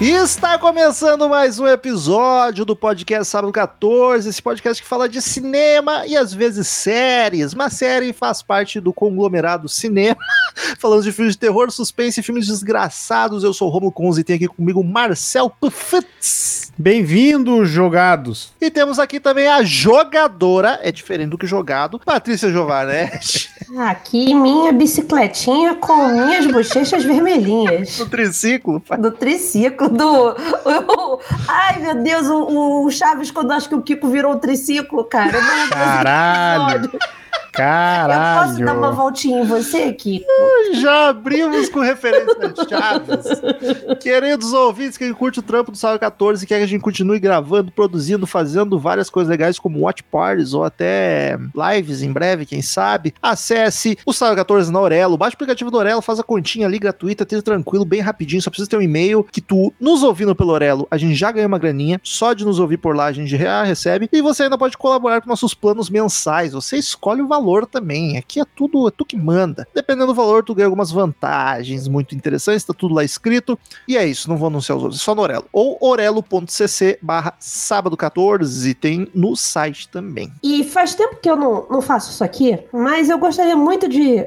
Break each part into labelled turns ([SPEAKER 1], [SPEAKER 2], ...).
[SPEAKER 1] Está começando mais um episódio do podcast Sábado 14, esse podcast que fala de cinema e às vezes séries. Uma série faz parte do conglomerado cinema. Falamos de filmes de terror, suspense e filmes desgraçados. Eu sou o Romulo Conze e tem aqui comigo o Marcel Puffitz.
[SPEAKER 2] Bem-vindos, jogados.
[SPEAKER 1] E temos aqui também a jogadora, é diferente do que jogado, Patrícia né? Giovanetti.
[SPEAKER 3] Aqui minha bicicletinha com minhas bochechas vermelhinhas.
[SPEAKER 1] Do triciclo.
[SPEAKER 3] Do triciclo, do. o- o- ai, meu Deus, o, o Chaves, quando acho que o Kiko virou um triciclo, cara. Meu
[SPEAKER 2] Caralho.
[SPEAKER 3] Eu posso dar uma
[SPEAKER 2] Caralho.
[SPEAKER 3] voltinha em você, Kiko?
[SPEAKER 1] Já abrimos com referência a Chaves. Queridos ouvintes, quem curte o trampo do Sábado 14 e quer que a gente continue gravando, produzindo, fazendo várias coisas legais como watch parties ou até lives em breve, quem sabe, acesse o Sábado 14 na Orelo, baixa o aplicativo da Orelo, faz a continha ali gratuita, tudo tranquilo, bem rapidinho, só precisa ter um e-mail que tu, nos ouvindo pelo Orelo, a gente já ganha uma graninha, só de nos ouvir por lá a gente já recebe, e você ainda pode colaborar com nossos planos mensais, você escolhe o valor também, aqui é tudo, é tu que manda. Dependendo do valor, tu ganha algumas vantagens muito interessantes, tá tudo lá escrito, e é isso, não vou anunciar os outros, é só no Orelo. Ou orelo.cc barra sábado 14, tem no site também.
[SPEAKER 3] E faz tempo que eu não, não faço isso aqui, mas eu gostaria muito de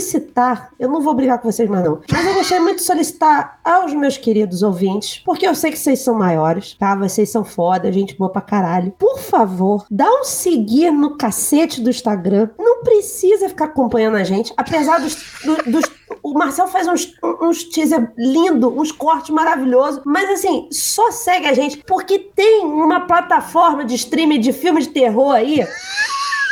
[SPEAKER 3] solicitar. Eu não vou brigar com vocês mais, não. Mas eu gostaria muito de solicitar aos meus queridos ouvintes, porque eu sei que vocês são maiores, tá? Vocês são foda, gente boa pra caralho. Por favor, dá um seguir no cacete do Instagram. Não precisa ficar acompanhando a gente, apesar dos. do- dos- o Marcel faz uns, uns teaser lindo, uns cortes maravilhosos, mas assim, só segue a gente, porque tem uma plataforma de streaming de filme de terror aí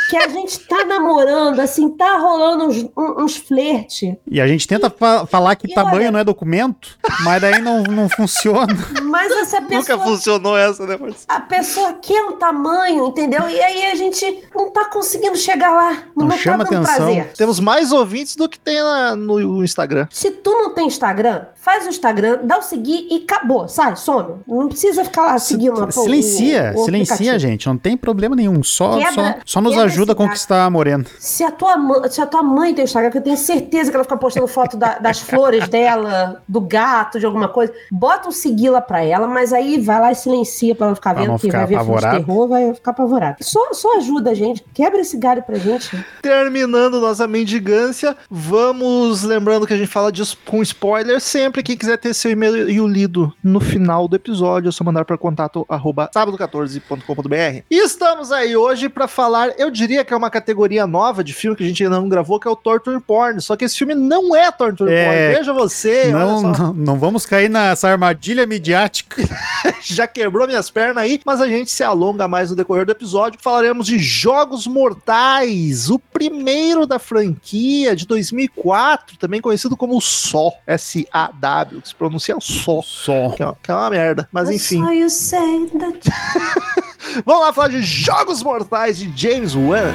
[SPEAKER 3] que a gente tá namorando, assim, tá rolando uns, um- uns flerte,
[SPEAKER 2] E a gente tenta fa- falar que
[SPEAKER 3] E
[SPEAKER 2] tamanho
[SPEAKER 3] olha-
[SPEAKER 2] não é documento, mas daí não, não funciona.
[SPEAKER 3] mas essa pessoa
[SPEAKER 1] Nunca funcionou essa, né, Marcelo?
[SPEAKER 3] a pessoa quer um tamanho, entendeu? E aí a gente não tá conseguindo chegar lá.
[SPEAKER 2] Não
[SPEAKER 3] Não, tá
[SPEAKER 2] chama
[SPEAKER 3] dando
[SPEAKER 2] atenção.
[SPEAKER 3] prazer.
[SPEAKER 1] Temos mais ouvintes do que tem na- no Instagram.
[SPEAKER 3] Se tu não tem Instagram, faz o Instagram, dá o seguir e acabou. Sai, some. Não precisa ficar lá seguindo uma
[SPEAKER 2] Silencia, silencia, gente. Não tem problema nenhum. Só,
[SPEAKER 3] Quebra-
[SPEAKER 2] só, só nos
[SPEAKER 3] quebra
[SPEAKER 2] ajuda a
[SPEAKER 3] esse galho.
[SPEAKER 2] conquistar a morena.
[SPEAKER 3] Se a, tua mãe, se a tua mãe tem Instagram, que eu tenho certeza que ela fica postando foto da- das flores dela, do gato, de alguma coisa, bota um segui-la pra ela, mas aí vai lá e silencia pra ela ficar
[SPEAKER 2] Pra
[SPEAKER 3] vendo
[SPEAKER 2] não
[SPEAKER 3] que
[SPEAKER 2] ficar
[SPEAKER 3] vai ver filme de
[SPEAKER 2] apavorada.
[SPEAKER 3] terror, vai ficar apavorada. Só, só ajuda a gente, quebra esse galho pra gente.
[SPEAKER 1] Terminando nossa mendigância, vamos lembrando que a gente fala de, s- com spoiler sempre. Quem quiser ter seu e-mail e o lido no final do episódio, é só mandar para contato arroba sábado14.com.br. E estamos aí hoje para falar, eu diria que é uma categoria nova de filme que a gente ainda não gravou, que é o Torture Porn. Só que esse filme não é Torture
[SPEAKER 2] É.
[SPEAKER 1] Porn. Veja você,
[SPEAKER 2] Não,
[SPEAKER 1] olha só.
[SPEAKER 2] não, não vamos cair nessa armadilha midiática.
[SPEAKER 1] já quebrou minhas pernas aí, mas a gente se alonga mais no decorrer do episódio. Falaremos de Jogos Mortais, o primeiro da franquia de 2004, também conhecido como Sol, S-A-W, que se pronuncia Sol.
[SPEAKER 2] Só.
[SPEAKER 1] Que é, uma- que é uma merda, mas enfim.
[SPEAKER 3] Só eu sei da-
[SPEAKER 1] Vamos lá falar de Jogos Mortais de James Wan.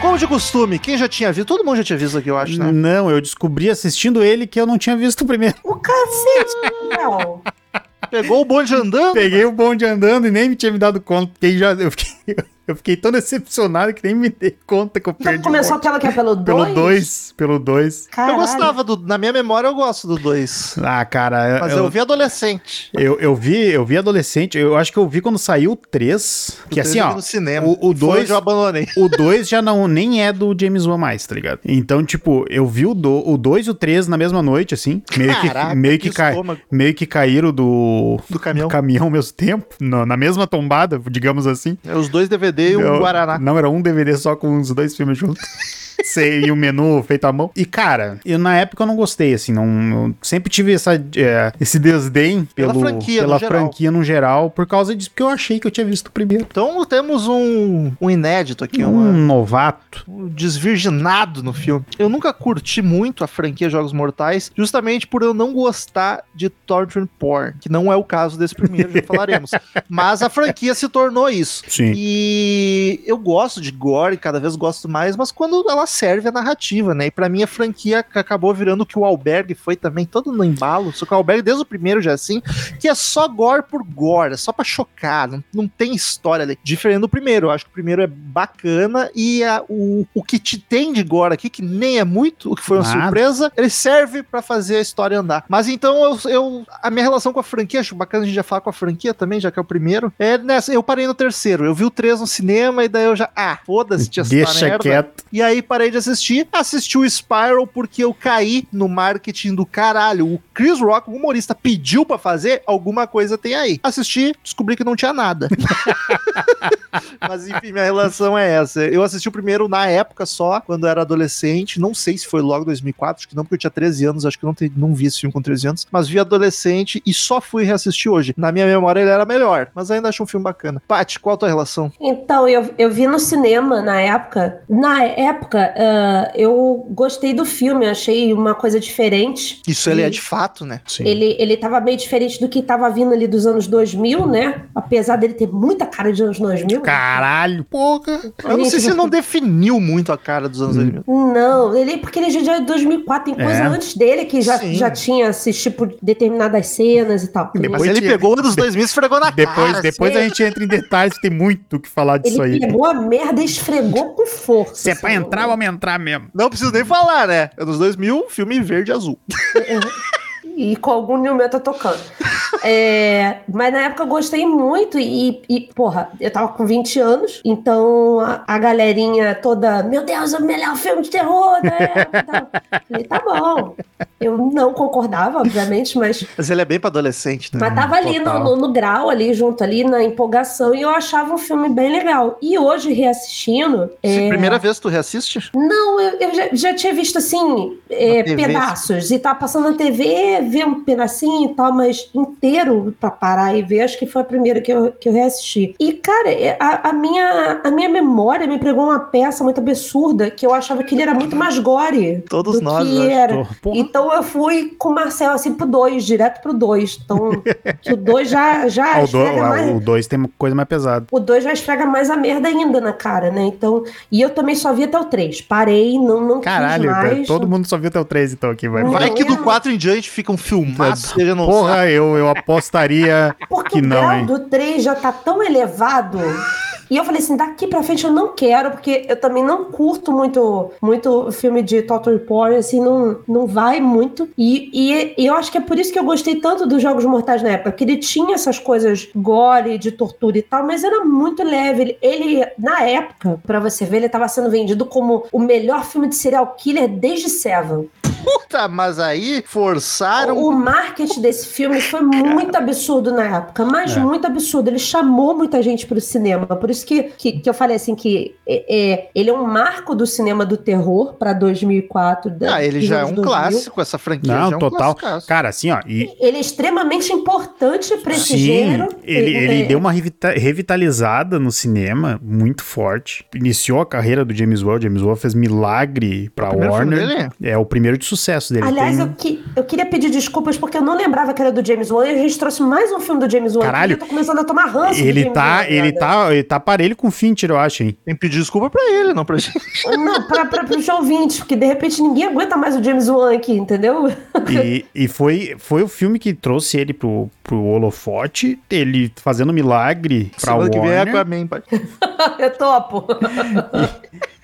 [SPEAKER 1] Como de costume, quem já tinha visto? Todo mundo já tinha visto aqui, eu acho, né?
[SPEAKER 2] Não, eu descobri assistindo ele que eu não tinha visto o primeiro.
[SPEAKER 3] O cacete, Léo.
[SPEAKER 1] Pegou o bonde andando.
[SPEAKER 2] Peguei o bonde andando e nem me tinha me dado conta. Fiquei já, eu, fiquei, eu fiquei tão decepcionado que nem me dei conta que eu
[SPEAKER 3] Então
[SPEAKER 2] perdi.
[SPEAKER 3] começou
[SPEAKER 2] o bonde.
[SPEAKER 3] aquela que é pelo 2?
[SPEAKER 2] pelo 2, pelo 2.
[SPEAKER 1] Eu gostava do. Na minha memória, eu gosto do 2.
[SPEAKER 2] Ah, cara,
[SPEAKER 1] Mas
[SPEAKER 2] eu,
[SPEAKER 1] eu vi adolescente.
[SPEAKER 2] eu, eu vi, eu vi adolescente, eu acho que eu vi quando saiu o 3, que
[SPEAKER 1] O três
[SPEAKER 2] assim,
[SPEAKER 1] eu vi
[SPEAKER 2] ó,
[SPEAKER 1] No cinema.
[SPEAKER 2] o- o
[SPEAKER 1] Foi
[SPEAKER 2] dois-
[SPEAKER 1] onde eu abandonei.
[SPEAKER 2] o 2 já não nem é do James Wan mais, tá ligado? Então, tipo, eu vi o 2 e o 3 na mesma noite assim, meio
[SPEAKER 1] Caraca,
[SPEAKER 2] que meio que, cai-
[SPEAKER 1] estômago
[SPEAKER 2] meeo que caíram do
[SPEAKER 1] do caminhão.
[SPEAKER 2] do caminhão ao mesmo tempo, na- na mesma tombada, digamos assim.
[SPEAKER 1] É Os dois DVD e um
[SPEAKER 2] Eu-
[SPEAKER 1] Guaraná.
[SPEAKER 2] Não, era um DVD só com os dois filmes juntos. Sei, e o menu feito à mão. E, cara, eu na época eu não gostei, assim, não, eu sempre tive essa, é, esse desdém
[SPEAKER 1] Pela
[SPEAKER 2] pelo, pela
[SPEAKER 1] franquia
[SPEAKER 2] franquia,
[SPEAKER 1] no
[SPEAKER 2] pela no
[SPEAKER 1] geral.
[SPEAKER 2] franquia no geral, por causa disso, porque eu achei que eu tinha visto o primeiro.
[SPEAKER 1] Então temos um, um inédito aqui,
[SPEAKER 2] Um
[SPEAKER 1] uma-
[SPEAKER 2] novato.
[SPEAKER 1] um desvirginado no filme. Eu nunca curti muito a franquia Jogos Mortais, justamente por eu não gostar de torture porn, que não é o caso desse primeiro, já falaremos. Mas a franquia se tornou isso.
[SPEAKER 2] Sim.
[SPEAKER 1] E eu gosto de gore, cada vez gosto mais, mas quando ela serve a narrativa, né? E pra mim a franquia ac- acabou virando o que o Alberg foi também, todo no embalo. Só que o Alberg, desde o primeiro já é assim, que é só gore por gore, é só pra chocar, não, não tem história ali. Diferente do primeiro, eu acho que o primeiro é bacana e a- o, o que te tem de gore aqui, que nem é muito, o que foi uma
[SPEAKER 2] Nada.
[SPEAKER 1] surpresa, ele serve pra fazer a história andar. Mas então eu, eu- a minha relação com a franquia, acho bacana a gente já falar com a franquia também, já que é o primeiro, é nessa, eu parei no terceiro, eu vi o três no cinema e daí eu já, ah, foda-se, tinha essa
[SPEAKER 2] Deixa
[SPEAKER 1] merda.
[SPEAKER 2] quieto.
[SPEAKER 1] E aí parei de assistir, assisti o Spiral porque eu caí no marketing do caralho. O Chris Rock, o humorista, pediu pra fazer, alguma coisa tem aí. Assisti, descobri que não tinha nada. Mas enfim, minha relação é essa. Eu assisti o primeiro na época só, quando eu era adolescente. Não sei se foi logo 2004, acho que não, porque eu tinha 13 anos. Acho que eu não, te- não vi esse filme com 13 anos. Mas vi adolescente e só fui reassistir hoje. Na minha memória ele era melhor, mas ainda acho um filme bacana. Paty, qual a tua relação?
[SPEAKER 3] Então, eu, eu vi no cinema na época. Na época, ah, eu gostei do filme, eu achei uma coisa diferente.
[SPEAKER 1] Isso ele é
[SPEAKER 3] E-
[SPEAKER 1] de fato, né?
[SPEAKER 2] Sim.
[SPEAKER 3] Ele, ele tava meio diferente do que tava vindo ali dos anos 2000, né? Apesar dele ter muita cara de anos 2000.
[SPEAKER 2] Caralho, porra.
[SPEAKER 1] Eu não sei se não definiu muito a cara dos
[SPEAKER 2] Hum.
[SPEAKER 1] anos 2000.
[SPEAKER 3] Não, ele, porque ele já é de 2004, tem coisa
[SPEAKER 2] É.
[SPEAKER 3] antes dele que já,
[SPEAKER 1] Sim.
[SPEAKER 3] já tinha esse tipo de determinadas cenas e tal.
[SPEAKER 2] E
[SPEAKER 1] Mas
[SPEAKER 2] depois
[SPEAKER 1] ele
[SPEAKER 2] que-
[SPEAKER 1] pegou o dos 2000 e esfregou na
[SPEAKER 2] Depois,
[SPEAKER 1] cara. assim.
[SPEAKER 2] depois a gente entra em detalhes, tem muito o que falar disso
[SPEAKER 3] Ah, Ele é
[SPEAKER 2] aí.
[SPEAKER 3] pegou a merda e esfregou com força.
[SPEAKER 2] Se é pra
[SPEAKER 3] assim.
[SPEAKER 2] entrar, vamos entrar mesmo.
[SPEAKER 1] Não preciso nem falar, né? Anos 2000, filme verde e azul.
[SPEAKER 3] E com algum new metal tocando. É, mas na época eu gostei muito e, e, porra, eu tava com 20 anos, então a, a galerinha toda, meu Deus, é o melhor filme de terror da época. tal. Falei, tá bom. Eu não concordava, obviamente, mas,
[SPEAKER 1] Mas ele é bem pra adolescente, né?
[SPEAKER 3] mas tava ali no,
[SPEAKER 2] total.
[SPEAKER 3] no- no grau, ali junto, ali na empolgação, e eu achava um filme bem legal. E hoje, reassistindo, é,
[SPEAKER 1] Se- Primeira vez que tu reassiste?
[SPEAKER 3] não, eu, eu já, já tinha visto assim, é,
[SPEAKER 1] Na TV,
[SPEAKER 3] pedaços. E tava passando na TV, ver um pedacinho e tal, mas inteiro pra parar e ver, acho que foi a primeira que eu, que eu reassisti. E, cara, é, a, a minha, a minha memória me pregou uma peça muito absurda que eu achava que ele era muito mais gore.
[SPEAKER 1] Todos
[SPEAKER 3] do
[SPEAKER 1] nós,
[SPEAKER 3] que é
[SPEAKER 1] eu acho.
[SPEAKER 3] era.
[SPEAKER 2] Porra, porra.
[SPEAKER 3] Então eu fui com o Marcel assim pro 2, direto pro 2. Então, que o 2 já, já
[SPEAKER 2] Ah, o
[SPEAKER 3] esfrega mais.
[SPEAKER 2] 2 tem uma coisa mais pesada.
[SPEAKER 3] O 2 já esfrega mais a merda ainda na cara, né? Então, e eu também só vi até o 3. Parei, não, não
[SPEAKER 2] Caralho,
[SPEAKER 3] quis mais.
[SPEAKER 2] cara, todo mundo só viu até o 3 então aqui, vai.
[SPEAKER 3] Não,
[SPEAKER 1] Vai
[SPEAKER 3] eu
[SPEAKER 1] que do
[SPEAKER 3] não.
[SPEAKER 1] 4 em diante fica um filmaço que ele não sabe.
[SPEAKER 2] Tá Porra, eu, eu apostaria.
[SPEAKER 3] Porque
[SPEAKER 2] que
[SPEAKER 3] o
[SPEAKER 2] não,
[SPEAKER 3] grau
[SPEAKER 2] hein?
[SPEAKER 3] do 3 já tá tão elevado. E eu falei assim, daqui pra frente eu não quero, porque eu também não curto muito muito filme de Total Porn, assim, não, não vai muito. E, e, e eu acho que é por isso que eu gostei tanto dos Jogos Mortais na época, que ele tinha essas coisas gore, de tortura e tal, mas era muito leve. Ele, ele, na época, pra você ver, ele tava sendo vendido como o melhor filme de serial killer desde Seven.
[SPEAKER 1] Puta, mas aí forçaram.
[SPEAKER 3] O marketing desse filme foi muito absurdo na época, mas
[SPEAKER 2] É.
[SPEAKER 3] muito absurdo. Ele chamou muita gente pro cinema. Por isso que, que, que eu falei assim que é, é, ele é um marco do cinema do terror pra 2004. da-
[SPEAKER 1] Ah, ele
[SPEAKER 3] dos
[SPEAKER 1] já é
[SPEAKER 3] anos
[SPEAKER 1] um
[SPEAKER 3] 2000.
[SPEAKER 1] clássico, essa franquia
[SPEAKER 2] Não,
[SPEAKER 1] já é um
[SPEAKER 2] total.
[SPEAKER 1] classicaço.
[SPEAKER 2] Cara, assim, ó. E,
[SPEAKER 3] Ele é extremamente importante pra esse
[SPEAKER 2] sim,
[SPEAKER 3] gênero.
[SPEAKER 2] ele,
[SPEAKER 3] É,
[SPEAKER 2] ele
[SPEAKER 3] é,
[SPEAKER 2] deu um- uma revita- revitalizada no cinema muito forte. Iniciou a carreira do James Wan. James Wan fez milagre pra
[SPEAKER 1] Primeiro filme
[SPEAKER 2] Warner.
[SPEAKER 1] dele?
[SPEAKER 2] É o primeiro de sucesso dele.
[SPEAKER 3] Aliás,
[SPEAKER 2] Tem-
[SPEAKER 3] eu, que- eu queria pedir desculpas porque eu não lembrava que era do James Wan e a gente trouxe mais um filme do James Wan.
[SPEAKER 2] Caralho.
[SPEAKER 3] Eu tô começando a tomar ranço. do
[SPEAKER 2] Ele
[SPEAKER 3] James
[SPEAKER 2] tá,
[SPEAKER 3] Wan,
[SPEAKER 2] ele
[SPEAKER 3] né, cara.
[SPEAKER 2] tá, ele tá parelho com o Fincher, eu acho, hein?
[SPEAKER 1] Tem que pedir desculpa pra ele, não pra gente.
[SPEAKER 3] Não, pra, pra, pros ouvintes, porque de repente ninguém aguenta mais o James Wan aqui, entendeu?
[SPEAKER 2] E, e foi, foi o filme que trouxe ele pro, pro holofote, ele fazendo milagre pra
[SPEAKER 1] Semana
[SPEAKER 2] Warner.
[SPEAKER 1] que vem é Aquaman, pai.
[SPEAKER 3] Eu topo.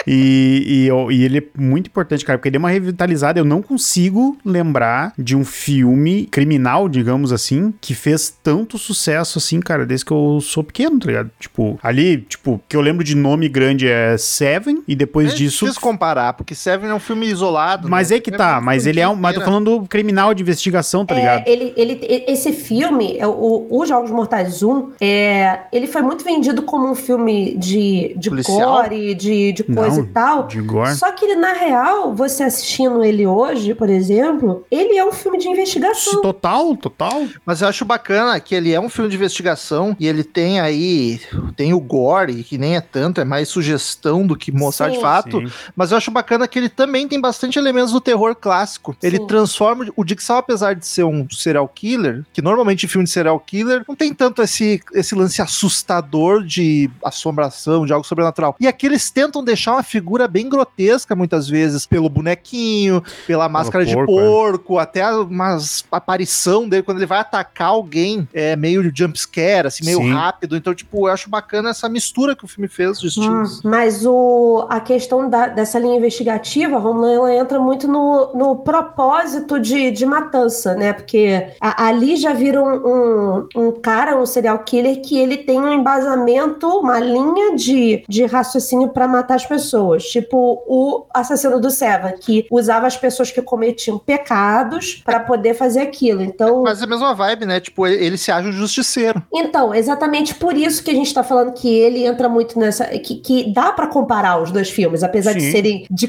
[SPEAKER 2] E, e eu- e ele é muito importante, cara, porque ele deu uma revitalizada. Eu não consigo lembrar de um filme criminal, digamos assim, que fez tanto sucesso assim, cara, desde que eu sou pequeno, tá ligado? Tipo, ali, tipo, que eu lembro de nome grande é Seven, e depois
[SPEAKER 1] É
[SPEAKER 2] disso.
[SPEAKER 1] difícil comparar, porque Seven é um filme isolado.
[SPEAKER 2] Mas
[SPEAKER 1] né?
[SPEAKER 2] é que tá,
[SPEAKER 1] um
[SPEAKER 2] mas
[SPEAKER 1] filme
[SPEAKER 2] ele é um. Mas tô
[SPEAKER 1] inteiro.
[SPEAKER 2] falando criminal de investigação, tá ligado?
[SPEAKER 3] É, ele, ele, e- esse filme, é o, o Jogos Mortais 1, é, ele foi muito vendido como um filme de, de
[SPEAKER 1] Policial?
[SPEAKER 3] gore, de, de
[SPEAKER 2] Não,
[SPEAKER 3] coisa e tal.
[SPEAKER 2] De gore.
[SPEAKER 3] Só que, na real, você assistindo ele hoje, por exemplo, ele é um filme de investigação.
[SPEAKER 2] Se Total, total.
[SPEAKER 1] Mas eu acho bacana que ele é um filme de investigação e ele tem aí, tem o gore, que nem é tanto, é mais sugestão do que mostrar
[SPEAKER 3] Sim.
[SPEAKER 1] de fato.
[SPEAKER 2] Sim.
[SPEAKER 1] Mas eu acho bacana que ele também tem bastante elementos do terror clássico. Ele
[SPEAKER 3] Sim.
[SPEAKER 1] transforma. O Dixal, apesar de ser um serial killer, que normalmente em filme de serial killer não tem tanto esse, esse lance assustador de assombração, de algo sobrenatural. E aqui eles tentam deixar uma figura bem grotesca, muitas vezes, pelo bonequinho, pela máscara
[SPEAKER 2] porco,
[SPEAKER 1] de
[SPEAKER 2] é.
[SPEAKER 1] porco, até a- umas a aparição dele, quando ele vai atacar alguém, é meio jumpscare, assim, meio
[SPEAKER 2] Sim.
[SPEAKER 1] rápido. Então, tipo, eu acho bacana essa mistura que o filme fez de estilos.
[SPEAKER 3] Hum, Mas o, a questão da- dessa linha investigativa, Romulan, ela entra muito no, no propósito de, de matança, né? Porque a- ali já vira um, um, um cara, um serial killer, que ele tem um embasamento, uma linha de, de raciocínio pra matar as pessoas. Tipo o assassino do Seva, que usava as pessoas que cometiam pecados pra poder fazer aquilo. Então,
[SPEAKER 1] Mas é a mesma vibe, né? Tipo, ele, ele se acha um justiceiro.
[SPEAKER 3] então, exatamente por isso que a gente tá falando que ele entra muito nessa. que, que dá pra comparar os dois filmes, apesar de
[SPEAKER 2] Sim.
[SPEAKER 3] serem de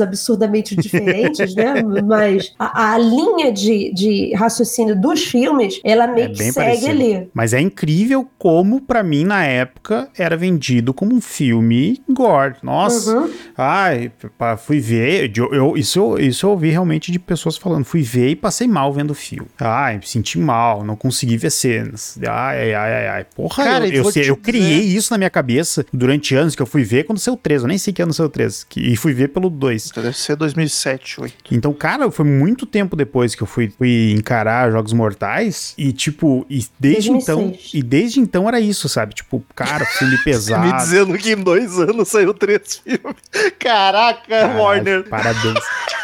[SPEAKER 3] absurdamente diferentes, né? Mas a, a linha de, de raciocínio dos filmes, ela meio
[SPEAKER 2] É
[SPEAKER 3] que
[SPEAKER 2] bem
[SPEAKER 3] segue
[SPEAKER 2] parecida.
[SPEAKER 3] ali.
[SPEAKER 2] Mas é incrível como, pra mim, na época, era vendido como um filme gore. Nossa,
[SPEAKER 3] Uhum.
[SPEAKER 2] ai, pá, fui ver. de- eu- isso, eu- isso eu ouvi realmente de pessoas falando. Fui ver e passei mal vendo o filme. Ai, me senti mal, não consegui ver cenas. Ai, ai, ai, ai, ai. Porra,
[SPEAKER 1] Cara,
[SPEAKER 2] eu,
[SPEAKER 1] e
[SPEAKER 2] eu
[SPEAKER 1] vou
[SPEAKER 2] sei-
[SPEAKER 1] te
[SPEAKER 2] eu
[SPEAKER 1] dizer-
[SPEAKER 2] criei isso na minha cabeça durante anos que eu fui ver quando saiu o 3. Eu nem sei que ano saiu o 3. que- e fui ver pelo 2.
[SPEAKER 1] Então, Deve ser 2007, 8.
[SPEAKER 2] Então, cara, foi muito tempo depois que eu fui, fui encarar Jogos Mortais e, tipo, e desde
[SPEAKER 3] 2006.
[SPEAKER 2] então, e desde então era isso, sabe? Tipo, cara, filme pesado.
[SPEAKER 1] Me dizendo que em dois anos saiu três filmes. Caraca,
[SPEAKER 2] Caralho,
[SPEAKER 1] Warner.
[SPEAKER 2] Parabéns.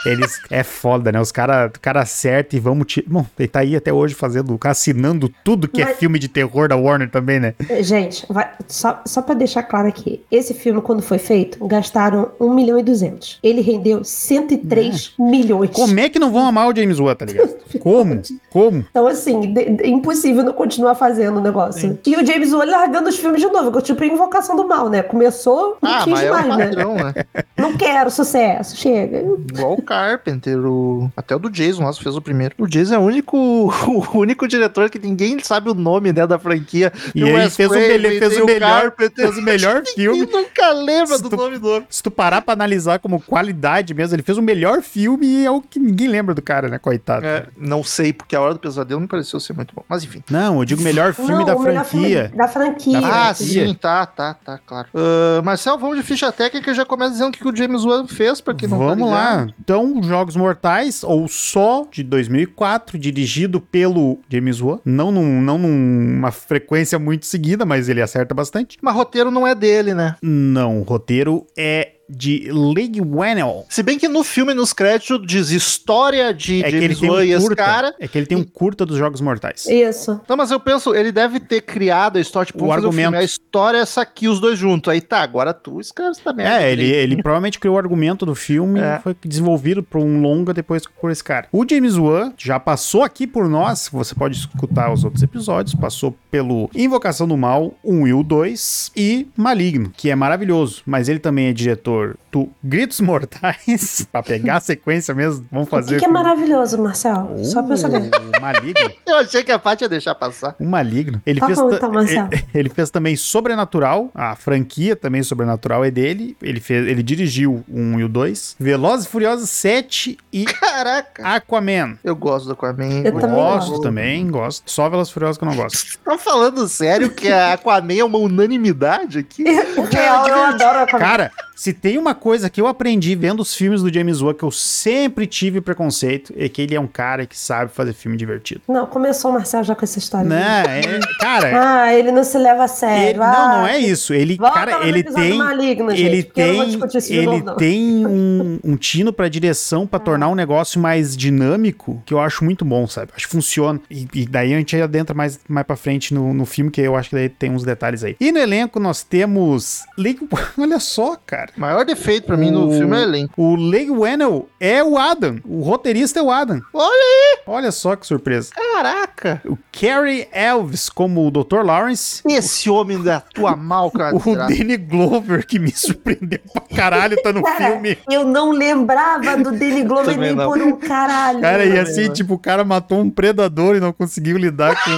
[SPEAKER 2] Eles é foda, né? Os caras cara acerta e vamos te... Bom, ele tá aí até hoje fazendo, assinando tudo que é
[SPEAKER 3] Mas-
[SPEAKER 2] filme de terror da Warner também, né?
[SPEAKER 3] Gente, vai- só, só pra deixar claro aqui: esse filme, quando foi feito, gastaram 1 milhão e 200. Ele rendeu 103 milhões.
[SPEAKER 2] Como é que não vão amar o James Wan, tá ligado? Como? Como?
[SPEAKER 3] Então, assim, de- de- impossível não continuar fazendo o negócio. E o James Wan largando os filmes de novo, tipo Invocação do Mal, né? Começou, não
[SPEAKER 1] Ah,
[SPEAKER 3] quis
[SPEAKER 1] mas é um
[SPEAKER 3] mais, né?
[SPEAKER 1] padrão, né?
[SPEAKER 3] Não quero sucesso, chega.
[SPEAKER 1] Igual o Carpenter, o... até o do Jason, nossa, fez o primeiro. O Jason é o único, o único diretor que ninguém sabe o nome né, da franquia.
[SPEAKER 2] E
[SPEAKER 1] Tem
[SPEAKER 2] ele
[SPEAKER 1] Wes
[SPEAKER 2] fez o
[SPEAKER 1] Craven,
[SPEAKER 2] melhor- fez
[SPEAKER 1] tem
[SPEAKER 2] o melhor-
[SPEAKER 1] Carpenter.
[SPEAKER 2] Fez o melhor filme.
[SPEAKER 1] Ninguém nunca lembra do
[SPEAKER 2] Tu-
[SPEAKER 1] nome do homem.
[SPEAKER 2] Se tu parar pra analisar como qualidade mesmo, ele fez o melhor filme e é o que ninguém lembra do cara, né? Coitado.
[SPEAKER 1] É, não sei, porque a Hora do Pesadelo me pareceu ser muito bom. Mas enfim.
[SPEAKER 2] Não, eu digo melhor filme
[SPEAKER 3] Não,
[SPEAKER 2] da
[SPEAKER 3] o melhor
[SPEAKER 2] franquia.
[SPEAKER 3] filme da franquia.
[SPEAKER 1] Ah,
[SPEAKER 2] franquia.
[SPEAKER 1] sim, tá, tá, tá, claro. Ah, Marcel, vamos de ficha técnica e já começa dizendo o que que o James Wan fez, pra quem não tá
[SPEAKER 2] Vamos
[SPEAKER 1] ligado.
[SPEAKER 2] lá. Então, Jogos Mortais, ou só, de 2004, dirigido pelo James Wan. Não, num, não numa frequência muito seguida, mas ele acerta bastante.
[SPEAKER 1] Mas roteiro não é dele, né?
[SPEAKER 2] Não, o roteiro é de League Whannell.
[SPEAKER 1] Se bem que no filme, nos créditos, diz história de
[SPEAKER 2] É que ele
[SPEAKER 1] James
[SPEAKER 2] tem
[SPEAKER 1] Wan e
[SPEAKER 2] um
[SPEAKER 1] esse
[SPEAKER 2] curta.
[SPEAKER 1] cara.
[SPEAKER 2] É que ele tem um curta dos Jogos Mortais.
[SPEAKER 3] Isso.
[SPEAKER 1] Não, mas eu penso, ele deve ter criado a história, tipo,
[SPEAKER 2] O
[SPEAKER 1] vamos fazer um
[SPEAKER 2] argumento.
[SPEAKER 1] filme, a história é essa aqui, os dois juntos. Aí tá, agora tu escreve essa merda.
[SPEAKER 2] É, ele, ele provavelmente criou o argumento do filme
[SPEAKER 1] É.
[SPEAKER 2] e foi desenvolvido por um longa depois por esse cara. O James Wan já passou aqui por nós, você pode escutar os outros episódios, passou pelo Invocação do Mal 1 e o 2 e Maligno, que é maravilhoso, mas ele também é diretor do Gritos Mortais, pra pegar a sequência mesmo, vamos
[SPEAKER 3] O que,
[SPEAKER 2] fazer...
[SPEAKER 3] que é
[SPEAKER 2] com-
[SPEAKER 3] maravilhoso, Marcel? Só pra eu saber.
[SPEAKER 2] O Maligno.
[SPEAKER 1] Eu achei que a parte ia deixar passar.
[SPEAKER 2] O Maligno. Ele
[SPEAKER 3] Tá
[SPEAKER 2] fez,
[SPEAKER 3] bom,
[SPEAKER 2] ta-
[SPEAKER 3] então, Marcelo.
[SPEAKER 2] ele, ele fez também Sobrenatural, a franquia também Sobrenatural é dele. Ele, fez, ele dirigiu o 1 e o 2. Velozes e Furiosos 7 e
[SPEAKER 1] Caraca.
[SPEAKER 2] Aquaman.
[SPEAKER 1] Eu gosto do Aquaman.
[SPEAKER 3] Eu também
[SPEAKER 2] gosto
[SPEAKER 3] gosto.
[SPEAKER 2] também, gosto. Só Velozes e Furiosos que eu não gosto.
[SPEAKER 1] Tá falando sério que a Aquaman é uma unanimidade aqui?
[SPEAKER 2] é
[SPEAKER 3] Real, eu adoro a
[SPEAKER 2] Cara, se tem uma coisa que eu aprendi vendo os filmes do James Wan que eu sempre tive preconceito é que ele é um cara que sabe fazer filme divertido.
[SPEAKER 3] Não, começou o Marcel já com essa história.
[SPEAKER 2] Né? É- cara,
[SPEAKER 3] Ah, ele não se leva a
[SPEAKER 2] ele-
[SPEAKER 3] sério.
[SPEAKER 2] não, não
[SPEAKER 3] Ah,
[SPEAKER 2] é isso. Ele,
[SPEAKER 3] Volta lá
[SPEAKER 2] cara,
[SPEAKER 3] no
[SPEAKER 2] ele
[SPEAKER 3] episódio
[SPEAKER 2] tem
[SPEAKER 3] maligno, gente,
[SPEAKER 2] ele
[SPEAKER 3] porque eu não vou
[SPEAKER 2] tem,
[SPEAKER 3] discutir isso de
[SPEAKER 2] ele
[SPEAKER 3] novo, não. Ah.
[SPEAKER 2] tem um, um tino pra direção pra tornar um negócio mais dinâmico que eu acho muito bom, sabe? Acho que funciona. E, e daí a gente adentra mais, mais pra frente no, no filme, que eu acho que daí tem uns detalhes aí. E no elenco nós temos. Link- Olha só, cara.
[SPEAKER 1] Maior maior defeito pra mim no
[SPEAKER 2] O-
[SPEAKER 1] filme é o elenco.
[SPEAKER 2] O Leigh Whannell é o Adam. O roteirista é o Adam.
[SPEAKER 1] Olha
[SPEAKER 2] Olha só que surpresa.
[SPEAKER 1] Caraca!
[SPEAKER 2] O Cary Elvis como o Dr. Lawrence.
[SPEAKER 1] Esse homem da tua mal, cara.
[SPEAKER 2] O Danny Glover, que me surpreendeu pra caralho, tá no
[SPEAKER 3] Cara,
[SPEAKER 2] filme.
[SPEAKER 3] eu não lembrava do Danny Glover
[SPEAKER 1] Também
[SPEAKER 3] nem
[SPEAKER 1] não.
[SPEAKER 3] por um caralho.
[SPEAKER 2] Cara, e
[SPEAKER 1] também,
[SPEAKER 2] assim,
[SPEAKER 1] né?
[SPEAKER 2] tipo, o cara matou um predador e não conseguiu lidar com,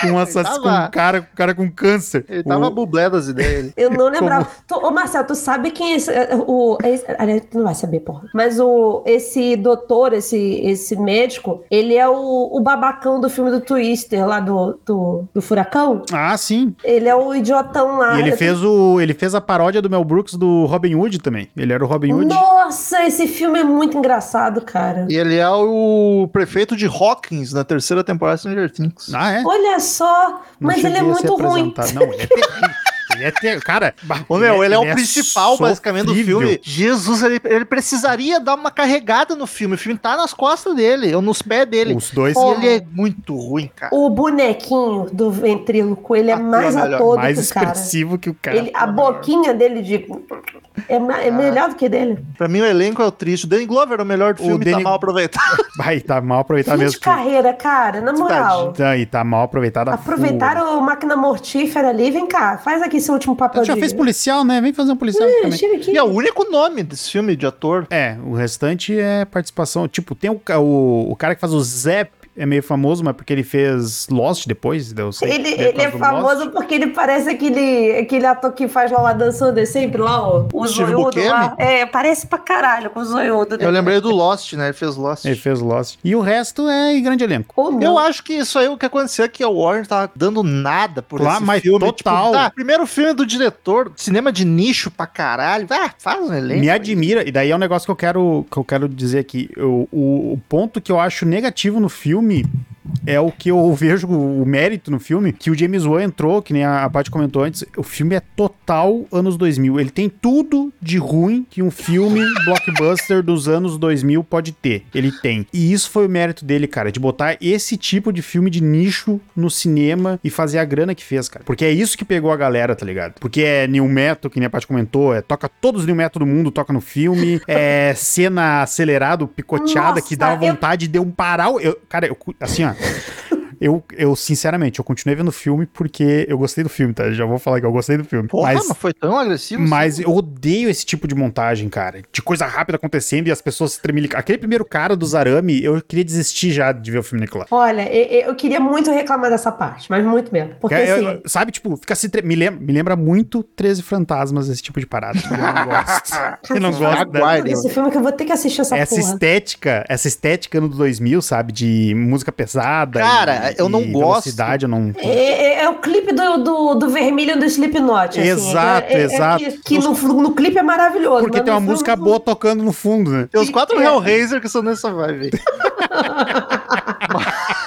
[SPEAKER 2] com, um assass... com
[SPEAKER 1] tava-
[SPEAKER 2] um cara, com um cara com câncer.
[SPEAKER 1] Ele tava
[SPEAKER 2] o...
[SPEAKER 1] bublé das ideias. ele.
[SPEAKER 3] Eu não lembrava. Tu, ô, Marcelo, tu sabe quem é esse. é, O, é esse- aliás, tu não vai saber, porra. Mas o, esse doutor, esse, esse médico, ele é o, o babacão do filme do Twister, lá do, do, do Furacão.
[SPEAKER 2] Ah, sim.
[SPEAKER 3] Ele é o idiotão lá.
[SPEAKER 2] E ele
[SPEAKER 3] Eu
[SPEAKER 2] fez, o, ele fez a paródia do Mel Brooks do Robin Hood também. Ele era o Robin Hood.
[SPEAKER 3] Nossa, esse filme é muito engraçado, cara.
[SPEAKER 2] né?
[SPEAKER 1] E ele é o prefeito de Hawkins na terceira temporada de Stranger Things.
[SPEAKER 2] Ah, é?
[SPEAKER 3] Olha só,
[SPEAKER 2] Não
[SPEAKER 3] mas ele
[SPEAKER 2] cheguei
[SPEAKER 3] é
[SPEAKER 2] a ser
[SPEAKER 3] muito ruim.
[SPEAKER 2] apresentado. Não, ele é terrível. Ele é ter... Cara, bah,
[SPEAKER 1] Ô, meu, ele é, o
[SPEAKER 2] é
[SPEAKER 1] principal, basicamente, do
[SPEAKER 2] sofrível.
[SPEAKER 1] filme. Jesus, ele, ele precisaria dar uma carregada no filme. O filme tá nas costas dele, ou nos pés dele.
[SPEAKER 2] Os dois.
[SPEAKER 1] Ele é muito ruim, cara.
[SPEAKER 3] O bonequinho do ventríloco, ele é
[SPEAKER 1] Atua
[SPEAKER 3] mais
[SPEAKER 1] melhor,
[SPEAKER 3] ator do
[SPEAKER 2] mais
[SPEAKER 3] que o cara.
[SPEAKER 2] expressivo que o cara.
[SPEAKER 3] Ele, a boquinha dele de. É, ma- é melhor do que dele.
[SPEAKER 1] Pra mim, o elenco é o triste. O Danny Glover é o melhor do
[SPEAKER 2] O
[SPEAKER 1] filme,
[SPEAKER 2] Danny-
[SPEAKER 1] tá mal aproveitado.
[SPEAKER 2] Vai, tá mal
[SPEAKER 3] Fim
[SPEAKER 2] aproveitado
[SPEAKER 3] de
[SPEAKER 2] mesmo.
[SPEAKER 3] carreira, cara, na moral.
[SPEAKER 2] Tá, e tá mal aproveitado. a full.
[SPEAKER 3] Aproveitaram a máquina mortífera ali. Vem cá, faz aqui seu último papel
[SPEAKER 2] Tu já
[SPEAKER 3] de...
[SPEAKER 2] fez policial, né? Vem fazer um policial
[SPEAKER 3] É,
[SPEAKER 2] também.
[SPEAKER 3] chega aqui.
[SPEAKER 1] E é o único nome desse filme de ator.
[SPEAKER 2] É, o restante é participação. Tipo, tem o, ca- o, o cara que faz o Zep, é meio famoso, mas porque ele fez Lost depois, eu sei.
[SPEAKER 3] Ele,
[SPEAKER 2] né, por
[SPEAKER 3] ele
[SPEAKER 2] causa
[SPEAKER 3] é
[SPEAKER 2] do Lost.
[SPEAKER 3] famoso porque ele parece aquele, aquele ator que faz lá o Adam Sandler sempre, lá o, o
[SPEAKER 1] Steve
[SPEAKER 3] zoiudo lá.
[SPEAKER 1] Buscemi?
[SPEAKER 3] É, parece pra caralho com o zoiudo.
[SPEAKER 1] Eu lembrei do Lost, né? Ele fez Lost.
[SPEAKER 2] Ele fez Lost. E o resto é em grande elenco.
[SPEAKER 3] Ou não.
[SPEAKER 1] Eu acho que isso aí o que aconteceu é que a Warner tava dando nada por
[SPEAKER 2] Lá,
[SPEAKER 1] esse
[SPEAKER 2] mas
[SPEAKER 1] filme.
[SPEAKER 2] total.
[SPEAKER 1] tá, primeiro filme do diretor, cinema de nicho pra caralho. Ah, faz um elenco.
[SPEAKER 2] Me
[SPEAKER 1] aí.
[SPEAKER 2] admira, e daí é um negócio que eu quero, que eu quero dizer aqui. Eu- o, o ponto que eu acho negativo no filme é o que eu vejo o mérito no filme, que o James Wan entrou, que nem a, a Paty comentou antes, o filme é total anos 2000. Ele tem tudo de ruim que um filme blockbuster dos anos 2000 pode ter. Ele tem. E isso foi o mérito dele, cara, de botar esse tipo de filme de nicho no cinema e fazer a grana que fez, cara. Porque é isso que pegou a galera, tá ligado? Porque é New Metal, que nem a Paty comentou, é toca todos os New Metal do mundo, toca no filme, é cena acelerada, picoteada, que dá
[SPEAKER 3] Nossa, eu-
[SPEAKER 2] vontade de eu parar. o- Eu, cara, eu, cu- assim, ó. Eu, eu, sinceramente, eu continuei vendo o filme porque eu gostei do filme, tá? Já vou falar que eu gostei do filme.
[SPEAKER 1] Porra, mas,
[SPEAKER 2] mas,
[SPEAKER 1] foi tão agressivo. assim.
[SPEAKER 2] mas eu odeio esse tipo de montagem, cara. De coisa rápida acontecendo e as pessoas se tremelicam. Aquele primeiro cara do Zarame, eu queria desistir já de ver o filme daquilo lá.
[SPEAKER 3] Olha, eu, eu queria muito reclamar dessa parte, mas muito mesmo. Porque
[SPEAKER 2] É,
[SPEAKER 3] assim,
[SPEAKER 2] é, sabe, tipo, fica se tre... me, lembra, me lembra muito 13 Fantasmas, esse tipo de parada. Eu não gosto. eu não gosto da-
[SPEAKER 1] Aguarde.
[SPEAKER 3] esse filme que eu vou ter que assistir essa,
[SPEAKER 2] essa
[SPEAKER 3] porra.
[SPEAKER 2] estética, essa estética ano 2000, sabe, de música pesada.
[SPEAKER 1] Cara, eu não gosto.
[SPEAKER 2] velocidade, eu não.
[SPEAKER 3] É, é- é o clipe do, do, do vermelho do Slipknot. assim.
[SPEAKER 2] Exato,
[SPEAKER 3] É- é- é
[SPEAKER 2] exato.
[SPEAKER 3] que- que no, no clipe é maravilhoso.
[SPEAKER 2] Porque
[SPEAKER 3] mas
[SPEAKER 2] tem uma
[SPEAKER 3] no filme-
[SPEAKER 2] música boa tocando no fundo, né?
[SPEAKER 1] Tem os quatro Hellraiser que são nessa vibe.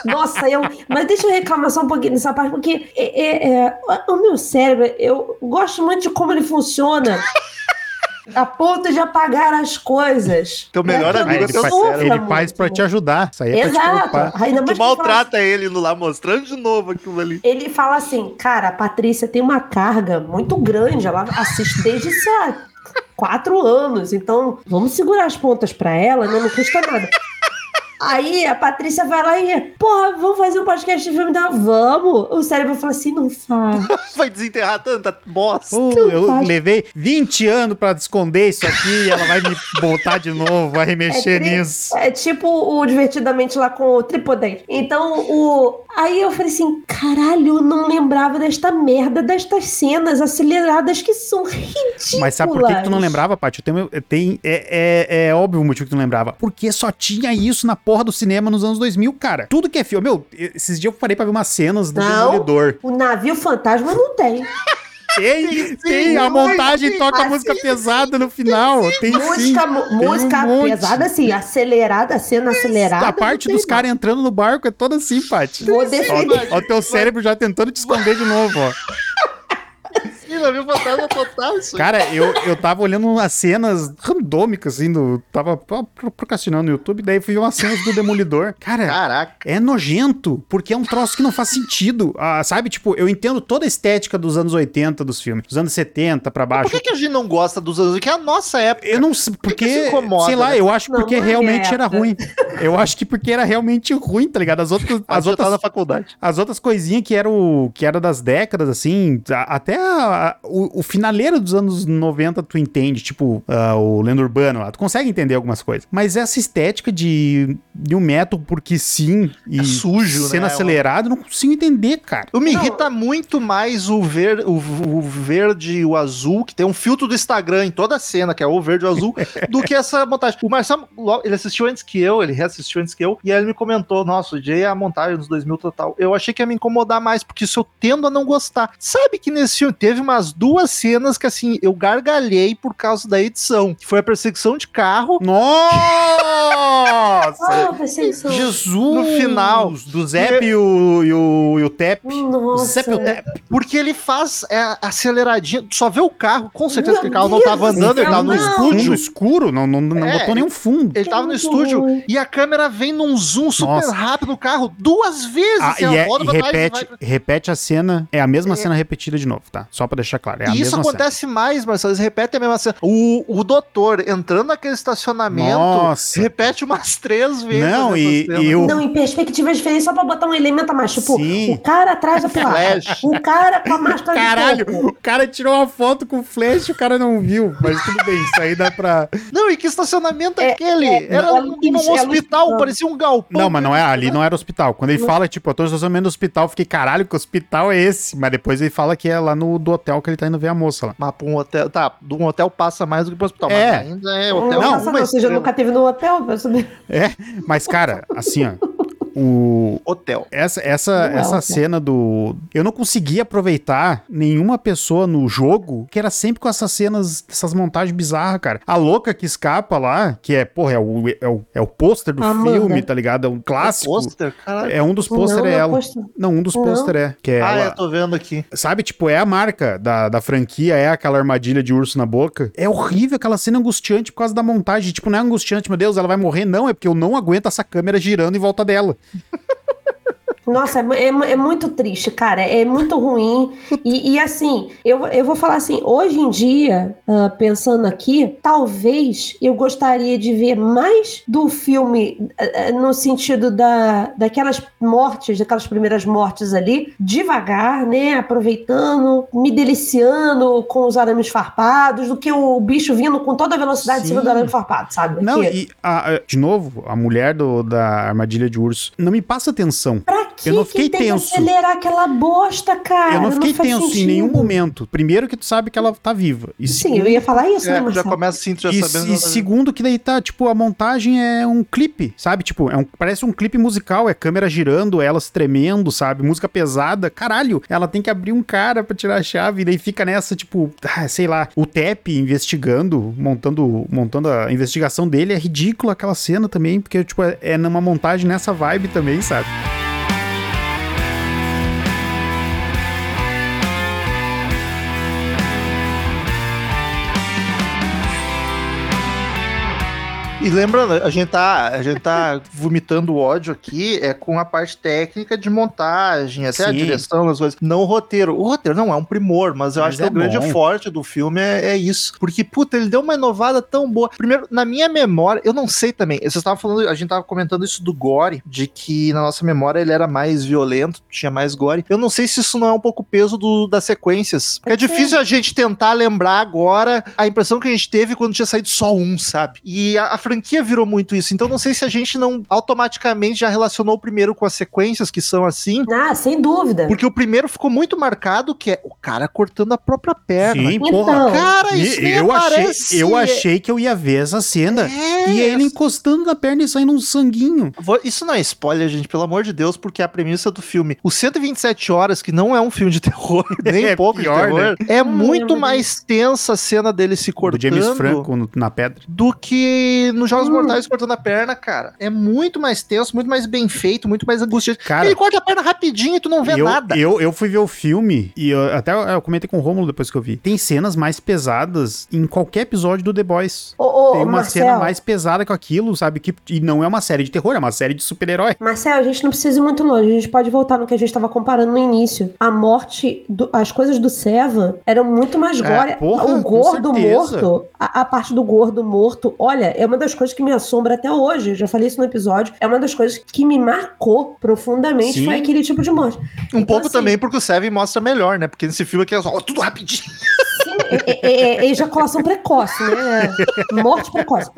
[SPEAKER 3] Nossa, eu. Mas deixa eu reclamar só um pouquinho dessa parte, porque é- é- é, o meu cérebro, eu gosto muito de como ele funciona. A ponto de apagar as coisas.
[SPEAKER 2] Então,
[SPEAKER 1] Teu melhor
[SPEAKER 3] que eu
[SPEAKER 1] amigo
[SPEAKER 2] Aí
[SPEAKER 1] é
[SPEAKER 3] não
[SPEAKER 2] ele
[SPEAKER 1] teu
[SPEAKER 2] faz,
[SPEAKER 3] sofra
[SPEAKER 1] cérebro.
[SPEAKER 2] ele
[SPEAKER 3] muito.
[SPEAKER 2] faz pra te ajudar. Isso aí é pra te
[SPEAKER 3] Exato.
[SPEAKER 2] preocupar.
[SPEAKER 3] Ainda
[SPEAKER 1] Tu
[SPEAKER 3] mais que fala
[SPEAKER 1] maltrata ele indo lá, mostrando de novo aquilo ali.
[SPEAKER 3] Ele fala assim, cara, a Patrícia tem uma carga muito grande, ela assiste desde sei lá, quatro anos, então vamos segurar as pontas pra ela, né? não custa nada. Aí a Patrícia vai lá e, porra, vamos fazer um podcast de filme da Vamos. O cérebro fala assim, não faz.
[SPEAKER 1] Vai desenterrar tanta bosta.
[SPEAKER 2] Pô, eu levei 20 anos pra esconder isso aqui e ela vai me botar de novo, vai mexer
[SPEAKER 3] tri-
[SPEAKER 2] nisso.
[SPEAKER 3] É tipo o Divertidamente lá com o Tripodente. Então, o... aí eu falei assim, caralho, eu não lembrava desta merda, destas cenas aceleradas que são ridículas.
[SPEAKER 2] Mas sabe por que, que tu não lembrava, Paty? Tem, tem, é, é, é óbvio o motivo que tu não lembrava. Porque só tinha isso na porra do cinema nos anos 2000, cara. Tudo que é filme. Meu, esses dias eu parei pra ver umas cenas do
[SPEAKER 3] Não.
[SPEAKER 2] Demolidor.
[SPEAKER 3] O navio fantasma não tem.
[SPEAKER 2] Tem, tem. A
[SPEAKER 1] sim,
[SPEAKER 2] montagem
[SPEAKER 1] sim,
[SPEAKER 2] toca
[SPEAKER 3] sim,
[SPEAKER 2] música
[SPEAKER 3] sim,
[SPEAKER 2] pesada no final. Tem sim.
[SPEAKER 3] Música, mu- música
[SPEAKER 2] monte.
[SPEAKER 3] pesada, assim, acelerada, cena acelerada.
[SPEAKER 2] A parte
[SPEAKER 3] não
[SPEAKER 2] dos
[SPEAKER 3] tem, não.
[SPEAKER 2] caras entrando no barco é toda assim, Paty.
[SPEAKER 3] Vou
[SPEAKER 2] Ó,
[SPEAKER 3] defender.
[SPEAKER 2] ó, o teu cérebro já tentando te esconder de novo, ó.
[SPEAKER 1] Sim, não viu fantasma total isso. aí.
[SPEAKER 2] Cara, eu, eu tava olhando umas cenas randômicas, assim, do, tava pro- pro- procrastinando no YouTube, daí fui ver umas cenas do Demolidor. Cara,
[SPEAKER 1] Caraca.
[SPEAKER 2] é nojento, porque é um troço que não faz sentido. Ah, sabe, tipo, eu entendo toda a estética dos anos 80 dos filmes, dos anos 70 pra
[SPEAKER 1] Por
[SPEAKER 2] baixo.
[SPEAKER 1] que, que a gente não gosta dos anos? Que é a nossa época.
[SPEAKER 2] Eu não sei,
[SPEAKER 1] que
[SPEAKER 2] porque,
[SPEAKER 1] se incomoda,
[SPEAKER 2] sei lá,
[SPEAKER 1] né?
[SPEAKER 2] eu acho
[SPEAKER 3] Não,
[SPEAKER 2] porque
[SPEAKER 3] não é
[SPEAKER 2] realmente
[SPEAKER 3] merda.
[SPEAKER 2] era ruim. Eu acho que porque era realmente ruim, tá ligado? As outras, as
[SPEAKER 1] já tá
[SPEAKER 2] outras
[SPEAKER 1] na faculdade.
[SPEAKER 2] As outras coisinhas que eram que era das décadas, assim, a- até a- a- o, o finaleiro dos anos 90 tu entende, tipo, ah, o Lendo Urbano lá, tu consegue entender algumas coisas. Mas essa estética de, de um método porque sim e
[SPEAKER 1] É sujo, né?
[SPEAKER 2] sendo
[SPEAKER 1] É
[SPEAKER 2] acelerado, eu não consigo entender, cara.
[SPEAKER 1] Eu me
[SPEAKER 3] Não.
[SPEAKER 1] irrita muito mais o, ver, o, o verde e o azul, que tem um filtro do Instagram em toda a cena, que é o verde e o azul, do que essa montagem. O Marcelo, lo- ele assistiu antes que eu, ele reassistiu antes que eu, e aí ele me comentou, nossa, o Jay é a montagem dos 2000 total. Eu achei que ia me incomodar mais, porque isso eu tendo a não gostar. Sabe que nesse filme teve umas duas cenas que, assim, eu gargalhei por causa da edição, que foi a perseguição de carro
[SPEAKER 2] Nossa!
[SPEAKER 3] Ah, perseção.
[SPEAKER 2] Jesus!
[SPEAKER 1] No final.
[SPEAKER 2] do Zep e o, e o, e o Tep.
[SPEAKER 3] Nossa.
[SPEAKER 2] Zep e o Tep.
[SPEAKER 1] Porque ele faz é, aceleradinho, tu só vê o carro, com certeza
[SPEAKER 3] Meu
[SPEAKER 1] que o carro não
[SPEAKER 3] Deus
[SPEAKER 1] tava
[SPEAKER 3] do
[SPEAKER 1] andando,
[SPEAKER 3] céu,
[SPEAKER 1] ele tava tá no
[SPEAKER 3] não.
[SPEAKER 1] estúdio.
[SPEAKER 2] Fundo escuro, não, não, não
[SPEAKER 1] É,
[SPEAKER 2] botou nenhum fundo.
[SPEAKER 1] Ele tava no
[SPEAKER 3] muito
[SPEAKER 1] estúdio
[SPEAKER 3] ruim.
[SPEAKER 1] e a câmera vem num zoom super
[SPEAKER 2] Nossa.
[SPEAKER 1] rápido no carro duas vezes.
[SPEAKER 2] Ah,
[SPEAKER 1] assim,
[SPEAKER 2] e,
[SPEAKER 1] ela
[SPEAKER 2] é-
[SPEAKER 1] roda pra
[SPEAKER 2] e
[SPEAKER 1] trás e
[SPEAKER 2] repete,
[SPEAKER 1] vai-
[SPEAKER 2] repete a cena, é a mesma cena repetida de novo, tá? Só pra deixar claro, é a
[SPEAKER 1] E isso
[SPEAKER 2] mesma cena.
[SPEAKER 1] acontece mais, Marcelo. Eles repetem a mesma cena. O, o doutor entrando naquele estacionamento
[SPEAKER 2] Nossa.
[SPEAKER 1] repete umas três vezes.
[SPEAKER 2] Não,
[SPEAKER 1] essa
[SPEAKER 2] e,
[SPEAKER 1] cena.
[SPEAKER 2] e eu...
[SPEAKER 3] Não, em perspectiva diferente, só pra botar um elemento a mais. Tipo,
[SPEAKER 2] Sim.
[SPEAKER 3] o cara atrás da porrada.
[SPEAKER 1] Flash.
[SPEAKER 3] O cara com a máscara de
[SPEAKER 2] Caralho,
[SPEAKER 3] coco.
[SPEAKER 2] o cara tirou uma foto com flash e o cara não viu. Mas tudo bem, isso aí dá pra...
[SPEAKER 1] Não, e que estacionamento é,
[SPEAKER 3] É,
[SPEAKER 1] aquele?
[SPEAKER 3] é,
[SPEAKER 1] Era
[SPEAKER 3] é
[SPEAKER 1] num,
[SPEAKER 3] luz,
[SPEAKER 1] num
[SPEAKER 3] é luz
[SPEAKER 1] hospital,
[SPEAKER 3] piscando.
[SPEAKER 1] parecia um galpão.
[SPEAKER 2] Não, mas não é ali, não era hospital. Quando ele fala, tipo, eu tô no estacionamento do hospital, eu fiquei, caralho, que hospital é esse? Mas depois ele fala que é lá no do hotel que ele tá indo ver a moça lá.
[SPEAKER 1] Mas pra um hotel. Tá, de um hotel passa mais do que pro hospital.
[SPEAKER 2] É.
[SPEAKER 1] Mas ainda é
[SPEAKER 3] Não,
[SPEAKER 1] hotel.
[SPEAKER 3] não,
[SPEAKER 1] uma
[SPEAKER 3] passa não, ou seja,
[SPEAKER 1] estrela.
[SPEAKER 3] nunca teve no hotel, pra saber.
[SPEAKER 2] Mas, cara, assim, ó, o,
[SPEAKER 1] Hotel.
[SPEAKER 2] Essa, essa,
[SPEAKER 3] Não é
[SPEAKER 2] essa
[SPEAKER 3] óbvio.
[SPEAKER 2] cena do. Eu não consegui aproveitar nenhuma pessoa no jogo que era sempre com essas cenas, essas montagens bizarras, cara. A louca que escapa lá, que é, porra, é o, é o, é o pôster do
[SPEAKER 3] Amanda.
[SPEAKER 2] filme, tá ligado? É um clássico.
[SPEAKER 1] Pôster? Caralho.
[SPEAKER 2] É um dos
[SPEAKER 3] Não,
[SPEAKER 2] pôster é
[SPEAKER 3] não,
[SPEAKER 2] ela.
[SPEAKER 3] posto-
[SPEAKER 2] Não, um dos
[SPEAKER 3] Não.
[SPEAKER 2] pôster é. Que é
[SPEAKER 1] Ah,
[SPEAKER 2] ela.
[SPEAKER 1] eu tô vendo aqui.
[SPEAKER 2] Sabe, tipo, é a marca da, da franquia, é aquela armadilha de urso na boca. É horrível aquela cena angustiante por causa da montagem. Tipo, não é angustiante, meu Deus, ela vai morrer. Não, é porque eu não aguento essa câmera girando em volta dela.
[SPEAKER 3] Nossa, é, mu- é mu- é muito triste, cara. É muito ruim. E, e, assim, eu, eu vou falar assim: hoje em dia, ah, pensando aqui, talvez eu gostaria de ver mais do filme ah, ah, no sentido da, daquelas mortes, daquelas primeiras mortes ali, devagar, né? Aproveitando, me deliciando com os arames farpados, do que o bicho vindo com toda a velocidade em cima
[SPEAKER 2] Sim.
[SPEAKER 3] do arame farpado, sabe?
[SPEAKER 2] Não,
[SPEAKER 3] Que-
[SPEAKER 2] e a- a- de novo, a mulher do- da armadilha de urso não me passa atenção.
[SPEAKER 3] Pra que,
[SPEAKER 2] eu não
[SPEAKER 3] que
[SPEAKER 2] fiquei
[SPEAKER 3] tem que
[SPEAKER 2] tenso.
[SPEAKER 3] acelerar aquela bosta, cara?
[SPEAKER 2] eu não fiquei
[SPEAKER 3] Ah, faz
[SPEAKER 2] tenso em
[SPEAKER 3] sentido.
[SPEAKER 2] nenhum momento. Primeiro que tu sabe que ela tá viva. E,
[SPEAKER 3] Sim, eu ia falar isso,
[SPEAKER 1] É,
[SPEAKER 3] né,
[SPEAKER 1] já
[SPEAKER 3] Marcelo?
[SPEAKER 1] começa assim, tu já
[SPEAKER 2] e-
[SPEAKER 1] sabendo.
[SPEAKER 2] e segundo que daí tá, tipo, a montagem é um clipe, sabe? Tipo, é um- parece um clipe musical, é câmera girando, elas tremendo, sabe? Música pesada. Caralho, ela tem que abrir um cara pra tirar a chave e daí fica nessa, tipo, ah, sei lá, o Tep investigando, montando, montando a investigação dele. É ridícula aquela cena também, porque, tipo, é, é numa montagem nessa vibe também, sabe?
[SPEAKER 1] E lembrando, a gente tá, a gente tá vomitando ódio aqui é com a parte técnica de montagem, até a
[SPEAKER 2] Sim.
[SPEAKER 1] direção, as coisas. Não o roteiro. O roteiro não é um primor, mas eu
[SPEAKER 2] Mas
[SPEAKER 1] acho que
[SPEAKER 2] é
[SPEAKER 1] o grande
[SPEAKER 2] bom.
[SPEAKER 1] forte do filme é, é isso. Porque, puta, ele deu uma inovada tão boa. Primeiro, na minha memória, eu não sei também. Vocês estavam falando, a gente tava comentando isso do Gore, de que na nossa memória ele era mais violento, tinha mais Gore. Eu não sei se isso não é um pouco o peso do- das sequências. Porque é
[SPEAKER 3] Pode ser.
[SPEAKER 1] difícil a gente tentar lembrar agora a impressão que a gente teve quando tinha saído só um, sabe? E a, a franquia virou muito isso. Então não sei se a gente não automaticamente já relacionou o primeiro com as sequências que são assim.
[SPEAKER 3] Ah, sem dúvida.
[SPEAKER 1] Porque o primeiro ficou muito marcado, que é o cara cortando a própria perna.
[SPEAKER 2] Sim,
[SPEAKER 3] Então,
[SPEAKER 2] porra.
[SPEAKER 1] Cara, isso
[SPEAKER 2] É, E-
[SPEAKER 1] nem
[SPEAKER 2] eu, achei,
[SPEAKER 1] aparece.
[SPEAKER 2] eu achei que eu ia ver essa cena.
[SPEAKER 1] É,
[SPEAKER 2] E ele encostando na perna e saindo um sanguinho.
[SPEAKER 1] Vou- Isso não é spoiler, gente, pelo amor de Deus, porque a premissa do filme, o 127 Horas, que não é um filme de terror, nem
[SPEAKER 2] É
[SPEAKER 1] um pouco
[SPEAKER 2] pior,
[SPEAKER 1] de terror, é
[SPEAKER 3] lembro
[SPEAKER 1] muito mais tensa a cena dele se
[SPEAKER 2] O
[SPEAKER 1] cortando
[SPEAKER 2] James Franco no- na pedra.
[SPEAKER 1] do que nos Jogos Mortais cortando a perna, cara, é muito mais tenso, muito mais bem feito, muito mais angustiante.
[SPEAKER 2] Cara-
[SPEAKER 1] ele corta a perna rapidinho e tu não vê
[SPEAKER 2] eu,
[SPEAKER 1] nada.
[SPEAKER 2] Eu, eu fui ver o filme e eu- até é, eu, eu comentei com o Rômulo depois que eu vi. Tem cenas mais pesadas em qualquer episódio do The Boys.
[SPEAKER 3] Ô, ô,
[SPEAKER 2] Tem uma
[SPEAKER 3] Marcel,
[SPEAKER 2] cena mais pesada com aquilo, sabe? Que, e não é uma série de terror, é uma série de super-herói.
[SPEAKER 3] Marcel, a gente não precisa ir muito longe. A gente pode voltar no que a gente estava comparando no início. A morte, do- as coisas do Sevan eram muito mais
[SPEAKER 2] É,
[SPEAKER 3] gore.
[SPEAKER 2] porra, com
[SPEAKER 3] o gordo
[SPEAKER 2] certeza.
[SPEAKER 3] morto, a, a parte do gordo morto, olha, é uma das coisas que me assombra até hoje. Eu já falei isso no episódio. É uma das coisas que me marcou profundamente.
[SPEAKER 2] Sim.
[SPEAKER 3] Foi aquele tipo de morte.
[SPEAKER 1] Um
[SPEAKER 3] Então,
[SPEAKER 1] pouco
[SPEAKER 3] assim,
[SPEAKER 1] também porque o Seven mostra melhor, né? Porque nesse filme aqui é só ó, tudo rapidinho.
[SPEAKER 3] Sim, é, é- é ejaculação precoce, né? É Morte precoce.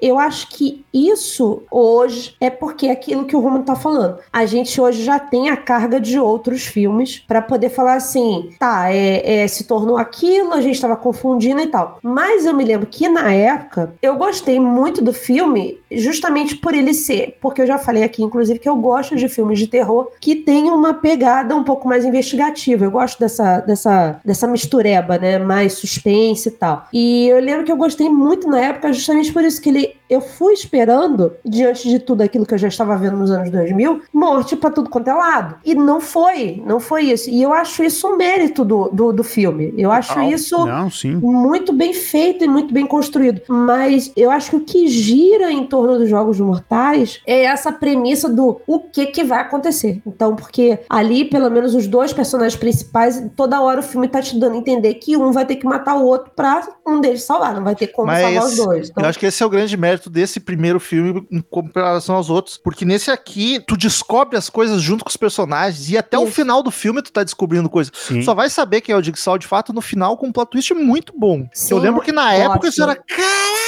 [SPEAKER 3] Eu acho que isso hoje é porque é aquilo que o Romulo tá falando. A gente hoje já tem a carga de outros filmes pra poder falar assim, tá, é, é, se tornou aquilo, a gente tava confundindo e tal. Mas eu me lembro que na época eu gostei muito do filme justamente por ele ser, porque eu já falei aqui, inclusive, que eu gosto de filmes de terror que tem uma pegada um pouco mais investigativa. Eu gosto dessa, dessa, dessa mistureba, né? Mais suspense e tal. E eu lembro que eu gostei muito na época, justamente por isso que ele. Eu fui esperando, diante de tudo aquilo que eu já estava vendo nos anos 2000, morte pra tudo quanto é lado. E não foi, não foi isso. E eu acho isso um mérito do, do, do filme. Eu acho
[SPEAKER 1] Total.
[SPEAKER 3] isso
[SPEAKER 2] Não, sim.
[SPEAKER 3] muito bem feito e muito bem construído. Mas eu acho que o que gira em torno dos Jogos Mortais é essa premissa do o que, que vai acontecer. Então, porque ali, pelo menos os dois personagens principais, toda hora o filme tá te dando a entender que um vai ter que matar o outro pra um deles salvar. Não vai ter como
[SPEAKER 1] Mas
[SPEAKER 3] salvar os dois. Então,
[SPEAKER 1] Eu acho que esse é o grande mérito desse primeiro filme em comparação aos outros, porque nesse aqui tu descobre as coisas junto com os personagens e até o
[SPEAKER 3] Isso.
[SPEAKER 1] final do filme tu tá descobrindo coisas.
[SPEAKER 2] Sim.
[SPEAKER 1] Só vai saber quem é o Jigsaw de fato no final com um plot twist muito bom.
[SPEAKER 3] Sim,
[SPEAKER 1] eu lembro que na época isso
[SPEAKER 3] ótimo.
[SPEAKER 1] era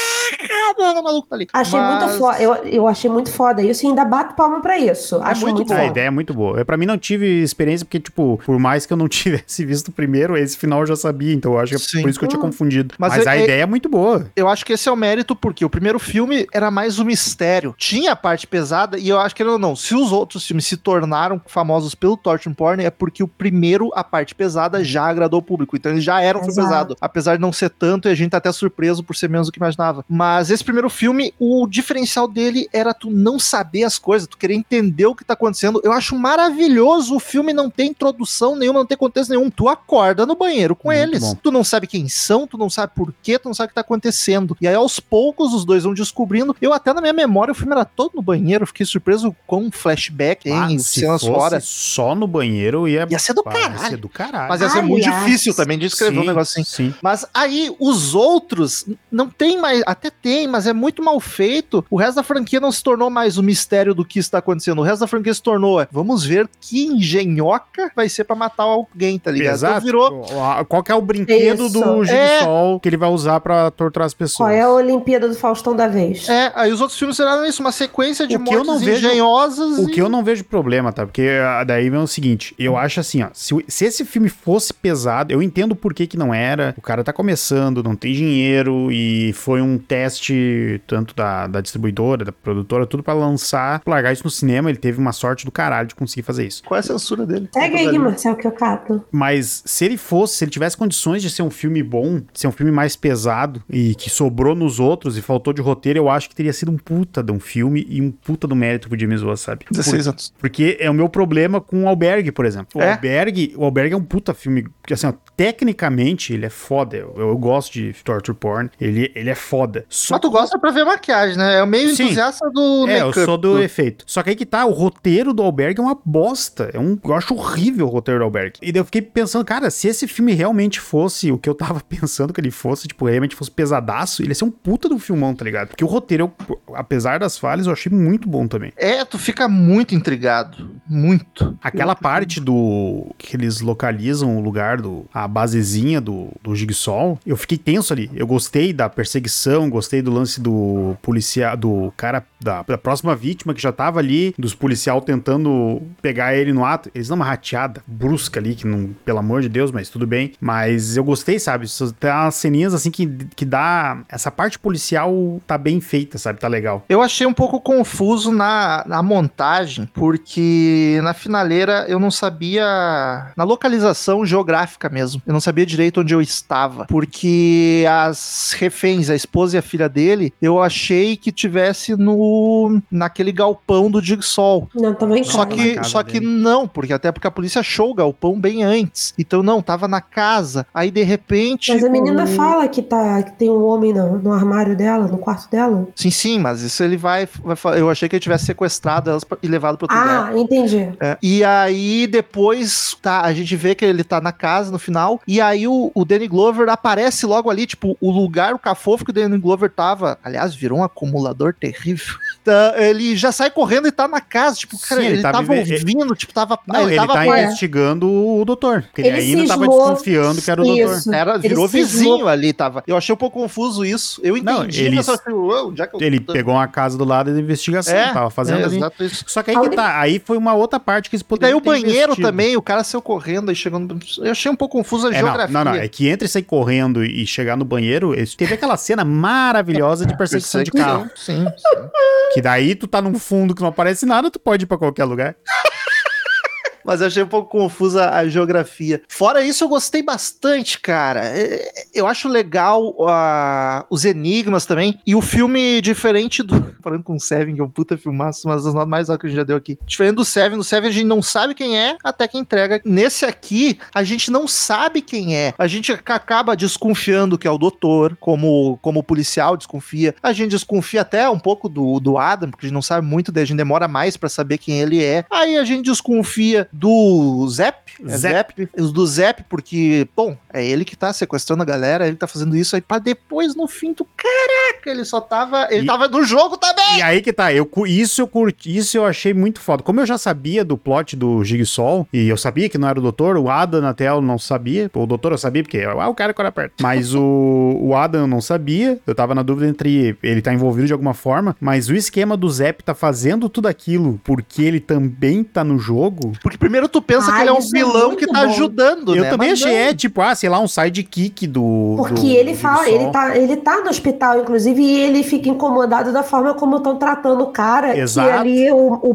[SPEAKER 1] caraca, mano, o maluco tá ali.
[SPEAKER 3] Achei muito
[SPEAKER 1] foda.
[SPEAKER 3] foda. Eu, eu achei muito foda isso e ainda bato palma pra isso. Acho
[SPEAKER 1] muito
[SPEAKER 3] muito,
[SPEAKER 1] bom.
[SPEAKER 3] foda.
[SPEAKER 2] A ideia é muito boa. Eu, pra mim, não tive experiência, porque, tipo, por mais que eu não tivesse visto o primeiro, esse final eu já sabia, então eu acho que é
[SPEAKER 1] Sim.
[SPEAKER 2] por isso que eu tinha
[SPEAKER 3] Hum.
[SPEAKER 2] confundido.
[SPEAKER 1] Mas
[SPEAKER 2] Mas,
[SPEAKER 1] é-
[SPEAKER 2] a
[SPEAKER 1] é-
[SPEAKER 2] ideia é muito boa.
[SPEAKER 1] Eu acho que esse é o mérito, porque o primeiro filme era mais um mistério. Tinha a parte pesada, e eu acho que, não, não, se os outros filmes se tornaram famosos pelo Torture Porn, é porque o primeiro, a parte pesada, já agradou o público. Então ele já era um filme
[SPEAKER 3] Exato.
[SPEAKER 1] pesado. Apesar de não ser tanto, e a gente tá até surpreso por ser menos do que imaginava. Mas esse primeiro filme, o diferencial dele era tu não saber as coisas, tu querer entender o que tá acontecendo. Eu acho maravilhoso o filme não ter introdução nenhuma, não ter contexto nenhum. Tu acorda no banheiro com
[SPEAKER 2] Muito
[SPEAKER 1] eles.
[SPEAKER 2] bom.
[SPEAKER 1] Tu não sabe quem são, tu não sabe por quê, tu não sabe o que tá acontecendo. E aí, aos poucos, os dois vão descobrindo. Eu até na minha memória, o filme era todo no banheiro, eu fiquei surpreso com um flashback
[SPEAKER 2] Ah,
[SPEAKER 1] em
[SPEAKER 2] se
[SPEAKER 1] cenas
[SPEAKER 2] fosse
[SPEAKER 1] fora.
[SPEAKER 2] só no banheiro, ia,
[SPEAKER 1] Ia ser do
[SPEAKER 2] Pá,
[SPEAKER 1] caralho.
[SPEAKER 2] Ia ser do caralho.
[SPEAKER 1] Mas é ia ser muito
[SPEAKER 3] Aliás,
[SPEAKER 1] difícil também de escrever um
[SPEAKER 2] Sim,
[SPEAKER 1] negócio assim.
[SPEAKER 2] Sim.
[SPEAKER 1] Mas aí os outros não tem mais, até tem, mas é muito mal feito. O resto da franquia não se tornou mais o mistério do que está acontecendo. O resto da franquia se tornou, é, vamos ver que engenhoca vai ser pra matar alguém, tá ligado? Então
[SPEAKER 2] Exato.
[SPEAKER 1] virou
[SPEAKER 2] Ah, Qual que é o brinquedo
[SPEAKER 3] Isso.
[SPEAKER 2] do
[SPEAKER 3] É.
[SPEAKER 2] Jigsaw que ele vai usar pra torturar as pessoas?
[SPEAKER 3] Qual é a Olimpíada do Faustão da vez?
[SPEAKER 1] é, aí os outros filmes serão isso, uma sequência de
[SPEAKER 2] O que eu
[SPEAKER 1] mortes
[SPEAKER 2] não vejo-
[SPEAKER 1] engenhosas.
[SPEAKER 2] O
[SPEAKER 1] e-
[SPEAKER 2] que eu não vejo problema, tá? Porque ah, daí vem o seguinte,
[SPEAKER 3] Hum.
[SPEAKER 2] eu acho assim, ó, se, o- se esse filme fosse pesado, eu entendo por que que não era, o cara tá começando, não tem dinheiro e foi um teste tanto da, da distribuidora, da produtora, tudo pra lançar, largar isso no cinema, ele teve uma sorte do caralho de conseguir fazer isso.
[SPEAKER 1] Qual é a censura dele?
[SPEAKER 3] Segue aí, Marcel, que eu cato.
[SPEAKER 2] Mas se ele fosse, se ele tivesse condições de ser um filme bom, de ser um filme mais pesado e que sobrou nos outros e faltou de roteiro, eu acho que teria sido um puta de um filme e um puta do mérito pro James Wan, sabe? Por-
[SPEAKER 1] 16 anos.
[SPEAKER 2] Porque é o meu problema com o Albergue, por exemplo. O
[SPEAKER 1] É?
[SPEAKER 2] Albergue, o Albergue é um puta filme, que assim, ó, tecnicamente ele é foda. Eu, eu gosto de torture porn, ele, ele é foda. Só
[SPEAKER 1] Mas Ah, tu gosta pra ver maquiagem, né? É o meio
[SPEAKER 2] Sim.
[SPEAKER 1] entusiasta do
[SPEAKER 2] é, eu
[SPEAKER 1] make-up.
[SPEAKER 2] sou do efeito. Só que aí que tá, o roteiro do Albergue é uma bosta. É um, eu acho horrível o roteiro do Albergue. E daí eu fiquei pensando, cara, se esse filme realmente fosse o que eu tava pensando que ele fosse, tipo, realmente fosse pesadaço, ele ia ser um puta do filmão, tá ligado? Porque o roteiro, eu, apesar das falhas, eu achei muito bom também.
[SPEAKER 1] É, tu fica muito intrigado. Muito.
[SPEAKER 2] Aquela parte do. que eles localizam o lugar do. a basezinha do, do Jigsaw, eu fiquei tenso ali. Eu gostei da perseguição, gostei do lance do policial. do cara. Da, da próxima vítima que já tava ali, dos policial tentando pegar ele no ato. Eles dão uma rateada brusca ali, que não. pelo amor de Deus, mas tudo bem. Mas eu gostei, sabe? Isso- Tem umas ceninhas assim que, que dá. essa parte policial tá bem feita, sabe? Tá legal.
[SPEAKER 1] Eu achei um pouco confuso na, na montagem, porque na finaleira eu não sabia. Na localização geográfica mesmo. Eu não sabia direito onde eu estava. Porque as reféns, a esposa e a filha dele, eu achei que tivesse no naquele galpão do Digsol.
[SPEAKER 3] Não, tava em
[SPEAKER 1] Só
[SPEAKER 3] casa.
[SPEAKER 2] Na
[SPEAKER 1] que,
[SPEAKER 2] casa
[SPEAKER 1] só que
[SPEAKER 2] dele.
[SPEAKER 1] não, porque até porque a polícia achou o galpão bem antes. Então não, tava na casa. Aí de repente.
[SPEAKER 2] Tipo,
[SPEAKER 3] Mas a
[SPEAKER 1] o-
[SPEAKER 3] menina
[SPEAKER 2] um
[SPEAKER 3] fala que, tá, que tem um homem no, no armário dela, no quarto dela.
[SPEAKER 1] Sim, sim, mas isso ele vai. vai fa- eu achei que ele tivesse sequestrado elas pra- e levado pra outro lugar.
[SPEAKER 3] Ah, entendi.
[SPEAKER 1] É, e aí depois tá, a gente vê que ele tá na casa no final, e aí o, o Danny Glover aparece logo ali, tipo, o lugar, o cafofo que o Danny Glover tava, aliás, virou um acumulador terrível. Tá, ele já sai correndo e tá na casa, tipo, cara,
[SPEAKER 2] Sim,
[SPEAKER 1] ele,
[SPEAKER 2] ele tá
[SPEAKER 1] tava
[SPEAKER 2] vive-
[SPEAKER 1] ouvindo, tipo, tava,
[SPEAKER 2] Não, ele,
[SPEAKER 1] tava
[SPEAKER 2] tá
[SPEAKER 1] apoiado.
[SPEAKER 2] investigando o doutor. Porque ele,
[SPEAKER 3] Ele
[SPEAKER 2] ainda tava
[SPEAKER 3] cismou-
[SPEAKER 2] desconfiando que era o doutor.
[SPEAKER 3] Isso.
[SPEAKER 1] Era,
[SPEAKER 3] Ele
[SPEAKER 1] virou
[SPEAKER 3] cismou.
[SPEAKER 1] vizinho ali, tava. Eu achei um pouco confuso isso. Eu entendi,
[SPEAKER 2] Não, ele-
[SPEAKER 1] mas eu achei, "Ué, onde é que eu
[SPEAKER 2] Ele
[SPEAKER 1] tô?"
[SPEAKER 2] pegou uma casa do lado da investigação,
[SPEAKER 1] É,
[SPEAKER 2] tava fazendo
[SPEAKER 1] É,
[SPEAKER 2] ali.
[SPEAKER 1] exato isso.
[SPEAKER 2] Só que aí
[SPEAKER 3] A
[SPEAKER 2] que
[SPEAKER 3] única-
[SPEAKER 2] tá, aí foi uma outra parte que eles
[SPEAKER 1] E daí
[SPEAKER 2] poderiam
[SPEAKER 1] o
[SPEAKER 2] ter
[SPEAKER 1] banheiro
[SPEAKER 2] investido.
[SPEAKER 1] também, o cara saiu correndo e chegando. Eu achei um pouco confuso a
[SPEAKER 2] É, não,
[SPEAKER 1] geografia.
[SPEAKER 2] não, não, é que entre sair correndo e chegar no banheiro, eles- teve aquela cena maravilhosa de perseguição de carro.
[SPEAKER 1] Sim, sim.
[SPEAKER 2] Que daí tu tá num fundo que não aparece nada, tu pode ir pra qualquer lugar.
[SPEAKER 1] Mas eu achei um pouco confusa a geografia. Fora isso, eu gostei bastante, cara. É, Eu acho legal ah, os enigmas também. E o filme, diferente do. Falando com o Seven, que é um puta filmaço, uma das notas mais altas que a gente já deu aqui. Diferente do Seven, no Seven a gente não sabe quem é até que entrega. Nesse aqui, a gente não sabe quem é. A gente ac- acaba desconfiando que é o doutor, como, como o policial desconfia. A gente desconfia até um pouco do, do Adam, porque a gente não sabe muito dele, a gente demora mais pra saber quem ele é. Aí a gente desconfia do Zep. É
[SPEAKER 2] Zep.
[SPEAKER 1] Zep. Os Do Zep, porque, bom, é ele que tá sequestrando a galera, ele tá fazendo isso aí pra depois, no fim, tu. Caraca, ele só tava. Ele
[SPEAKER 2] E-
[SPEAKER 1] tava no jogo também!
[SPEAKER 3] É.
[SPEAKER 2] E aí que tá, eu, cu- isso eu curti, isso eu achei muito foda. Como eu já sabia do plot do Jigsaw, e eu sabia que não era o doutor, o Adam até eu não sabia, o doutor eu sabia, porque é o cara que era perto. Mas o, o Adam eu não sabia, eu tava na dúvida entre ele tá envolvido de alguma forma, mas o esquema do Zep tá fazendo tudo aquilo porque ele também tá no jogo.
[SPEAKER 1] Porque primeiro tu pensa
[SPEAKER 3] Ah,
[SPEAKER 1] que ele é um
[SPEAKER 3] isso é
[SPEAKER 1] vilão que
[SPEAKER 3] muito
[SPEAKER 1] tá
[SPEAKER 3] bom.
[SPEAKER 1] ajudando,
[SPEAKER 2] eu
[SPEAKER 1] né?
[SPEAKER 2] também
[SPEAKER 1] Mas
[SPEAKER 2] achei,
[SPEAKER 1] não.
[SPEAKER 2] é tipo, ah, sei lá, um sidekick do.
[SPEAKER 3] Porque
[SPEAKER 2] do
[SPEAKER 3] ele fala,
[SPEAKER 2] Jigsaw.
[SPEAKER 3] ele tá, ele tá no hospital, inclusive, e ele fica incomodado da forma como estão tratando o cara.
[SPEAKER 2] Exato.
[SPEAKER 3] E ali o, o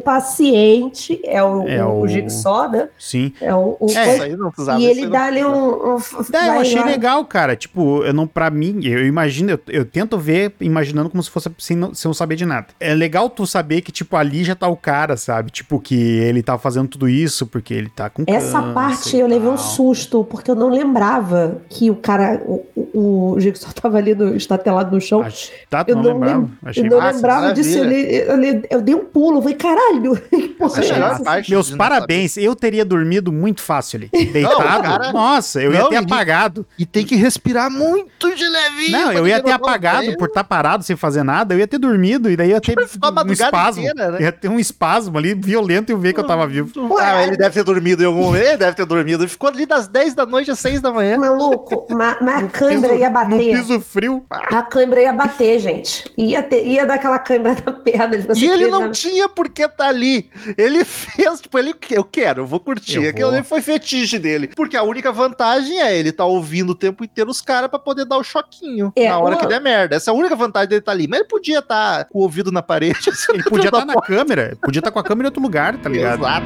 [SPEAKER 3] paciente é o,
[SPEAKER 2] É
[SPEAKER 3] é o,
[SPEAKER 2] o-
[SPEAKER 3] o Jigsaw, né?
[SPEAKER 2] Sim.
[SPEAKER 3] É o, o-
[SPEAKER 2] É,
[SPEAKER 1] Isso aí não precisava,
[SPEAKER 3] e
[SPEAKER 1] isso
[SPEAKER 3] ele
[SPEAKER 1] aí não
[SPEAKER 3] dá ali
[SPEAKER 1] precisava.
[SPEAKER 3] um. um
[SPEAKER 2] É, eu
[SPEAKER 3] vai
[SPEAKER 2] achei
[SPEAKER 3] lá.
[SPEAKER 2] legal, cara. Tipo, eu não, pra mim, eu imagino, eu, eu tento ver imaginando como se fosse sem não, sem eu saber de nada. É legal tu saber que, tipo, ali já tá o cara, sabe? Tipo, que ele tá fazendo tudo isso porque ele tá com
[SPEAKER 3] Essa
[SPEAKER 2] câncer
[SPEAKER 3] parte
[SPEAKER 2] e
[SPEAKER 3] eu levei um
[SPEAKER 2] tal.
[SPEAKER 3] susto, porque eu não lembrava que o cara, o, o, o Jigsaw tava ali no, estatelado no chão.
[SPEAKER 2] Acho- Tá, tu
[SPEAKER 3] Eu
[SPEAKER 2] não,
[SPEAKER 3] não
[SPEAKER 2] lembrava.
[SPEAKER 3] lem-
[SPEAKER 2] Achei
[SPEAKER 3] Eu não
[SPEAKER 1] massa,
[SPEAKER 3] lembrava disso, eu,
[SPEAKER 1] maravilha.
[SPEAKER 3] li- eu, li- eu dei um pulo, eu falei, caralho, que porra
[SPEAKER 1] Achei
[SPEAKER 3] é
[SPEAKER 1] massa.
[SPEAKER 3] essa?
[SPEAKER 1] parte
[SPEAKER 2] Meus
[SPEAKER 1] de não
[SPEAKER 2] parabéns, eu teria dormido muito fácil ali. Deitado.
[SPEAKER 1] cara-
[SPEAKER 2] Nossa, eu ia
[SPEAKER 1] Não,
[SPEAKER 2] ter
[SPEAKER 1] e-
[SPEAKER 2] apagado.
[SPEAKER 1] E tem que respirar muito de levinho.
[SPEAKER 2] Não,
[SPEAKER 1] pra
[SPEAKER 2] eu ia
[SPEAKER 1] ninguém
[SPEAKER 2] ter
[SPEAKER 1] notar
[SPEAKER 2] apagado
[SPEAKER 1] você.
[SPEAKER 2] por estar parado sem fazer nada, eu ia ter dormido e daí ia ter
[SPEAKER 1] Ficou a
[SPEAKER 2] um
[SPEAKER 1] Tipo madrugada
[SPEAKER 2] espasmo.
[SPEAKER 1] inteira, né?
[SPEAKER 2] Ia ter um espasmo ali violento e eu ver que eu tava vivo.
[SPEAKER 1] Ah,
[SPEAKER 3] é.
[SPEAKER 1] ele deve ter dormido em algum momento. Ele deve ter dormido. Ele ficou ali das 10 da noite às 6 da manhã.
[SPEAKER 3] Maluco, ma, ma- a câimbra
[SPEAKER 2] Piso-
[SPEAKER 3] ia
[SPEAKER 2] No
[SPEAKER 3] bater.
[SPEAKER 2] piso frio.
[SPEAKER 3] A câimbra ia bater, gente. Ia, ter, ia dar aquela câimbra na perna. não
[SPEAKER 1] E
[SPEAKER 3] sei o
[SPEAKER 1] ele
[SPEAKER 3] quê,
[SPEAKER 1] não
[SPEAKER 3] né?
[SPEAKER 1] tinha por que tá ali. Ele fez, tipo, ele, eu quero, eu vou curtir.
[SPEAKER 2] Eu
[SPEAKER 1] Aquilo
[SPEAKER 2] vou.
[SPEAKER 1] ali foi fetiche dele. Porque a única vantagem é ele tá ouvindo o tempo inteiro os caras pra poder dar o choquinho
[SPEAKER 3] É,
[SPEAKER 1] na hora
[SPEAKER 3] uma-
[SPEAKER 1] que der merda. Essa é a única vantagem dele tá ali. Mas ele podia estar com o ouvido na parede. assim,
[SPEAKER 2] Ele podia
[SPEAKER 1] da
[SPEAKER 2] estar na câmera, podia estar com a câmera em outro lugar, tá ligado?
[SPEAKER 1] Exato.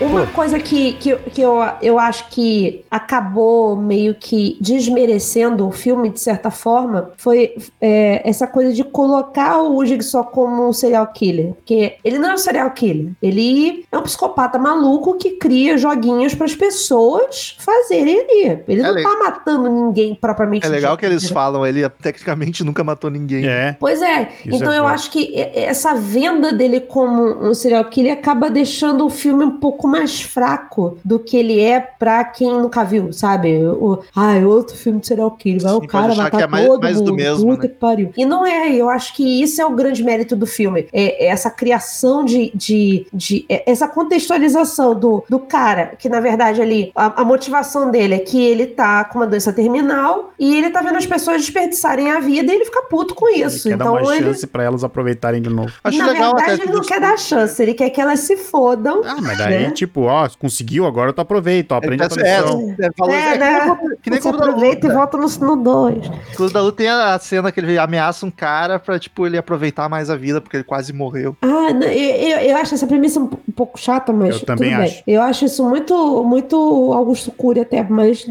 [SPEAKER 3] Uma coisa que, que, que eu, eu acho que acabou meio que desmerecendo o filme, de certa forma, foi é, essa coisa de colocar o Jigsaw como um serial killer. Porque ele não é um serial killer. Ele é um psicopata maluco que cria joguinhos para as pessoas fazerem ali. Ele
[SPEAKER 1] É
[SPEAKER 3] não
[SPEAKER 1] legal.
[SPEAKER 3] tá matando ninguém propriamente.
[SPEAKER 1] É legal que eles
[SPEAKER 3] dito.
[SPEAKER 1] falam, ele tecnicamente nunca matou ninguém.
[SPEAKER 2] É.
[SPEAKER 3] Pois é,
[SPEAKER 2] Isso
[SPEAKER 3] então
[SPEAKER 2] é
[SPEAKER 3] eu
[SPEAKER 2] bom.
[SPEAKER 3] acho que e- essa venda dele como um serial killer acaba deixando o filme um pouco mais fraco do que ele é pra quem nunca viu, sabe? O, ai, outro filme de serial killer, vai
[SPEAKER 1] Sim,
[SPEAKER 3] o
[SPEAKER 1] pode
[SPEAKER 3] cara
[SPEAKER 1] achar
[SPEAKER 3] matar
[SPEAKER 1] que é mais-
[SPEAKER 3] todo
[SPEAKER 1] mais do
[SPEAKER 3] mundo,
[SPEAKER 1] mesmo,
[SPEAKER 3] puta
[SPEAKER 1] né?
[SPEAKER 3] que pariu. E não é, eu acho que isso é o grande mérito do filme, é, é essa criação de, de, de- é essa contextualização do, do cara, que na verdade ali, a, a motivação dele é que ele tá com uma doença terminal e ele tá vendo as pessoas desperdiçarem a vida e ele fica puto com isso.
[SPEAKER 2] Ele quer dar uma
[SPEAKER 3] Então ele
[SPEAKER 2] chance pra elas aproveitarem de novo.
[SPEAKER 1] Acho
[SPEAKER 3] na
[SPEAKER 1] legal
[SPEAKER 3] verdade,
[SPEAKER 1] até.
[SPEAKER 3] ele não quer dar chance, ele quer que elas se fodam.
[SPEAKER 2] Ah, mas daí,
[SPEAKER 3] né?
[SPEAKER 2] tipo, tipo, ó, conseguiu, agora tu aproveita, ó, aprende a tua
[SPEAKER 1] é,
[SPEAKER 2] lição.
[SPEAKER 1] é, falou-
[SPEAKER 3] É,
[SPEAKER 1] é que
[SPEAKER 3] né?
[SPEAKER 1] nem quando- que nem
[SPEAKER 3] Você
[SPEAKER 1] quando da
[SPEAKER 3] aproveita e
[SPEAKER 1] luta.
[SPEAKER 3] volta no 2.
[SPEAKER 1] Quando da luta tem a a cena que ele ameaça um cara pra, tipo, ele aproveitar mais a vida, porque ele quase morreu.
[SPEAKER 3] Ah, não, eu, eu- eu acho essa premissa um p- um pouco chata, mas.
[SPEAKER 2] Eu também
[SPEAKER 3] tudo bem.
[SPEAKER 2] acho.
[SPEAKER 3] Eu acho isso muito, muito Augusto Cury até, mas.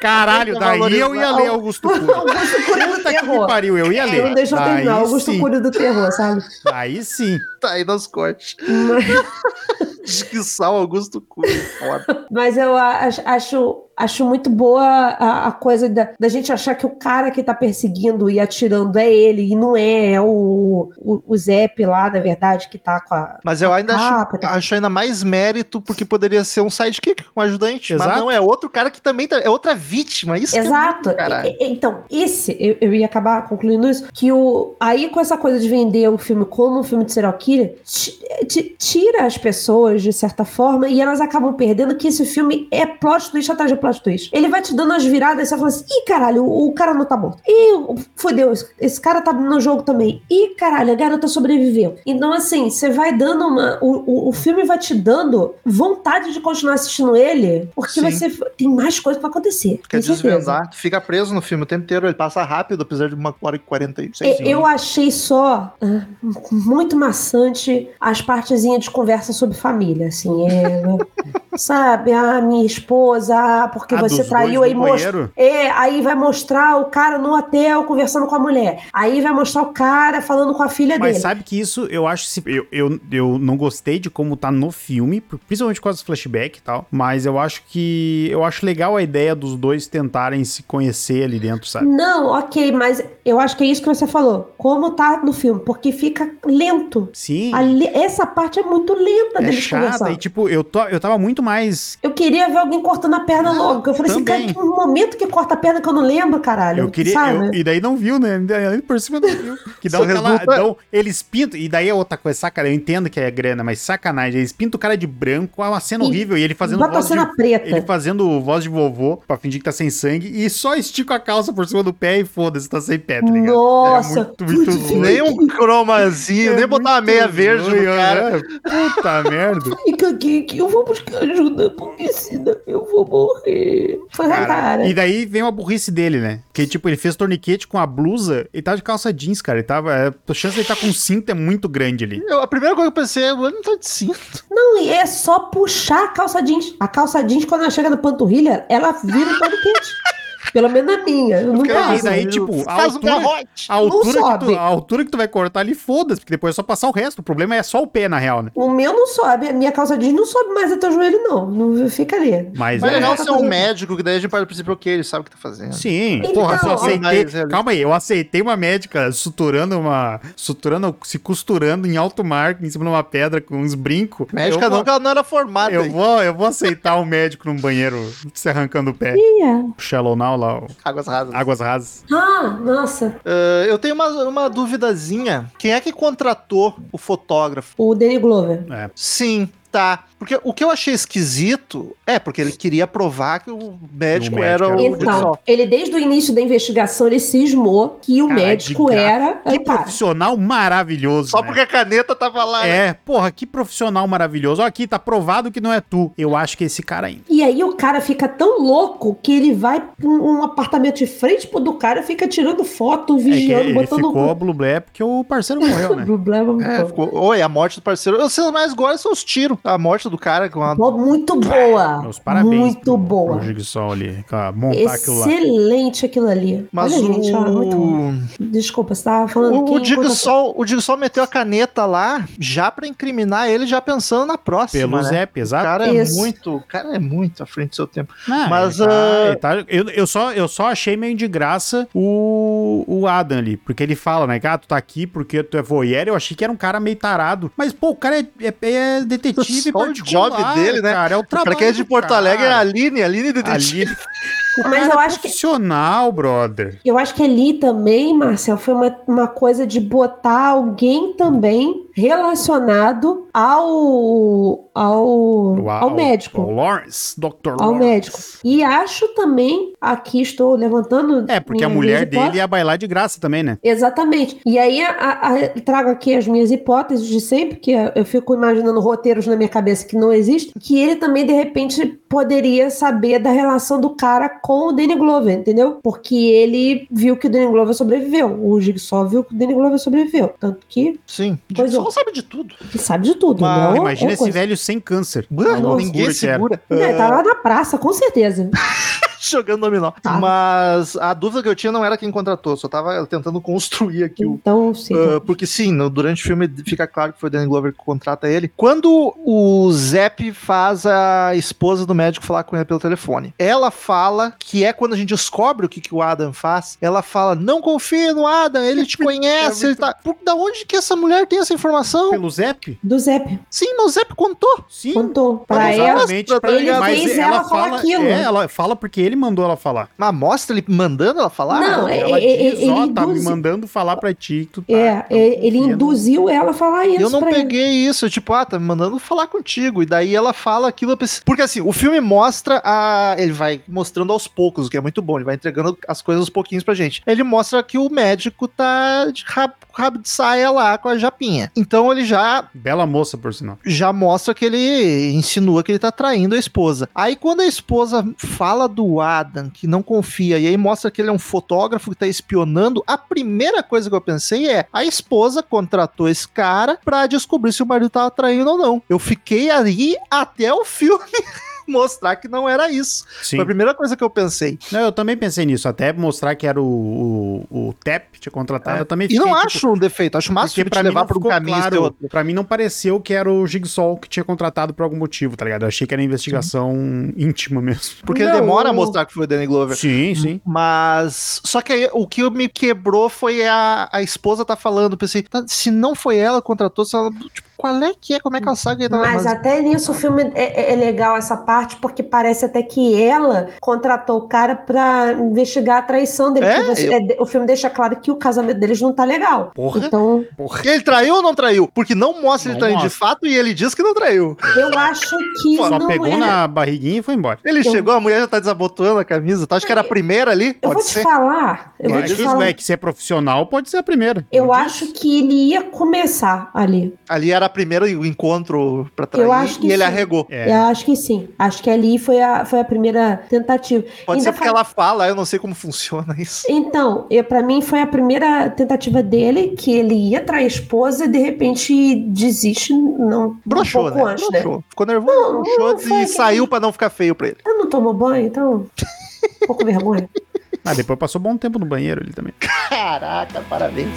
[SPEAKER 2] Caralho,
[SPEAKER 1] tá
[SPEAKER 2] daí eu ia ler Augusto Cury.
[SPEAKER 3] Augusto Cury do
[SPEAKER 2] Puta que me
[SPEAKER 3] terror.
[SPEAKER 2] pariu, eu ia ler.
[SPEAKER 3] Não deixa eu
[SPEAKER 2] Aí
[SPEAKER 3] terminar. Augusto
[SPEAKER 2] sim,
[SPEAKER 3] Cury do terror, sabe?
[SPEAKER 2] aí sim.
[SPEAKER 1] Tá aí nos cortes. Esquiçal Augusto Cury. Foda.
[SPEAKER 3] Mas eu a- ach- acho, acho muito boa a, a coisa da, da gente achar que o cara que tá perseguindo e atirando é ele, e não é, é o, o, o Zep lá, na verdade, que tá com a.
[SPEAKER 1] Mas eu ainda
[SPEAKER 3] Ah,
[SPEAKER 1] acho,
[SPEAKER 3] puta.
[SPEAKER 1] acho ainda mais mérito, porque poderia ser um sidekick, um ajudante.
[SPEAKER 2] Exato.
[SPEAKER 1] Mas não, é outro cara que também tá- é outra vítima. Isso que é
[SPEAKER 3] Exato.
[SPEAKER 1] muito caralho.
[SPEAKER 3] E- e- então, esse, eu, eu ia acabar concluindo isso, que o, aí com essa coisa de vender o filme como um filme de serial killer, ti- ti- tira as pessoas, de certa forma, e elas acabam perdendo que esse filme é plot twist atrás de plot twist. Ele vai te dando as viradas e você fala assim, ih, caralho, o, o cara não tá morto. Ih, o- fodeu, esse, esse cara tá no jogo também. Ih, caralho, a garota sobreviveu. Então, assim, você vai dando uma... O, o, o filme vai te dando vontade de continuar assistindo ele, porque
[SPEAKER 1] Sim.
[SPEAKER 3] você... Tem mais coisa pra acontecer.
[SPEAKER 1] Quer
[SPEAKER 3] com certeza.
[SPEAKER 1] desvendar, tu fica preso no filme o tempo inteiro, ele passa rápido, apesar de uma hora e quarenta e seis.
[SPEAKER 3] E- É, Eu achei só ah, muito maçante as partezinhas de conversa sobre família, assim, é, sabe? A minha esposa, ah, porque
[SPEAKER 2] Ah,
[SPEAKER 3] você
[SPEAKER 2] dos
[SPEAKER 3] traiu
[SPEAKER 2] dois
[SPEAKER 3] aí
[SPEAKER 2] no
[SPEAKER 3] mostra.
[SPEAKER 2] banheiro?
[SPEAKER 3] É, aí vai mostrar o cara no hotel conversando com a mulher. Aí vai mostrar o cara falando com a filha
[SPEAKER 2] Mas
[SPEAKER 3] É dele.
[SPEAKER 2] sabe que isso, eu acho. se- Eu, eu, eu não gostei de como tá no filme, por- principalmente por causa do flashback e tal. Mas eu acho que. Eu acho legal a ideia dos dois tentarem se conhecer ali dentro, sabe?
[SPEAKER 3] Não, ok, mas eu acho que é isso que você falou. Como tá no filme, porque fica lento.
[SPEAKER 2] Sim.
[SPEAKER 3] Ali- essa parte é muito lenta
[SPEAKER 2] É
[SPEAKER 3] deles
[SPEAKER 2] chata.
[SPEAKER 3] conversando.
[SPEAKER 2] E, tipo, eu, tô, eu tava muito mais.
[SPEAKER 3] Eu queria ver alguém cortando a perna logo. que Eu falei assim,
[SPEAKER 2] também.
[SPEAKER 3] cara, que momento que corta a perna que eu não lembro, caralho.
[SPEAKER 2] Eu queria.
[SPEAKER 3] Sabe?
[SPEAKER 2] eu- e daí não viu, né? Daí Por cima não viu. Que dá
[SPEAKER 1] Só
[SPEAKER 2] aquela.
[SPEAKER 1] resulta-
[SPEAKER 2] dão- eles pintam. E daí é outra coisa, sacanagem. Eu entendo que é grana, mas sacanagem. Eles pintam o cara de branco, é uma cena
[SPEAKER 3] E
[SPEAKER 2] horrível. E ele fazendo
[SPEAKER 3] Bota a
[SPEAKER 2] voz de
[SPEAKER 3] cena preta.
[SPEAKER 2] Ele é, tá fazendo voz de vovô pra fingir que tá sem sangue e só estica a calça por cima do pé e foda-se, tá sem pé, tá ligado?
[SPEAKER 3] Nossa.
[SPEAKER 2] É muito, muito
[SPEAKER 1] Nem
[SPEAKER 2] doido.
[SPEAKER 1] um cromazinho,
[SPEAKER 2] É
[SPEAKER 1] nem botar uma
[SPEAKER 2] muito
[SPEAKER 1] meia verde
[SPEAKER 2] doido,
[SPEAKER 1] no cara.
[SPEAKER 2] né? Puta merda.
[SPEAKER 3] Fica aqui que eu vou buscar ajuda policial. Eu vou morrer. Foi na cara.
[SPEAKER 2] Cara, e daí vem uma burrice dele, né? Que tipo, ele fez torniquete com a blusa e tava de calça jeans, cara. Ele tava. é, A chance de ele tá com cinto é muito grande ali.
[SPEAKER 1] Eu- a primeira coisa que eu pensei é, mano, não tá de cinto.
[SPEAKER 3] Não, e é só puxar a calça jeans. A calça jeans, quando ela chega na panturrilha, ela vira um paniquete. Pelo menos na minha. Eu não
[SPEAKER 2] Cara, e
[SPEAKER 3] faço.
[SPEAKER 2] daí, tipo, a
[SPEAKER 1] faz um
[SPEAKER 2] altura-
[SPEAKER 1] garrote.
[SPEAKER 2] A altura, que
[SPEAKER 3] sobe.
[SPEAKER 2] tu, a altura que tu vai cortar ali, foda-se, porque depois é só passar o resto. O problema é só o pé, na real, né?
[SPEAKER 3] O meu não sobe. A minha calça jeans não sobe mais até o joelho, não. Não fica ali.
[SPEAKER 2] Mas,
[SPEAKER 1] Mas
[SPEAKER 2] é.
[SPEAKER 1] legal ser um
[SPEAKER 3] Fazendo-
[SPEAKER 1] médico, que daí a gente para do princípio que ele sabe o que tá fazendo.
[SPEAKER 2] Sim,
[SPEAKER 3] Então,
[SPEAKER 2] porra, se eu
[SPEAKER 3] ó,
[SPEAKER 2] aceitei.
[SPEAKER 1] mas ele-
[SPEAKER 2] Calma aí, eu aceitei uma médica suturando uma. suturando, se costurando em alto mar, em cima de uma pedra com uns brincos.
[SPEAKER 1] Médica
[SPEAKER 2] eu
[SPEAKER 1] não,
[SPEAKER 2] vou,
[SPEAKER 1] que ela não era formada.
[SPEAKER 2] eu
[SPEAKER 1] hein?
[SPEAKER 2] vou, eu vou aceitar um médico num banheiro se arrancando o pé.
[SPEAKER 3] E é.
[SPEAKER 2] O Shallow Now lá, o
[SPEAKER 1] Águas rasas.
[SPEAKER 2] Águas Rasas.
[SPEAKER 3] Ah, nossa.
[SPEAKER 1] Ah, eu tenho uma, uma duvidazinha. Quem é que contratou o fotógrafo?
[SPEAKER 3] O Danny Glover.
[SPEAKER 2] É.
[SPEAKER 1] Sim, tá. Porque o que eu achei esquisito é porque ele queria provar que o médico,
[SPEAKER 2] médico
[SPEAKER 1] era
[SPEAKER 2] era
[SPEAKER 1] o
[SPEAKER 2] o
[SPEAKER 1] Dixon.
[SPEAKER 3] Então, ele desde o início da investigação, ele cismou que o
[SPEAKER 2] Caralho,
[SPEAKER 3] médico
[SPEAKER 2] de
[SPEAKER 3] era.
[SPEAKER 2] Que
[SPEAKER 3] Aí, cara,
[SPEAKER 2] profissional maravilhoso.
[SPEAKER 1] Então tá. Só
[SPEAKER 2] né?
[SPEAKER 1] porque a caneta tava lá. né?
[SPEAKER 2] É, porra, que profissional maravilhoso. Ó, aqui tá provado que não é tu. Eu acho que é esse cara ainda.
[SPEAKER 3] E aí o cara fica tão louco que ele vai pra um um apartamento de frente pro do cara, fica tirando foto,
[SPEAKER 2] É que
[SPEAKER 3] vigiando,
[SPEAKER 2] ele
[SPEAKER 3] botando.
[SPEAKER 2] ficou a Blue Blair porque o parceiro morreu, né?
[SPEAKER 3] Problema,
[SPEAKER 1] É,
[SPEAKER 3] muito
[SPEAKER 1] ficou- Oi, a morte do parceiro. Eu sei mais agora são os tiros. A morte do cara com a.
[SPEAKER 3] bom. Muito boa.
[SPEAKER 2] Meus parabéns.
[SPEAKER 3] Muito
[SPEAKER 2] pro-
[SPEAKER 3] boa.
[SPEAKER 2] Pro Jigsaw ali. cara, Montar aquilo lá.
[SPEAKER 3] Excelente aquilo ali.
[SPEAKER 1] Mas
[SPEAKER 3] Olha,
[SPEAKER 1] o...
[SPEAKER 3] gente, olha, muito bom. Desculpa, você tava falando
[SPEAKER 1] O,
[SPEAKER 3] que
[SPEAKER 1] o
[SPEAKER 3] enquanto-
[SPEAKER 1] Digsol, o Digsol meteu a caneta lá já pra incriminar ele, já pensando na próxima.
[SPEAKER 2] Pelo
[SPEAKER 1] né? O
[SPEAKER 2] Zep, exato.
[SPEAKER 1] cara é
[SPEAKER 3] Isso.
[SPEAKER 1] muito, o cara é muito à frente do seu tempo.
[SPEAKER 2] Não,
[SPEAKER 1] Mas,
[SPEAKER 2] ele tá-
[SPEAKER 1] ah,
[SPEAKER 2] ele tá- eu, eu só, eu só achei meio de graça o, o Adam ali, porque ele fala, né, cara, tu tá aqui porque tu é voyeur, eu achei que era um cara meio tarado, mas, pô, o cara é, é- é detetive
[SPEAKER 1] Só o
[SPEAKER 2] particular,
[SPEAKER 1] job dele, né?
[SPEAKER 2] Cara, é o
[SPEAKER 1] O cara
[SPEAKER 2] trabalho
[SPEAKER 1] que é de
[SPEAKER 2] do
[SPEAKER 1] Porto
[SPEAKER 2] cara.
[SPEAKER 1] Alegre é a Aline, a Aline detetive.
[SPEAKER 2] ali. O
[SPEAKER 3] Mas
[SPEAKER 2] cara
[SPEAKER 3] eu
[SPEAKER 2] é
[SPEAKER 3] acho que-
[SPEAKER 2] profissional, brother.
[SPEAKER 3] Eu acho que ali também, Marcel, foi uma, uma coisa de botar alguém também relacionado ao, ao,
[SPEAKER 2] Uau,
[SPEAKER 3] ao médico.
[SPEAKER 2] o Lawrence, Dr.
[SPEAKER 3] Ao
[SPEAKER 2] Lawrence.
[SPEAKER 3] médico. E acho também, aqui estou levantando.
[SPEAKER 2] É, porque a
[SPEAKER 3] minha
[SPEAKER 2] mulher
[SPEAKER 3] hipótese.
[SPEAKER 2] dele ia bailar de graça também, né?
[SPEAKER 3] Exatamente. E aí a- a- eu trago aqui as minhas hipóteses de sempre, que eu fico imaginando roteiros na minha cabeça que não existem, que ele também, de repente, poderia saber da relação do cara com o Danny Glover, entendeu? Porque ele viu que o Danny Glover sobreviveu. O Jigsaw viu que o Danny Glover sobreviveu. Tanto que
[SPEAKER 1] Sim.
[SPEAKER 3] Pois
[SPEAKER 1] Só
[SPEAKER 3] é.
[SPEAKER 1] sabe de tudo.
[SPEAKER 3] ele sabe de tudo.
[SPEAKER 1] Mas
[SPEAKER 3] não?
[SPEAKER 2] Imagina
[SPEAKER 3] é
[SPEAKER 2] esse
[SPEAKER 3] coisa.
[SPEAKER 2] velho sem câncer.
[SPEAKER 1] Mano,
[SPEAKER 2] A loucura que
[SPEAKER 1] ninguém
[SPEAKER 2] era.
[SPEAKER 1] segura.
[SPEAKER 3] Não, ele tá lá na praça, com certeza.
[SPEAKER 1] jogando dominó.
[SPEAKER 3] Tá.
[SPEAKER 1] Mas a dúvida que eu tinha não era quem contratou, só tava tentando construir aqui o.
[SPEAKER 3] Então, sim.
[SPEAKER 1] Ah, porque sim, no- durante o filme fica claro que foi o Danny Glover que contrata ele. Quando o Zep faz a esposa do médico falar com ele pelo telefone, ela fala que é quando a gente descobre o que, que o Adam faz. Ela fala: Não confia no Adam, ele te conhece. ele tá... Por- Da onde que essa mulher tem essa informação?
[SPEAKER 2] É Pelo Zep?
[SPEAKER 3] Do Zep,
[SPEAKER 1] Sim, mas o Zep contou.
[SPEAKER 2] Sim.
[SPEAKER 3] contou pra
[SPEAKER 1] Mas
[SPEAKER 3] ela.
[SPEAKER 2] Exatamente, pra
[SPEAKER 1] ele
[SPEAKER 3] fez
[SPEAKER 2] É,
[SPEAKER 3] ela falar
[SPEAKER 2] fala,
[SPEAKER 3] aquilo.
[SPEAKER 2] É, ela fala porque ele mandou ela falar.
[SPEAKER 1] Mas mostra ele mandando ela falar?
[SPEAKER 3] Não, é-
[SPEAKER 2] ela diz,
[SPEAKER 3] ele
[SPEAKER 2] ó, tá me
[SPEAKER 3] induz-
[SPEAKER 2] mandando falar pra ti. que Tu tá,
[SPEAKER 3] É,
[SPEAKER 2] não
[SPEAKER 3] é, ele
[SPEAKER 2] confia no-
[SPEAKER 3] induziu ela a falar isso
[SPEAKER 1] eu não
[SPEAKER 3] pra ele.
[SPEAKER 1] peguei isso, tipo, ah, tá me mandando falar contigo. E daí ela fala aquilo. eu pensei- Porque assim, o filme mostra a. Ele vai mostrando aos poucos, o que é muito bom, ele vai entregando as coisas aos pouquinhos pra gente. Ele mostra que o médico tá de rabo, rabo de saia lá com a japinha. Então ele já
[SPEAKER 2] Bela moça, por sinal.
[SPEAKER 1] já mostra que ele insinua que ele tá traindo a esposa. Aí quando a esposa fala do Adam, que não confia, e aí mostra que ele é um fotógrafo que tá espionando, a primeira coisa que eu pensei é, a esposa contratou esse cara pra descobrir se o marido tava traindo ou não. Eu fiquei ali até o filme mostrar que não era isso.
[SPEAKER 2] Sim.
[SPEAKER 1] Foi a primeira coisa que eu pensei.
[SPEAKER 2] Não, eu também pensei nisso, até mostrar que era o, o, o TEP que tinha contratado. Eu também
[SPEAKER 1] E não
[SPEAKER 2] fiquei, tipo,
[SPEAKER 1] acho um defeito, acho massa o
[SPEAKER 2] Porque
[SPEAKER 1] filme te
[SPEAKER 2] pra mim,
[SPEAKER 1] levar
[SPEAKER 2] não
[SPEAKER 1] por um
[SPEAKER 2] ficou
[SPEAKER 1] caminho e ter
[SPEAKER 2] claro,
[SPEAKER 1] outro.
[SPEAKER 2] pra mim não pareceu que era o Jigsaw que tinha contratado por algum motivo, tá ligado? Eu achei que era investigação íntima mesmo.
[SPEAKER 1] Porque ele
[SPEAKER 3] Não,
[SPEAKER 1] demora a
[SPEAKER 3] eu-
[SPEAKER 1] mostrar que foi o Danny Glover.
[SPEAKER 2] Sim, sim.
[SPEAKER 1] Mas. Só que aí, o que me quebrou foi a, a esposa tá falando. Pensei, tá, se não foi ela que contratou, se ela, tipo, qual é que é? Como é que ela sabe que ele tá
[SPEAKER 3] Mas até nisso o filme é, é- é legal essa parte, porque parece até que ela contratou o cara pra investigar a traição dele.
[SPEAKER 1] É?
[SPEAKER 3] porque você- é, de- o filme deixa claro que o casamento deles não tá legal.
[SPEAKER 2] Porra.
[SPEAKER 3] Então,
[SPEAKER 1] Ele traiu ou não traiu? Porque não mostra ele
[SPEAKER 2] Não
[SPEAKER 1] traindo de
[SPEAKER 2] mostra.
[SPEAKER 1] fato e ele diz que não traiu.
[SPEAKER 3] eu acho que
[SPEAKER 2] Só
[SPEAKER 3] não
[SPEAKER 2] pegou
[SPEAKER 3] é.
[SPEAKER 2] na barriguinha e foi embora.
[SPEAKER 1] Ele
[SPEAKER 3] Eu-
[SPEAKER 1] chegou, a mulher já tá desabotoando a camisa. Tá? Acho que era a primeira ali?
[SPEAKER 3] Eu vou
[SPEAKER 1] Pode
[SPEAKER 3] te
[SPEAKER 1] ser.
[SPEAKER 3] falar, eu vou
[SPEAKER 2] Mas
[SPEAKER 3] te
[SPEAKER 2] isso
[SPEAKER 3] falar. um
[SPEAKER 2] é que se é profissional, pode ser a primeira.
[SPEAKER 3] Eu
[SPEAKER 2] Não
[SPEAKER 3] acho que ele ia começar ali.
[SPEAKER 1] Ali era a primeira o encontro pra trair.
[SPEAKER 3] Eu acho que
[SPEAKER 1] e ele
[SPEAKER 3] sim.
[SPEAKER 1] arregou.
[SPEAKER 2] É.
[SPEAKER 3] Eu acho que sim. Acho que ali foi a, foi a primeira tentativa.
[SPEAKER 1] Pode
[SPEAKER 3] Ainda
[SPEAKER 1] ser porque
[SPEAKER 3] fala-
[SPEAKER 1] ela fala, eu não sei como funciona isso.
[SPEAKER 3] Então, eu, pra mim foi a primeira tentativa dele, que ele ia trair a esposa e de repente desiste, não
[SPEAKER 1] Broxou,
[SPEAKER 3] um
[SPEAKER 1] né?
[SPEAKER 3] pouco antes, né?
[SPEAKER 1] Broxou. Ficou nervoso,
[SPEAKER 3] Não,
[SPEAKER 1] broxou
[SPEAKER 3] não foi
[SPEAKER 1] e
[SPEAKER 3] aquele-
[SPEAKER 1] saiu pra não ficar feio pra ele.
[SPEAKER 3] Eu não tomo banho, então. Um pouco vergonha.
[SPEAKER 2] Ah, depois passou bom tempo no banheiro ele também.
[SPEAKER 1] Caraca, parabéns.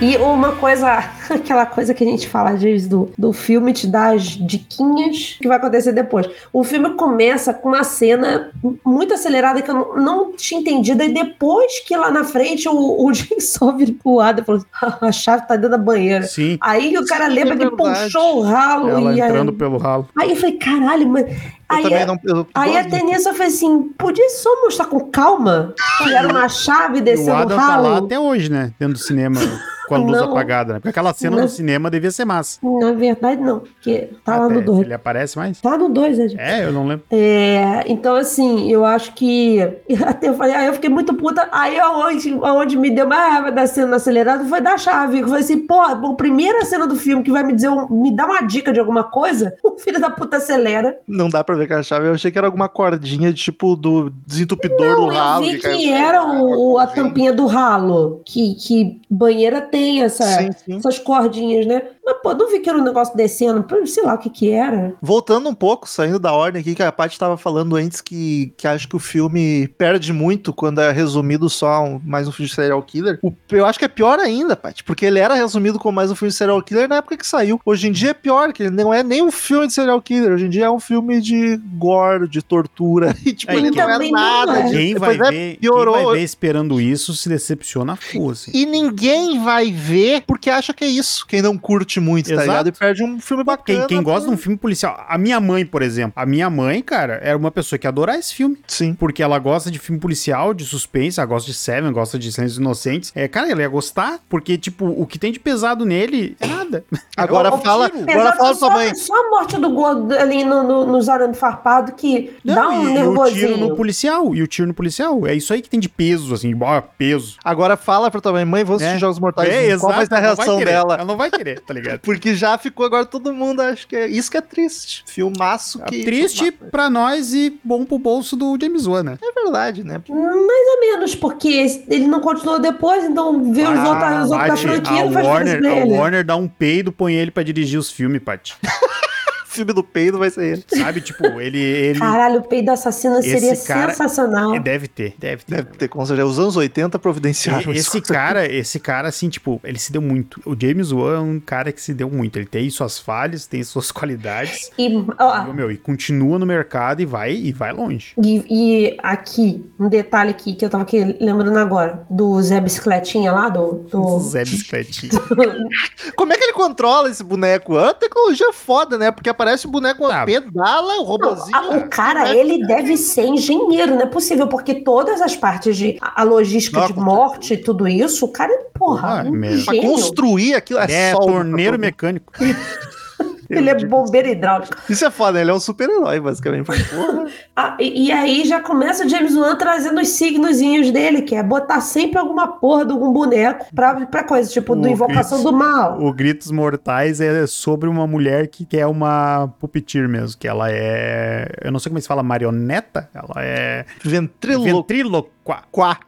[SPEAKER 3] E uma coisa, aquela coisa que a gente fala às vezes do, do filme, te dá as diquinhas que vai acontecer depois. O filme começa com uma cena muito acelerada que eu não, não tinha entendido, e depois que lá na frente o, o Jim só vira pro lado e falou assim, a chave tá dentro da banheira.
[SPEAKER 2] Sim,
[SPEAKER 3] Aí o cara
[SPEAKER 1] Sim,
[SPEAKER 3] lembra
[SPEAKER 1] é
[SPEAKER 3] que
[SPEAKER 1] verdade.
[SPEAKER 3] puxou o ralo
[SPEAKER 2] ela
[SPEAKER 3] e aí-
[SPEAKER 2] entrando pelo ralo.
[SPEAKER 3] Aí eu falei, caralho, mas.
[SPEAKER 1] Eu
[SPEAKER 3] Aí, é-
[SPEAKER 1] também não. Eu
[SPEAKER 3] aí
[SPEAKER 1] gosto
[SPEAKER 3] até nisso eu falei assim: podia só mostrar com calma que era uma chave
[SPEAKER 2] E o
[SPEAKER 3] desceu no
[SPEAKER 2] Adam tá lá
[SPEAKER 3] ralo?
[SPEAKER 2] até hoje, né? Dentro do cinema, com a luz
[SPEAKER 3] Não.
[SPEAKER 2] apagada, né? Porque aquela cena
[SPEAKER 3] Não.
[SPEAKER 2] no cinema devia ser massa.
[SPEAKER 3] Na verdade, não, porque tá lá
[SPEAKER 2] Até-
[SPEAKER 3] no 2.
[SPEAKER 2] Ele aparece mais?
[SPEAKER 3] Tá no 2, né? gente?
[SPEAKER 2] É, eu não lembro.
[SPEAKER 3] É, então, assim, eu acho que. Até eu falei, aí eu fiquei muito puta. Aí aonde, aonde me deu mais raiva da cena acelerada foi da chave. Eu falei assim, pô, a primeira cena do filme que vai me dizer, um- me dar uma dica de alguma coisa, o filho da puta acelera.
[SPEAKER 1] Não dá pra ver com a chave. Eu achei que era alguma cordinha, tipo, do desentupidor do
[SPEAKER 3] Não, eu
[SPEAKER 1] ralo.
[SPEAKER 3] vi que,
[SPEAKER 1] caiu-
[SPEAKER 3] era o- o- a
[SPEAKER 1] Sim.
[SPEAKER 3] tampinha do ralo, que, que banheira tem essa,
[SPEAKER 1] Sim, sim.
[SPEAKER 3] essas cordinhas, né? Mas, pô, não vi que era um negócio descendo, pô, sei lá o que que era.
[SPEAKER 1] Voltando um pouco, saindo da ordem aqui, que a Paty estava falando antes que, que acho que o filme perde muito quando é resumido só um- mais um filme de serial killer. O- eu acho que é pior ainda, Paty, porque ele era resumido como mais um filme de serial killer na época que saiu. Hoje em dia é pior, que ele não é nem um filme de serial killer. Hoje em dia é um filme de gore, de tortura. E, tipo,
[SPEAKER 2] É,
[SPEAKER 1] ele
[SPEAKER 2] e
[SPEAKER 1] não é
[SPEAKER 3] também não
[SPEAKER 1] nada
[SPEAKER 3] é.
[SPEAKER 1] disso.
[SPEAKER 2] Quem vai,
[SPEAKER 1] Depois é
[SPEAKER 2] ver, quem
[SPEAKER 1] piorou.
[SPEAKER 2] vai ver esperando isso se decepciona a rua, assim.
[SPEAKER 1] E ninguém vai ver porque acha que é isso. Quem não curte muito, tá
[SPEAKER 2] Exato.
[SPEAKER 1] ligado? E perde um filme bacana.
[SPEAKER 2] Quem, quem gosta de um filme policial. A minha mãe, por exemplo. A minha mãe, cara, era uma pessoa que adorava esse filme.
[SPEAKER 1] Sim.
[SPEAKER 2] Porque ela gosta de filme policial, de suspense, ela gosta de Seven, gosta de Silêncio dos Inocentes. É, cara, ela ia gostar, porque, tipo, o que tem de pesado nele é nada.
[SPEAKER 1] Agora
[SPEAKER 2] É um
[SPEAKER 1] fala-
[SPEAKER 2] tiro.
[SPEAKER 1] Agora
[SPEAKER 3] Apesar
[SPEAKER 1] fala
[SPEAKER 3] que
[SPEAKER 1] sua
[SPEAKER 3] só,
[SPEAKER 1] mãe.
[SPEAKER 3] Só a morte do gordo ali no, no, nos arame farpado que dá
[SPEAKER 2] Não, e, e
[SPEAKER 3] um
[SPEAKER 2] o tiro no
[SPEAKER 3] nervosinho.
[SPEAKER 2] policial, e o tiro no policial. É isso aí que tem de peso, assim, ó, peso.
[SPEAKER 1] Agora fala pra tua mãe, mãe, vou assistir
[SPEAKER 2] É.
[SPEAKER 1] Jogos Mortais.
[SPEAKER 2] é,
[SPEAKER 1] um. Qual vai É. ser a
[SPEAKER 2] ela não vai
[SPEAKER 1] reação
[SPEAKER 2] querer,
[SPEAKER 1] dela?
[SPEAKER 2] Ela não vai querer, tá ligado?
[SPEAKER 1] Porque já ficou agora todo mundo, acho que é. Isso que é triste. Filmaço que.
[SPEAKER 2] Triste pra nós e bom pro bolso do James Wan, né?
[SPEAKER 1] É verdade, né?
[SPEAKER 3] Mais ou menos, porque esse- ele não continuou depois, então ver os
[SPEAKER 2] Ah,
[SPEAKER 3] outros os outros da
[SPEAKER 2] Paty,
[SPEAKER 3] franquia
[SPEAKER 2] a
[SPEAKER 3] não faz diferença
[SPEAKER 2] Warner,
[SPEAKER 3] pra
[SPEAKER 2] a
[SPEAKER 3] ele.
[SPEAKER 2] Warner dá um peido, põe ele pra dirigir os filmes, Paty.
[SPEAKER 1] O filme do peido vai ser ele.
[SPEAKER 2] Sabe, tipo, ele, ele
[SPEAKER 3] Caralho, o peido assassino
[SPEAKER 2] Esse
[SPEAKER 3] seria
[SPEAKER 2] cara-
[SPEAKER 3] sensacional.
[SPEAKER 2] É, deve ter, deve ter.
[SPEAKER 1] Deve ter, com certeza. Os anos 80 providenciaram
[SPEAKER 2] E-
[SPEAKER 1] isso.
[SPEAKER 2] Esse cara, esse cara, assim, tipo, ele se deu muito. O James Wan é um cara que se deu muito. Ele tem suas falhas, tem suas qualidades.
[SPEAKER 3] E, ó,
[SPEAKER 2] E, meu, e continua no mercado e vai e vai longe.
[SPEAKER 3] E, e aqui, um detalhe aqui que eu tava aqui lembrando agora, do Zé Bicicletinha lá, do. do...
[SPEAKER 2] Zé Bicicletinha.
[SPEAKER 3] Tá
[SPEAKER 1] Como é que ele controla esse boneco? É uma tecnologia foda, né? Porque aparece o boneco,
[SPEAKER 2] Tá.
[SPEAKER 1] pedala, o robozinho.
[SPEAKER 3] Ah, o
[SPEAKER 2] né?
[SPEAKER 3] cara, ele deve ser engenheiro, não é possível, porque todas as partes de. A a logística
[SPEAKER 1] Não,
[SPEAKER 3] de
[SPEAKER 1] com
[SPEAKER 3] morte e tudo isso, o cara é, porra,
[SPEAKER 2] Ah,
[SPEAKER 3] um
[SPEAKER 2] mesmo.
[SPEAKER 1] Pra
[SPEAKER 3] gênio.
[SPEAKER 1] construir aquilo é,
[SPEAKER 2] É,
[SPEAKER 1] só.
[SPEAKER 2] torneiro mecânico.
[SPEAKER 3] Ele é bombeiro hidráulico.
[SPEAKER 1] Isso é foda, ele é um super-herói, basicamente. Porra.
[SPEAKER 3] Ah, e, e aí já começa o James Wan trazendo os signozinhos dele, que é botar sempre alguma porra de algum boneco pra, pra coisa, tipo, do
[SPEAKER 2] O
[SPEAKER 3] Invocação
[SPEAKER 2] Cristo.
[SPEAKER 3] do Mal.
[SPEAKER 2] O Gritos Mortais é sobre uma mulher que, que é uma puppeteer mesmo, que ela é. Eu não sei como se fala, marioneta? Ela é.
[SPEAKER 1] Ventriloquá.
[SPEAKER 2] Ventríloqua.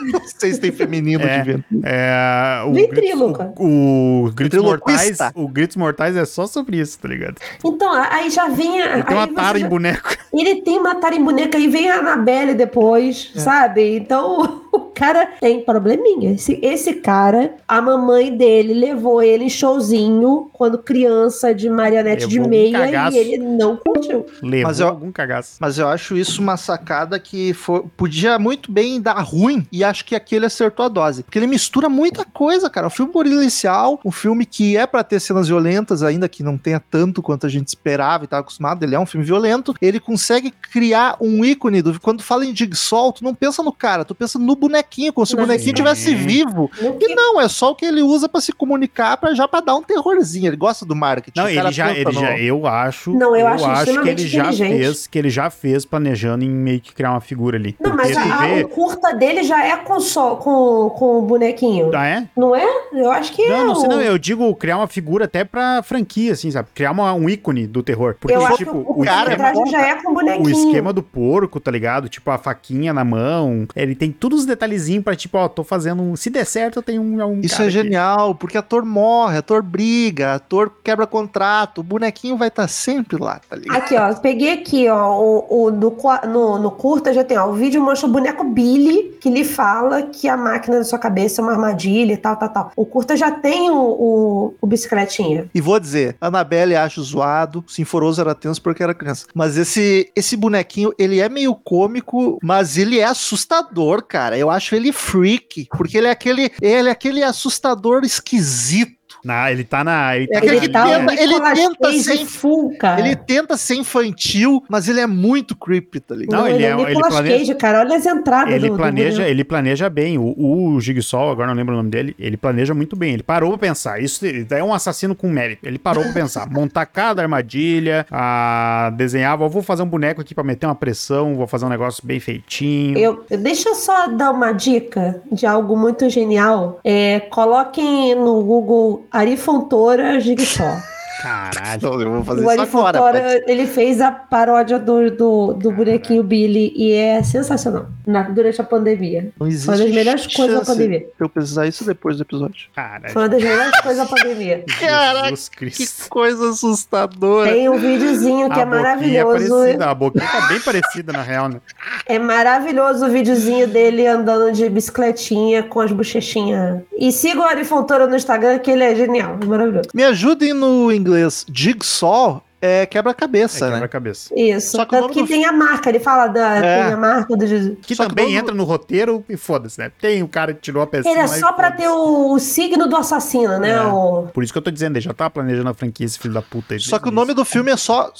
[SPEAKER 1] Não sei se tem feminino
[SPEAKER 2] É.
[SPEAKER 1] de ventriloquia.
[SPEAKER 2] É, o
[SPEAKER 3] Ventríloca.
[SPEAKER 2] O, o Gritos Mortais.
[SPEAKER 1] Ventriloquista.
[SPEAKER 2] O Gritos Mortais é só sobre isso, tá ligado?
[SPEAKER 3] Então, a- aí já vem. a-
[SPEAKER 2] Ele tem
[SPEAKER 3] aí
[SPEAKER 2] uma
[SPEAKER 3] você
[SPEAKER 2] tara
[SPEAKER 3] já-
[SPEAKER 2] em boneco.
[SPEAKER 3] Ele tem matar em boneca e vem a Anabelle depois,
[SPEAKER 2] É.
[SPEAKER 3] sabe? Então o cara tem probleminha. Esse, esse cara, a mamãe dele levou ele em showzinho quando criança de marionete de
[SPEAKER 2] Levou um
[SPEAKER 3] meia
[SPEAKER 2] cagaço.
[SPEAKER 3] e ele não curtiu.
[SPEAKER 2] Levou
[SPEAKER 1] Mas eu-
[SPEAKER 2] algum cagaço.
[SPEAKER 1] Mas eu acho isso uma sacada que fo- podia muito bem dar ruim e acho que aqui ele acertou a dose. Porque ele mistura muita coisa, cara. Um filme policial, um filme que é pra ter cenas violentas, ainda que não tenha tanto quanto a gente esperava e tava acostumado, ele é um filme violento. Ele consegue criar um ícone do. Quando fala em Jigsaw, tu não pensa no cara, tu pensa no bonequinho, como se o
[SPEAKER 3] Não.
[SPEAKER 1] bonequinho
[SPEAKER 2] Sim.
[SPEAKER 1] tivesse vivo.
[SPEAKER 3] Não
[SPEAKER 1] E não, é só o que ele usa pra se comunicar, pra já pra dar um terrorzinho. Ele gosta do marketing.
[SPEAKER 2] Não,
[SPEAKER 1] o cara
[SPEAKER 2] ele já,
[SPEAKER 1] pensa
[SPEAKER 2] ele
[SPEAKER 1] no-
[SPEAKER 2] já, eu acho,
[SPEAKER 3] Não, eu acho
[SPEAKER 2] acho, que
[SPEAKER 3] extremamente
[SPEAKER 2] ele já
[SPEAKER 3] inteligente.
[SPEAKER 2] fez, que ele já fez planejando em meio que criar uma figura ali.
[SPEAKER 3] Não, mas
[SPEAKER 2] Porque
[SPEAKER 3] a,
[SPEAKER 2] tu
[SPEAKER 3] a-
[SPEAKER 2] vê-
[SPEAKER 3] o curta dele já é com, só, com, com o bonequinho.
[SPEAKER 2] Ah, é?
[SPEAKER 3] Não é? Eu acho que é.
[SPEAKER 2] Não, não sei,
[SPEAKER 3] o-
[SPEAKER 2] não, eu digo criar uma figura até pra franquia, assim, sabe? Criar uma- um ícone do terror. Porque,
[SPEAKER 3] eu acho
[SPEAKER 2] tipo,
[SPEAKER 3] que o,
[SPEAKER 2] o,
[SPEAKER 1] cara é
[SPEAKER 2] esquema,
[SPEAKER 3] curta-metragem já é com bonequinho.
[SPEAKER 2] o esquema do porco, tá ligado? Tipo, a faquinha na mão. Ele tem todos os detalhezinhos pra, tipo, ó, tô fazendo um... Se der certo, eu tenho um, um
[SPEAKER 1] Isso
[SPEAKER 2] cara
[SPEAKER 1] é
[SPEAKER 2] aqui.
[SPEAKER 1] genial, porque ator morre, ator briga, ator quebra contrato, o bonequinho vai estar sempre lá, tá ligado?
[SPEAKER 3] Aqui, ó, peguei aqui, ó, o, o do, qua- no, no curta já tem, ó, o vídeo mostra o boneco Billy, que lhe fala que a máquina da sua cabeça é uma armadilha e tal, tal, tal. O curta já tem o, o, o bicicletinha.
[SPEAKER 1] E vou dizer, Anabelle acho zoado, Sinforoso era tenso porque era criança. Mas esse, esse bonequinho, ele é meio cômico, mas ele é assustador, cara. Eu acho ele freak, porque ele é aquele, ele é aquele assustador esquisito.
[SPEAKER 2] Não, ele tá na... Ele tá
[SPEAKER 1] É aquele
[SPEAKER 2] na
[SPEAKER 1] que
[SPEAKER 3] Ele tá,
[SPEAKER 2] linha.
[SPEAKER 3] o
[SPEAKER 1] tenta- ele
[SPEAKER 3] Nicolas
[SPEAKER 1] tenta
[SPEAKER 3] Cage
[SPEAKER 1] ser-
[SPEAKER 3] full, cara.
[SPEAKER 1] Ele tenta ser infantil, mas ele é muito creepy, tá ligado?
[SPEAKER 2] Não, ele é-
[SPEAKER 3] o
[SPEAKER 2] ele
[SPEAKER 3] Nicolas
[SPEAKER 2] planeja-
[SPEAKER 3] Cage, cara, olha as entradas
[SPEAKER 2] Ele
[SPEAKER 3] do- do
[SPEAKER 2] planeja,
[SPEAKER 3] boneco.
[SPEAKER 2] ele planeja bem. O, o Jigsaw, agora não lembro o nome dele, ele planeja muito bem. Ele parou pra pensar. Isso é um assassino com mérito. Ele parou pra pensar. Montar cada armadilha, a desenhar, "Vou- vou fazer um boneco aqui pra meter uma pressão, vou fazer um negócio bem feitinho.
[SPEAKER 3] Eu, eu- deixa eu só dar uma dica de algo muito genial. É, coloquem no Google Ari Fontoura Jigsaw.
[SPEAKER 2] Caralho.
[SPEAKER 1] Não, eu vou fazer isso
[SPEAKER 3] O Ari
[SPEAKER 1] agora.
[SPEAKER 3] Fontoura,
[SPEAKER 1] pai.
[SPEAKER 3] ele fez a paródia do, do, do bonequinho Billy e é sensacional. Na- durante a pandemia.
[SPEAKER 1] Não existe
[SPEAKER 3] Foi uma das melhores
[SPEAKER 1] chance
[SPEAKER 3] coisas da pandemia.
[SPEAKER 1] de Eu precisar isso depois do episódio.
[SPEAKER 2] Caralho.
[SPEAKER 3] Foi uma das melhores coisas da pandemia.
[SPEAKER 1] Caraca,
[SPEAKER 2] Jesus
[SPEAKER 1] Que
[SPEAKER 2] Cristo.
[SPEAKER 1] coisa assustadora.
[SPEAKER 3] Tem um videozinho que é
[SPEAKER 2] boquinha
[SPEAKER 3] maravilhoso.
[SPEAKER 2] parecida, a boquinha tá bem parecida, na real, né?
[SPEAKER 3] É maravilhoso o videozinho dele andando de bicicletinha com as bochechinhas. E siga o Ari Fontoura no Instagram, que ele é genial, maravilhoso.
[SPEAKER 1] Me ajudem no inglês. Jigsaw é
[SPEAKER 2] É
[SPEAKER 1] quebra-cabeça, né?
[SPEAKER 2] quebra-cabeça.
[SPEAKER 3] Isso.
[SPEAKER 1] Só que o
[SPEAKER 3] Tanto
[SPEAKER 1] nome
[SPEAKER 3] que
[SPEAKER 1] do-
[SPEAKER 3] tem a marca, ele fala da.
[SPEAKER 1] É.
[SPEAKER 3] Tem a marca do Jesus.
[SPEAKER 2] Que
[SPEAKER 1] Só que
[SPEAKER 2] também
[SPEAKER 1] todo-
[SPEAKER 2] entra no roteiro e foda-se, né? Tem o cara que tirou a pecinha.
[SPEAKER 3] Ele é
[SPEAKER 2] lá e
[SPEAKER 3] só pra
[SPEAKER 2] foda-se.
[SPEAKER 3] ter o, o signo do assassino, né?
[SPEAKER 2] É.
[SPEAKER 3] O...
[SPEAKER 2] Por isso que eu tô dizendo, ele já tá planejando a franquia, esse filho da puta. aí.
[SPEAKER 1] Só que o nome do filme é só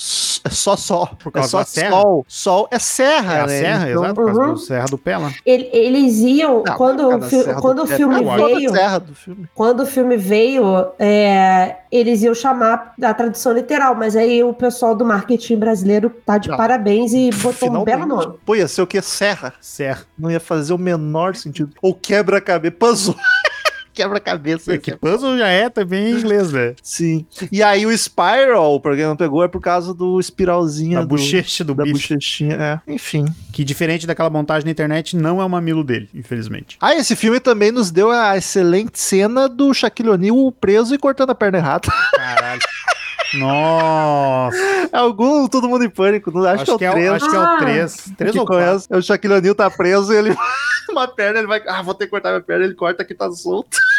[SPEAKER 1] é só sol.
[SPEAKER 2] Por causa
[SPEAKER 1] é só
[SPEAKER 2] da serra?
[SPEAKER 1] sol. Sol é serra,
[SPEAKER 2] É a
[SPEAKER 1] né?
[SPEAKER 2] Serra,
[SPEAKER 1] Então-
[SPEAKER 2] exato, por causa
[SPEAKER 3] Uhum.
[SPEAKER 2] do Serra do Pé lá.
[SPEAKER 3] Ele- eles iam.
[SPEAKER 1] Não,
[SPEAKER 3] quando
[SPEAKER 1] por
[SPEAKER 3] o,
[SPEAKER 1] causa da
[SPEAKER 3] fi-
[SPEAKER 1] serra do
[SPEAKER 3] quando o
[SPEAKER 1] pé.
[SPEAKER 2] tá
[SPEAKER 3] filme
[SPEAKER 1] Não, por causa da
[SPEAKER 3] veio.
[SPEAKER 1] serra do filme.
[SPEAKER 3] Quando o filme veio, é, eles iam chamar a tradução literal, mas aí o pessoal do marketing brasileiro tá de
[SPEAKER 1] Ah.
[SPEAKER 3] parabéns e botou um
[SPEAKER 1] Finalmente.
[SPEAKER 3] belo nome.
[SPEAKER 1] Pô, ia ser o que? Serra.
[SPEAKER 2] Serra.
[SPEAKER 1] Não ia fazer o menor sentido. Ou quebra-cabeça. Puzzle. quebra-cabeça.
[SPEAKER 2] Que puzzle já é também em inglês, né?
[SPEAKER 1] Sim. E aí o Spiral, o programa pegou, é por causa do espiralzinha
[SPEAKER 2] A
[SPEAKER 1] do-
[SPEAKER 2] bochecha do
[SPEAKER 1] da
[SPEAKER 2] bicho.
[SPEAKER 1] bochechinha. É. Enfim.
[SPEAKER 2] Que diferente daquela montagem na internet, não é o mamilo dele, infelizmente.
[SPEAKER 1] Ah, esse filme também nos deu a excelente cena do Shaquille O'Neal preso e cortando a perna errada.
[SPEAKER 2] Caralho. Nossa.
[SPEAKER 1] É Algum Todo Mundo em Pânico, não, acho, que é o 3.
[SPEAKER 2] acho que é
[SPEAKER 3] Ah.
[SPEAKER 2] o 3. 3 ou 4.
[SPEAKER 1] conhece, é o Shaquille O'Neal tá preso e ele... uma perna, ele vai... Ah, vou ter que cortar minha perna, ele corta que tá solto.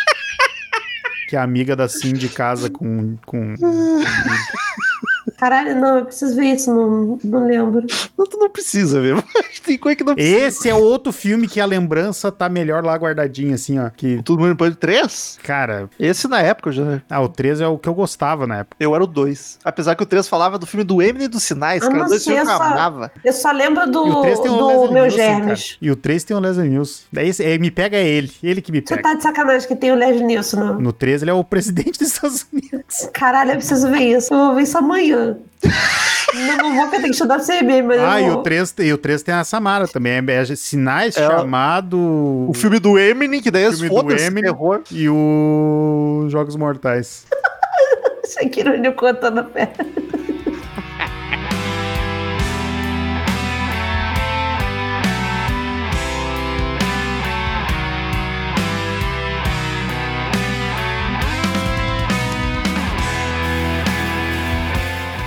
[SPEAKER 2] Que é a amiga da Cindy casa com. com...
[SPEAKER 3] Caralho, não, eu preciso ver isso, não, não lembro.
[SPEAKER 1] Não, tu não precisa, viu? Tem coisa que não precisa.
[SPEAKER 2] Esse é outro filme que a lembrança tá melhor lá guardadinha, assim, ó. Que.
[SPEAKER 1] Todo Mundo em Pânico 3?
[SPEAKER 2] Cara,
[SPEAKER 1] Esse na época eu já...
[SPEAKER 2] ah, o 3 é o que eu gostava na época.
[SPEAKER 1] Eu era o 2. Apesar que o 3 falava do filme do Eminem e dos Sinais,
[SPEAKER 3] Ah,
[SPEAKER 1] que era
[SPEAKER 3] não
[SPEAKER 1] dois
[SPEAKER 3] sei,
[SPEAKER 1] filmes que eu
[SPEAKER 3] eu só-
[SPEAKER 1] amava.
[SPEAKER 3] Eu só lembro
[SPEAKER 2] E o
[SPEAKER 3] do,
[SPEAKER 2] 3 tem o
[SPEAKER 3] do
[SPEAKER 2] Leslie
[SPEAKER 3] Meu
[SPEAKER 2] Nielsen, cara.
[SPEAKER 3] Germes.
[SPEAKER 2] E o 3 tem o Leslie News. Daí esse- é, me pega é ele. Ele que me
[SPEAKER 3] Você
[SPEAKER 2] pega.
[SPEAKER 3] tá de sacanagem que tem o Leslie Nielsen, não.
[SPEAKER 2] No 3 ele é o presidente dos Estados Unidos.
[SPEAKER 3] Caralho, eu preciso ver isso. Eu vou ver isso amanhã. não, não vou, porque eu tenho que estudar pra CB, mas
[SPEAKER 2] Ah,
[SPEAKER 3] eu
[SPEAKER 2] e
[SPEAKER 3] vou.
[SPEAKER 2] o 3, e o 3 tem a Samara também. É, é Sinais
[SPEAKER 1] É.
[SPEAKER 2] chamado.
[SPEAKER 1] O filme do Eminem, que daí as
[SPEAKER 2] filme do
[SPEAKER 1] fotos
[SPEAKER 2] Eminem.
[SPEAKER 1] terror.
[SPEAKER 2] E o Jogos Mortais.
[SPEAKER 3] Shaquille O'Neal contando a tá perna.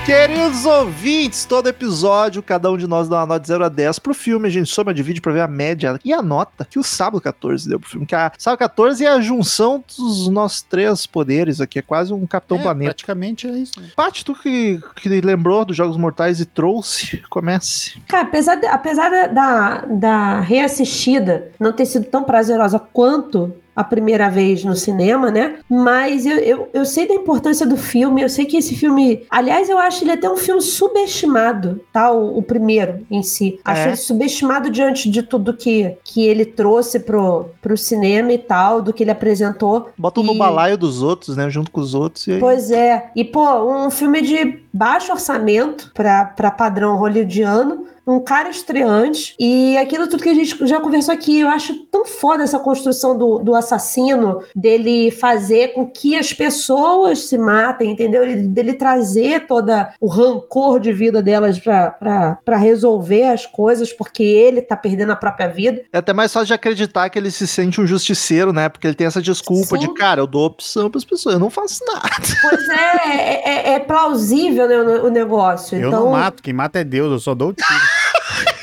[SPEAKER 1] Queridos ouvintes, todo episódio, cada um de nós dá uma nota de 0 a 10 pro filme. A gente soma, divide pra ver a média e a nota que o Sábado 14 deu pro filme. Que a Sábado 14 é a junção dos nossos três poderes aqui. É quase um Capitão
[SPEAKER 2] É,
[SPEAKER 1] Planeta.
[SPEAKER 2] Praticamente é isso. né?
[SPEAKER 1] Paty, tu que, que lembrou dos Jogos Mortais e trouxe, comece.
[SPEAKER 3] Cara, apesar, de- apesar da- da, da reassistida não ter sido tão prazerosa quanto a primeira vez no cinema, né? Mas eu, eu, eu sei da importância do filme, eu sei que esse filme. Aliás, eu acho ele até um filme subestimado, tá? O, o primeiro em si. Acho
[SPEAKER 1] É.
[SPEAKER 3] ele subestimado diante de tudo que, que ele trouxe pro, pro cinema e tal, do que ele apresentou.
[SPEAKER 1] Bota um no
[SPEAKER 3] E-
[SPEAKER 1] balaio dos outros, né? Junto com os outros. E aí...
[SPEAKER 3] Pois é. E, pô, um filme de baixo orçamento para padrão hollywoodiano, um cara estreante. E aquilo tudo que a gente já conversou aqui, eu acho tão foda essa construção do, do assassino, dele fazer com que as pessoas se matem, entendeu? Ele- dele trazer toda o rancor de vida delas para resolver as coisas, porque ele tá perdendo a própria vida.
[SPEAKER 1] É até mais fácil de acreditar que ele se sente um justiceiro, né? Porque ele tem essa desculpa
[SPEAKER 3] Sim.
[SPEAKER 1] de, cara, eu dou opção pras pessoas, eu não faço nada.
[SPEAKER 3] Pois é, é, é- é plausível né, o, o negócio.
[SPEAKER 2] Eu
[SPEAKER 3] então,
[SPEAKER 2] não mato, quem mata é Deus, eu só dou o tiro.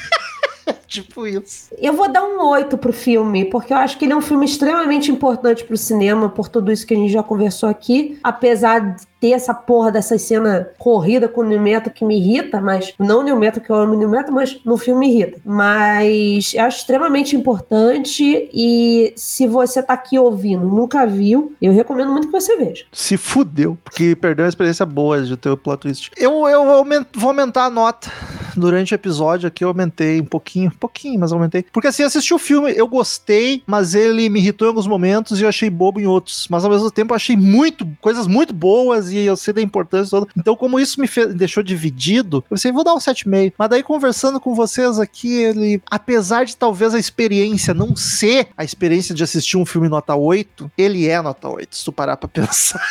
[SPEAKER 1] tipo isso.
[SPEAKER 3] Eu vou dar um 8 pro filme, porque eu acho que ele é um filme extremamente importante pro cinema, por tudo isso que a gente já conversou aqui. Apesar de ter essa porra dessa cena corrida com o New Metal que me irrita, mas não o New Metal, que eu amo o New Metal, mas no filme me irrita. Mas eu acho extremamente importante e se você tá aqui ouvindo, nunca viu, eu recomendo muito que você veja.
[SPEAKER 1] Se fudeu, porque perdeu uma experiência boa de ter o plot twist. Eu, eu aumento- vou aumentar a nota. durante o episódio aqui eu aumentei um pouquinho, um pouquinho, mas aumentei. Porque assim, assisti o filme, eu gostei, mas ele me irritou em alguns momentos e eu achei bobo em outros. Mas ao mesmo tempo eu achei muito, coisas muito boas e eu sei da importância toda. Então, como isso me fez- deixou dividido, eu pensei, vou dar um 7,5. Mas daí, conversando com vocês aqui, ele, apesar de talvez a experiência não ser a experiência de assistir um filme nota 8, ele é nota 8, se tu parar pra pensar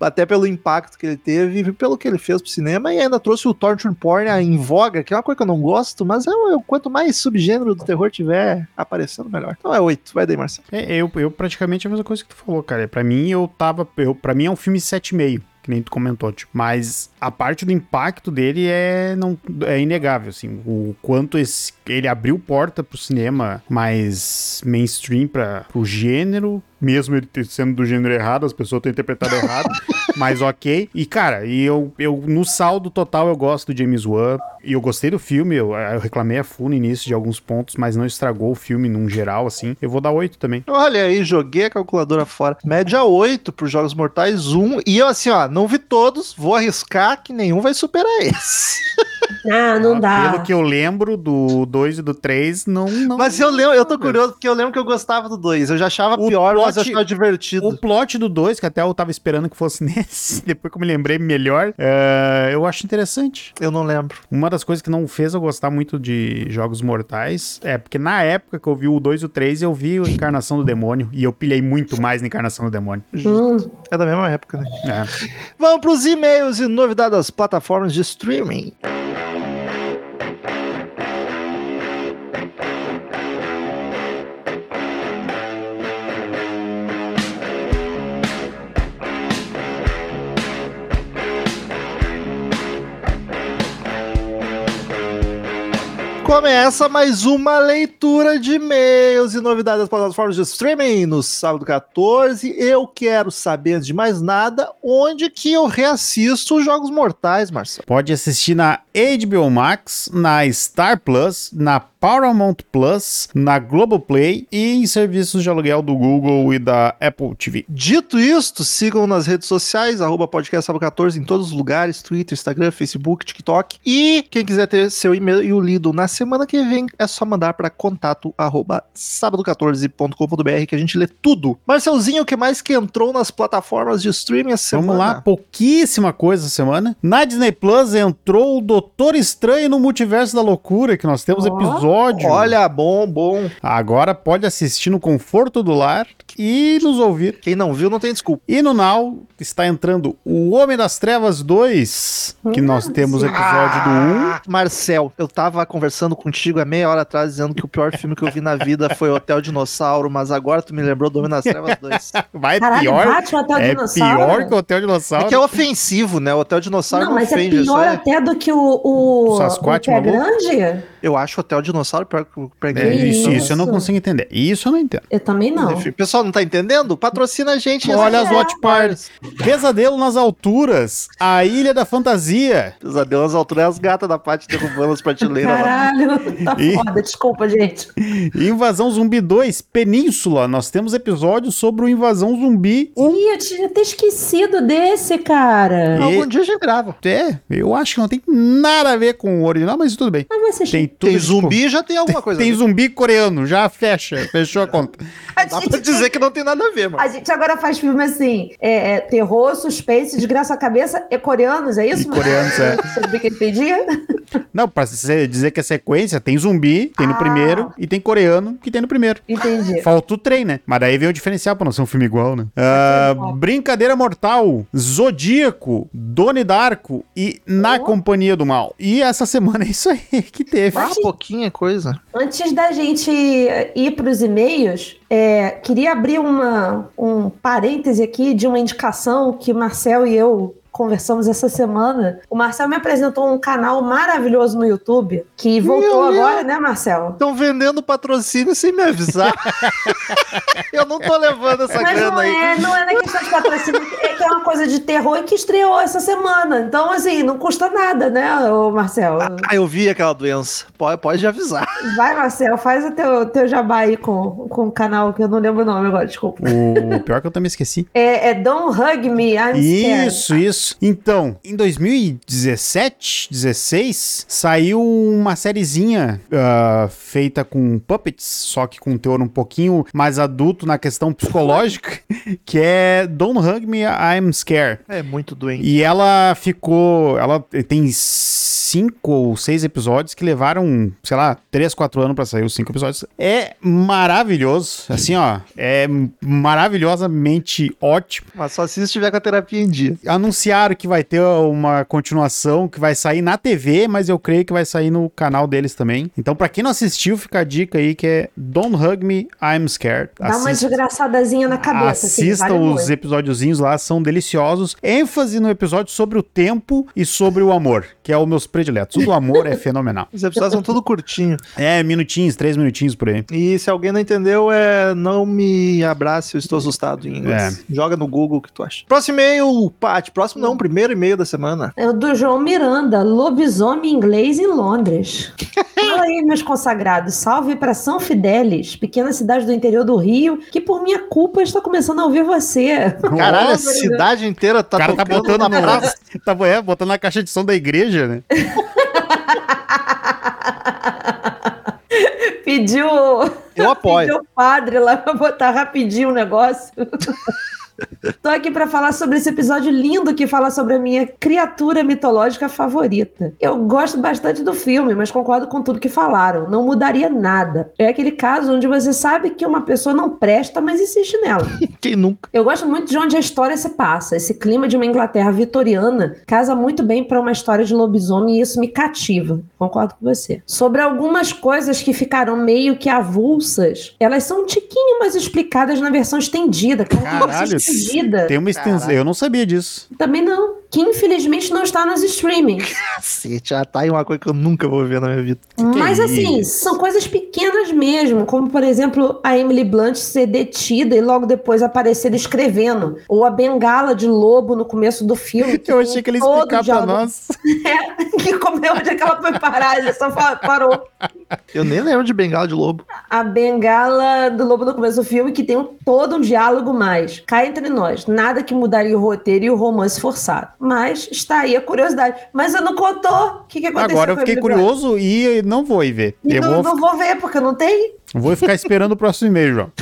[SPEAKER 1] até pelo impacto que ele teve, e pelo que ele fez pro cinema, e ainda trouxe o Torture Porn em voga, que é uma coisa que eu não gosto, mas eu, eu- quanto mais subgênero do terror tiver aparecendo, melhor. Então é oito, vai daí, Marcelo.
[SPEAKER 2] É, eu, eu praticamente é a mesma coisa que tu falou, cara. Pra mim, eu tava. Eu, pra mim é um filme 7,5. Que nem tu comentou, tipo. Mas a parte do impacto dele é, não, é inegável, assim. O quanto esse, ele abriu porta pro cinema mais mainstream, pra, pro gênero. Mesmo ele ter- sendo do gênero errado, as pessoas têm interpretado errado. mas ok. E, cara, e eu, eu no saldo total eu gosto do James Wan. E eu gostei do filme. Eu, eu reclamei a full no início de alguns pontos, mas não estragou o filme num geral, assim. Eu vou dar 8 também.
[SPEAKER 1] Olha aí, joguei a calculadora fora. Média 8 pros Jogos Mortais 1. E eu assim, ó, não vi todos, vou arriscar que nenhum vai superar esse.
[SPEAKER 3] Ah, não
[SPEAKER 2] Ah,
[SPEAKER 3] dá.
[SPEAKER 2] Pelo que eu lembro do 2 e do 3, não, não.
[SPEAKER 1] Mas eu lembro, eu tô curioso, porque eu lembro que eu gostava do 2. Eu já achava
[SPEAKER 2] O
[SPEAKER 1] pior, mas
[SPEAKER 2] plot-
[SPEAKER 1] eu achava divertido.
[SPEAKER 2] O plot do 2, que até eu tava esperando que fosse nesse, depois que eu me lembrei melhor, eh, eu acho interessante.
[SPEAKER 1] Eu não lembro.
[SPEAKER 2] Uma das coisas que não fez eu gostar muito de Jogos Mortais é porque na época que eu vi o 2 e o 3, eu vi a Encarnação do Demônio e eu pilhei muito mais na Encarnação do Demônio.
[SPEAKER 3] Hum,
[SPEAKER 1] É da mesma época, né?
[SPEAKER 2] É.
[SPEAKER 1] Vamos pros e-mails e novidades das plataformas de streaming. Começa mais uma leitura de e-mails e novidades das plataformas de streaming no sábado 14. Eu quero saber, antes de mais nada, onde que eu reassisto os Jogos Mortais, Marcelo.
[SPEAKER 2] Pode assistir na HBO Max, na Star Plus, na Paramount Plus, na Globoplay e em serviços de aluguel do Google e da Apple TV.
[SPEAKER 1] Dito isto, sigam nas redes sociais, arroba podcast sábado 14 em todos os lugares, Twitter, Instagram, Facebook, TikTok. E quem quiser ter seu e-mail lido na semana que vem, é só mandar para contato arroba sábado14.com.br que a gente lê tudo. Marcelzinho, o que mais que entrou nas plataformas de streaming essa semana?
[SPEAKER 2] Vamos lá, pouquíssima coisa essa semana. Na Disney Plus entrou o Doutor Estranho no Multiverso da Loucura, que nós temos
[SPEAKER 3] Ó.
[SPEAKER 2] episódio.
[SPEAKER 1] Olha, bom, bom.
[SPEAKER 2] Agora pode assistir no conforto do lar e nos ouvir.
[SPEAKER 1] Quem não viu não tem desculpa.
[SPEAKER 2] E no Now está entrando O Homem das Trevas 2, que nós temos episódio do
[SPEAKER 1] Ah,
[SPEAKER 2] 1.
[SPEAKER 1] Marcel, eu tava conversando contigo há meia hora atrás dizendo que o pior filme que eu vi na vida foi Hotel Dinossauro, mas agora tu me lembrou do Homem nas Trevas 2.
[SPEAKER 2] Vai
[SPEAKER 3] Caralho,
[SPEAKER 2] pior.
[SPEAKER 3] bate o hotel
[SPEAKER 2] É
[SPEAKER 3] dinossauro.
[SPEAKER 2] pior que o Hotel
[SPEAKER 1] É
[SPEAKER 2] Dinossauro.
[SPEAKER 1] que é ofensivo, né? O Hotel Dinossauro
[SPEAKER 3] Não,
[SPEAKER 1] não,
[SPEAKER 3] mas é
[SPEAKER 1] ofende.
[SPEAKER 3] pior
[SPEAKER 1] só é-
[SPEAKER 3] até do que o, o,
[SPEAKER 2] O Sasquatch,
[SPEAKER 3] o pé
[SPEAKER 2] maluco?
[SPEAKER 3] grande?
[SPEAKER 1] Eu acho o Hotel Dinossauro pior que o Preg
[SPEAKER 2] É, isso,
[SPEAKER 3] Isso.
[SPEAKER 2] isso eu não consigo entender. Isso eu não entendo.
[SPEAKER 3] Eu também não.
[SPEAKER 1] O pessoal não tá entendendo? Patrocina a gente.
[SPEAKER 2] Olha as
[SPEAKER 1] Exato.
[SPEAKER 2] Watch Parties. Pesadelo nas alturas. A Ilha da Fantasia.
[SPEAKER 1] Pesadelo nas alturas, as gatas da parte derrubando as prateleiras lá.
[SPEAKER 3] Caralho, tá
[SPEAKER 2] E-
[SPEAKER 3] foda, desculpa, gente.
[SPEAKER 2] Invasão Zumbi 2, Península. Nós temos episódio sobre o Invasão Zumbi 1.
[SPEAKER 3] Ih, eu tinha até esquecido desse, cara.
[SPEAKER 2] E-
[SPEAKER 1] Algum dia a gente grava.
[SPEAKER 2] É, eu acho que não tem nada a ver com o original, mas tudo bem.
[SPEAKER 3] Mas você
[SPEAKER 2] Tem tudo.
[SPEAKER 1] Tem
[SPEAKER 2] tipo,
[SPEAKER 1] zumbi, já tem alguma coisa.
[SPEAKER 2] Tem
[SPEAKER 1] né?
[SPEAKER 2] zumbi coreano, já fecha, fechou a conta.
[SPEAKER 3] a,
[SPEAKER 1] Dá pra
[SPEAKER 3] gente,
[SPEAKER 1] dizer que não tem nada a ver, mano.
[SPEAKER 3] a gente agora faz filme assim: é, é, terror, suspense, desgraça a cabeça, é coreanos, é isso?
[SPEAKER 2] E coreanos, é.
[SPEAKER 3] Sabe o que eu entendi?
[SPEAKER 2] Não, pra se- dizer que é sequência, tem zumbi, tem no
[SPEAKER 3] Ah.
[SPEAKER 2] primeiro, e tem coreano, que tem no primeiro.
[SPEAKER 3] Entendi.
[SPEAKER 2] Falta o trem, né? Mas daí veio o diferencial pra não ser um filme igual, né? Ah, Brincadeira Mortal, Zodíaco, Doni Darko e Na
[SPEAKER 3] Oh.
[SPEAKER 2] Companhia do Mal. E essa semana é isso aí que teve.
[SPEAKER 1] Ah, pouquinha coisa.
[SPEAKER 3] Antes da gente ir para os e-mails, é, queria abrir uma, um parêntese aqui de uma indicação que Marcel e eu conversamos essa semana. O Marcel me apresentou um canal maravilhoso no YouTube, que voltou
[SPEAKER 1] Meu
[SPEAKER 3] agora, né, Marcel?
[SPEAKER 1] Estão vendendo patrocínio sem me avisar. eu não tô levando essa
[SPEAKER 3] Mas
[SPEAKER 1] grana
[SPEAKER 3] não
[SPEAKER 1] aí.
[SPEAKER 3] é, não é na questão de patrocínio, é que é uma coisa de terror e que estreou essa semana. Então, assim, não custa nada, né, ô Marcelo?
[SPEAKER 1] Ah, eu vi aquela doença. Pode, pode avisar.
[SPEAKER 3] Vai, Marcelo, faz o teu, teu jabá aí com, com o canal que eu não lembro o nome agora, desculpa.
[SPEAKER 2] O pior que eu também esqueci.
[SPEAKER 3] É, é Don't Hug Me, I'm Scared.
[SPEAKER 2] Isso, isso. Então, em 2017, 16, saiu uma sériezinha ah, feita com puppets, só que com um teor um pouquinho mais adulto na questão psicológica, que é Don't Hug Me, I'm Scared.
[SPEAKER 1] É muito doente.
[SPEAKER 2] E ela ficou. Ela tem cinco ou seis episódios que levaram, sei lá, três, quatro anos pra sair os cinco episódios. É maravilhoso. Assim, ó. É maravilhosamente ótimo.
[SPEAKER 1] Mas só se estiver com a terapia em dia.
[SPEAKER 2] Anunciaram que vai ter uma continuação que vai sair na TV, mas eu creio que vai sair no canal deles também. Então, pra quem não assistiu, fica a dica aí que é Don't Hug Me, I'm Scared.
[SPEAKER 3] Dá uma
[SPEAKER 2] Assista.
[SPEAKER 3] desgraçadazinha na cabeça. assim,
[SPEAKER 2] Assista
[SPEAKER 3] vale
[SPEAKER 2] os
[SPEAKER 3] muito.
[SPEAKER 2] episódiozinhos lá, são deliciosos. ênfase no episódio sobre o tempo e sobre o amor, que é os meus prediletos. O do amor é fenomenal.
[SPEAKER 1] Os episódios são tudo curtinho.
[SPEAKER 2] É, minutinhos, três minutinhos por aí.
[SPEAKER 1] E se alguém não entendeu, é não me abrace, eu estou assustado em inglês.
[SPEAKER 2] É.
[SPEAKER 1] Joga no Google o que tu acha. Próximo e-mail, Paty. Próximo não, primeiro e-mail da semana.
[SPEAKER 3] É o do João Miranda, lobisomem inglês em Londres. Fala aí, meus consagrados. Salve para São Fidélis, pequena cidade do interior do Rio, que por minha culpa está começando a ouvir você.
[SPEAKER 1] Caralho, a
[SPEAKER 2] Nossa,
[SPEAKER 1] cidade inteira tá
[SPEAKER 2] o cara tá
[SPEAKER 1] tocando
[SPEAKER 2] botando
[SPEAKER 1] na
[SPEAKER 2] na
[SPEAKER 1] praça.
[SPEAKER 2] tá, é, botando na caixa de som da igreja, né?
[SPEAKER 3] Pediu,
[SPEAKER 1] Eu apoio.
[SPEAKER 3] pediu o um padre lá para botar rapidinho o negócio. Tô aqui para falar sobre esse episódio lindo que fala sobre a minha criatura mitológica favorita. Eu gosto bastante do filme, mas concordo com tudo que falaram. Não mudaria nada. É aquele caso onde você sabe que uma pessoa não presta, mas insiste nela.
[SPEAKER 1] Quem nunca?
[SPEAKER 3] Eu gosto muito de onde a história se passa. Esse clima de uma Inglaterra vitoriana casa muito bem para uma história de lobisomem e isso me cativa. Concordo com você. Sobre algumas coisas que ficaram meio que avulsas, elas são um tiquinho mais explicadas na versão estendida. Cara, tem versão
[SPEAKER 2] Caralho,
[SPEAKER 3] estendida.
[SPEAKER 2] Tem uma extensão. Eu não sabia disso.
[SPEAKER 3] Também não. Que infelizmente não está nos streamings.
[SPEAKER 1] Cacete, já tá aí uma coisa que eu nunca vou ver na minha vida.
[SPEAKER 3] Mas
[SPEAKER 2] é isso?
[SPEAKER 3] assim, são coisas pequenas mesmo, como por exemplo a Emily Blunt ser detida e logo depois aparecer escrevendo, ou a bengala de lobo no começo do filme.
[SPEAKER 2] Eu achei que ele
[SPEAKER 3] todo
[SPEAKER 2] explicava pra
[SPEAKER 3] diálogo-
[SPEAKER 2] nós.
[SPEAKER 3] É, que comeu onde é que ela foi parar, ele só fa- parou.
[SPEAKER 1] Eu nem lembro de Bengala de Lobo.
[SPEAKER 3] A bengala do lobo no começo do filme, que tem um- todo um diálogo mais. Cai entre nós. Nada que mudaria o roteiro e o romance forçado. Mas está aí a curiosidade. Mas eu não contou o que, que aconteceu.
[SPEAKER 2] Agora eu
[SPEAKER 3] com a
[SPEAKER 2] fiquei
[SPEAKER 3] Emily Blunt.
[SPEAKER 2] curioso e não vou ir ver. Eu vou,
[SPEAKER 3] Não, não vou ver, porque não tem.
[SPEAKER 2] vou ficar esperando o próximo e-mail, João.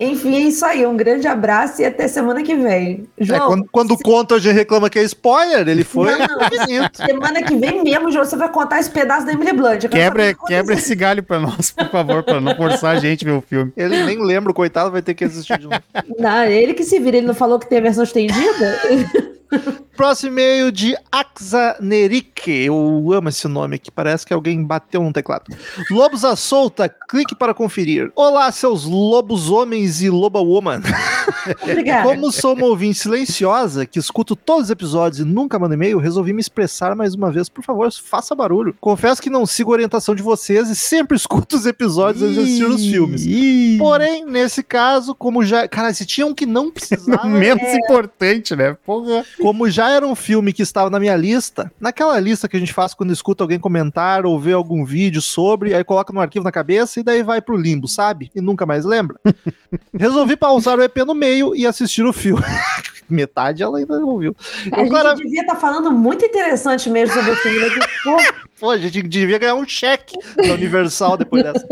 [SPEAKER 3] Enfim, é isso aí. Um grande abraço e até semana que vem.
[SPEAKER 1] É,
[SPEAKER 3] João,
[SPEAKER 1] quando quando conta, a gente reclama que é spoiler. Ele foi.
[SPEAKER 3] Não, não.
[SPEAKER 1] bonito.
[SPEAKER 3] semana que vem mesmo, João, você vai contar esse pedaço da Emily Blunt. Eu quero saber
[SPEAKER 2] Quebra,
[SPEAKER 3] o que
[SPEAKER 2] quebra esse galho pra nós, por favor, pra não forçar a gente a ver o filme.
[SPEAKER 1] Ele nem lembra, o coitado, vai ter que assistir de novo.
[SPEAKER 3] aconteceu. Não, ele que se vira, ele não falou que tem a versão estendida?
[SPEAKER 1] Próximo e-mail de Axa Neric. Eu amo esse nome aqui, parece que alguém bateu num teclado. Lobos à solta, clique para conferir. Olá, seus lobos homens e loba woman.
[SPEAKER 3] Obrigada.
[SPEAKER 1] É Como sou uma ouvinte silenciosa que escuto todos os episódios e nunca mando e-mail, resolvi me expressar mais uma vez. Por favor, faça barulho. Confesso que não sigo a orientação de vocês e sempre escuto os episódios antes de assistir os filmes.
[SPEAKER 2] Ih,
[SPEAKER 1] Porém, nesse caso, como já. Cara, se tinha um que não precisava.
[SPEAKER 2] menos
[SPEAKER 3] é.
[SPEAKER 2] importante, né? Porra.
[SPEAKER 1] Como já era um filme que estava na minha lista, naquela lista que a gente faz quando escuta alguém comentar ou vê algum vídeo sobre, aí coloca no arquivo na cabeça e daí vai pro limbo, sabe? E nunca mais lembra. Resolvi pausar o EP no meio e assistir o filme. Metade ela ainda não viu.
[SPEAKER 3] A gente
[SPEAKER 1] Agora-
[SPEAKER 3] devia estar falando muito interessante mesmo sobre o filme. né? Que, pô,
[SPEAKER 1] Pô, a gente devia ganhar um cheque da Universal depois dessa.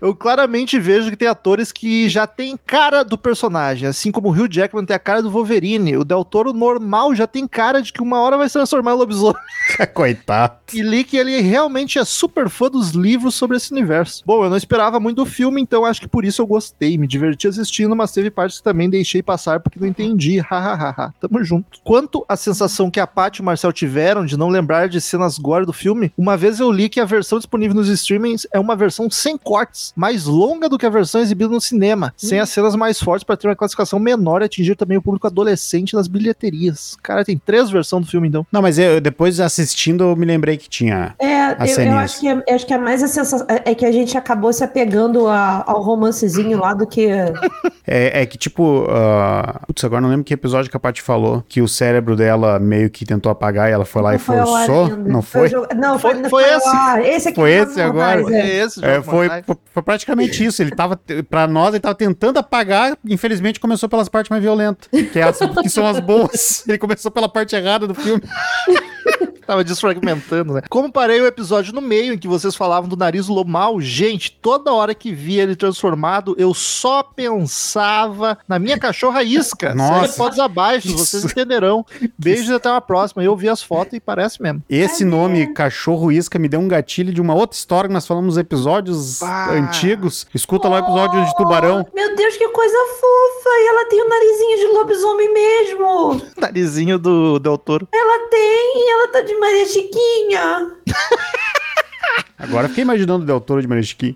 [SPEAKER 1] Eu claramente vejo que tem atores que já têm cara do personagem, assim como o Hugh Jackman tem a cara do Wolverine. O Del Toro normal já tem cara de que uma hora vai se transformar em lobisomem.
[SPEAKER 2] Coitado.
[SPEAKER 1] E li que ele realmente é super fã dos livros sobre esse universo. Bom, eu não esperava muito do filme, então acho que por isso eu gostei. Me diverti assistindo, mas teve partes que também deixei passar porque não entendi. Hahaha. hahaha. Tamo junto. Quanto à sensação que a Paty e o Marcel tiveram de não lembrar de cenas gore do filme, uma vez eu li que a versão disponível nos streamings é uma versão sem cortes, mais longa do que a versão exibida no cinema, sem as cenas mais fortes para ter uma classificação menor e atingir também o público adolescente nas bilheterias. Cara, tem três versões do filme então.
[SPEAKER 2] Não, mas eu, depois assistindo eu me lembrei que tinha.
[SPEAKER 3] É,
[SPEAKER 2] As
[SPEAKER 3] eu, eu
[SPEAKER 2] ceninhas.
[SPEAKER 3] acho que é, eu acho que é mais a sensação. É é que a gente acabou se apegando a- ao romancezinho lá do que.
[SPEAKER 2] É, é que tipo, ah, putz, agora não lembro que episódio que a Paty falou, que o cérebro dela meio que tentou apagar e ela foi lá e
[SPEAKER 3] Não foi ao ar
[SPEAKER 2] forçou,
[SPEAKER 3] ainda.
[SPEAKER 2] não
[SPEAKER 3] ao
[SPEAKER 2] foi?
[SPEAKER 3] jogo- Não,
[SPEAKER 1] Foi-
[SPEAKER 3] foi, não
[SPEAKER 1] foi
[SPEAKER 3] foi ao
[SPEAKER 1] esse.
[SPEAKER 3] ar. Esse aqui
[SPEAKER 2] Foi
[SPEAKER 3] é o
[SPEAKER 2] esse
[SPEAKER 3] Jornal
[SPEAKER 2] agora?
[SPEAKER 3] Mais, é.
[SPEAKER 1] esse,
[SPEAKER 2] É,
[SPEAKER 1] Jorge
[SPEAKER 2] foi,
[SPEAKER 1] Martais.
[SPEAKER 2] foi praticamente isso. Ele tava, pra nós, ele tava tentando apagar. Infelizmente, começou pelas partes mais violentas, que, é as- que são as boas. Ele começou pela parte errada do filme.
[SPEAKER 1] Tava desfragmentando, né? Como parei o episódio no meio em que vocês falavam do nariz do lobo mal, gente, toda hora que via ele transformado, eu só pensava na minha cachorra isca.
[SPEAKER 2] Nossa.
[SPEAKER 1] Segue pods abaixo, vocês
[SPEAKER 2] Isso.
[SPEAKER 1] entenderão. Beijos e até uma próxima. Eu vi as fotos e parece mesmo.
[SPEAKER 2] Esse nome, Cachorro Isca, me deu um gatilho de uma outra história que nós falamos nos episódios
[SPEAKER 1] Bah.
[SPEAKER 2] antigos. Escuta lá o episódio de Tubarão.
[SPEAKER 3] Oh, Meu Deus, que coisa fofa! E ela tem o narizinho de lobisomem mesmo!
[SPEAKER 1] Narizinho do Del Toro.
[SPEAKER 3] Ela tem e ela tá de Maria Chiquinha!
[SPEAKER 2] Agora eu fiquei imaginando o Del Toro de Marisqui.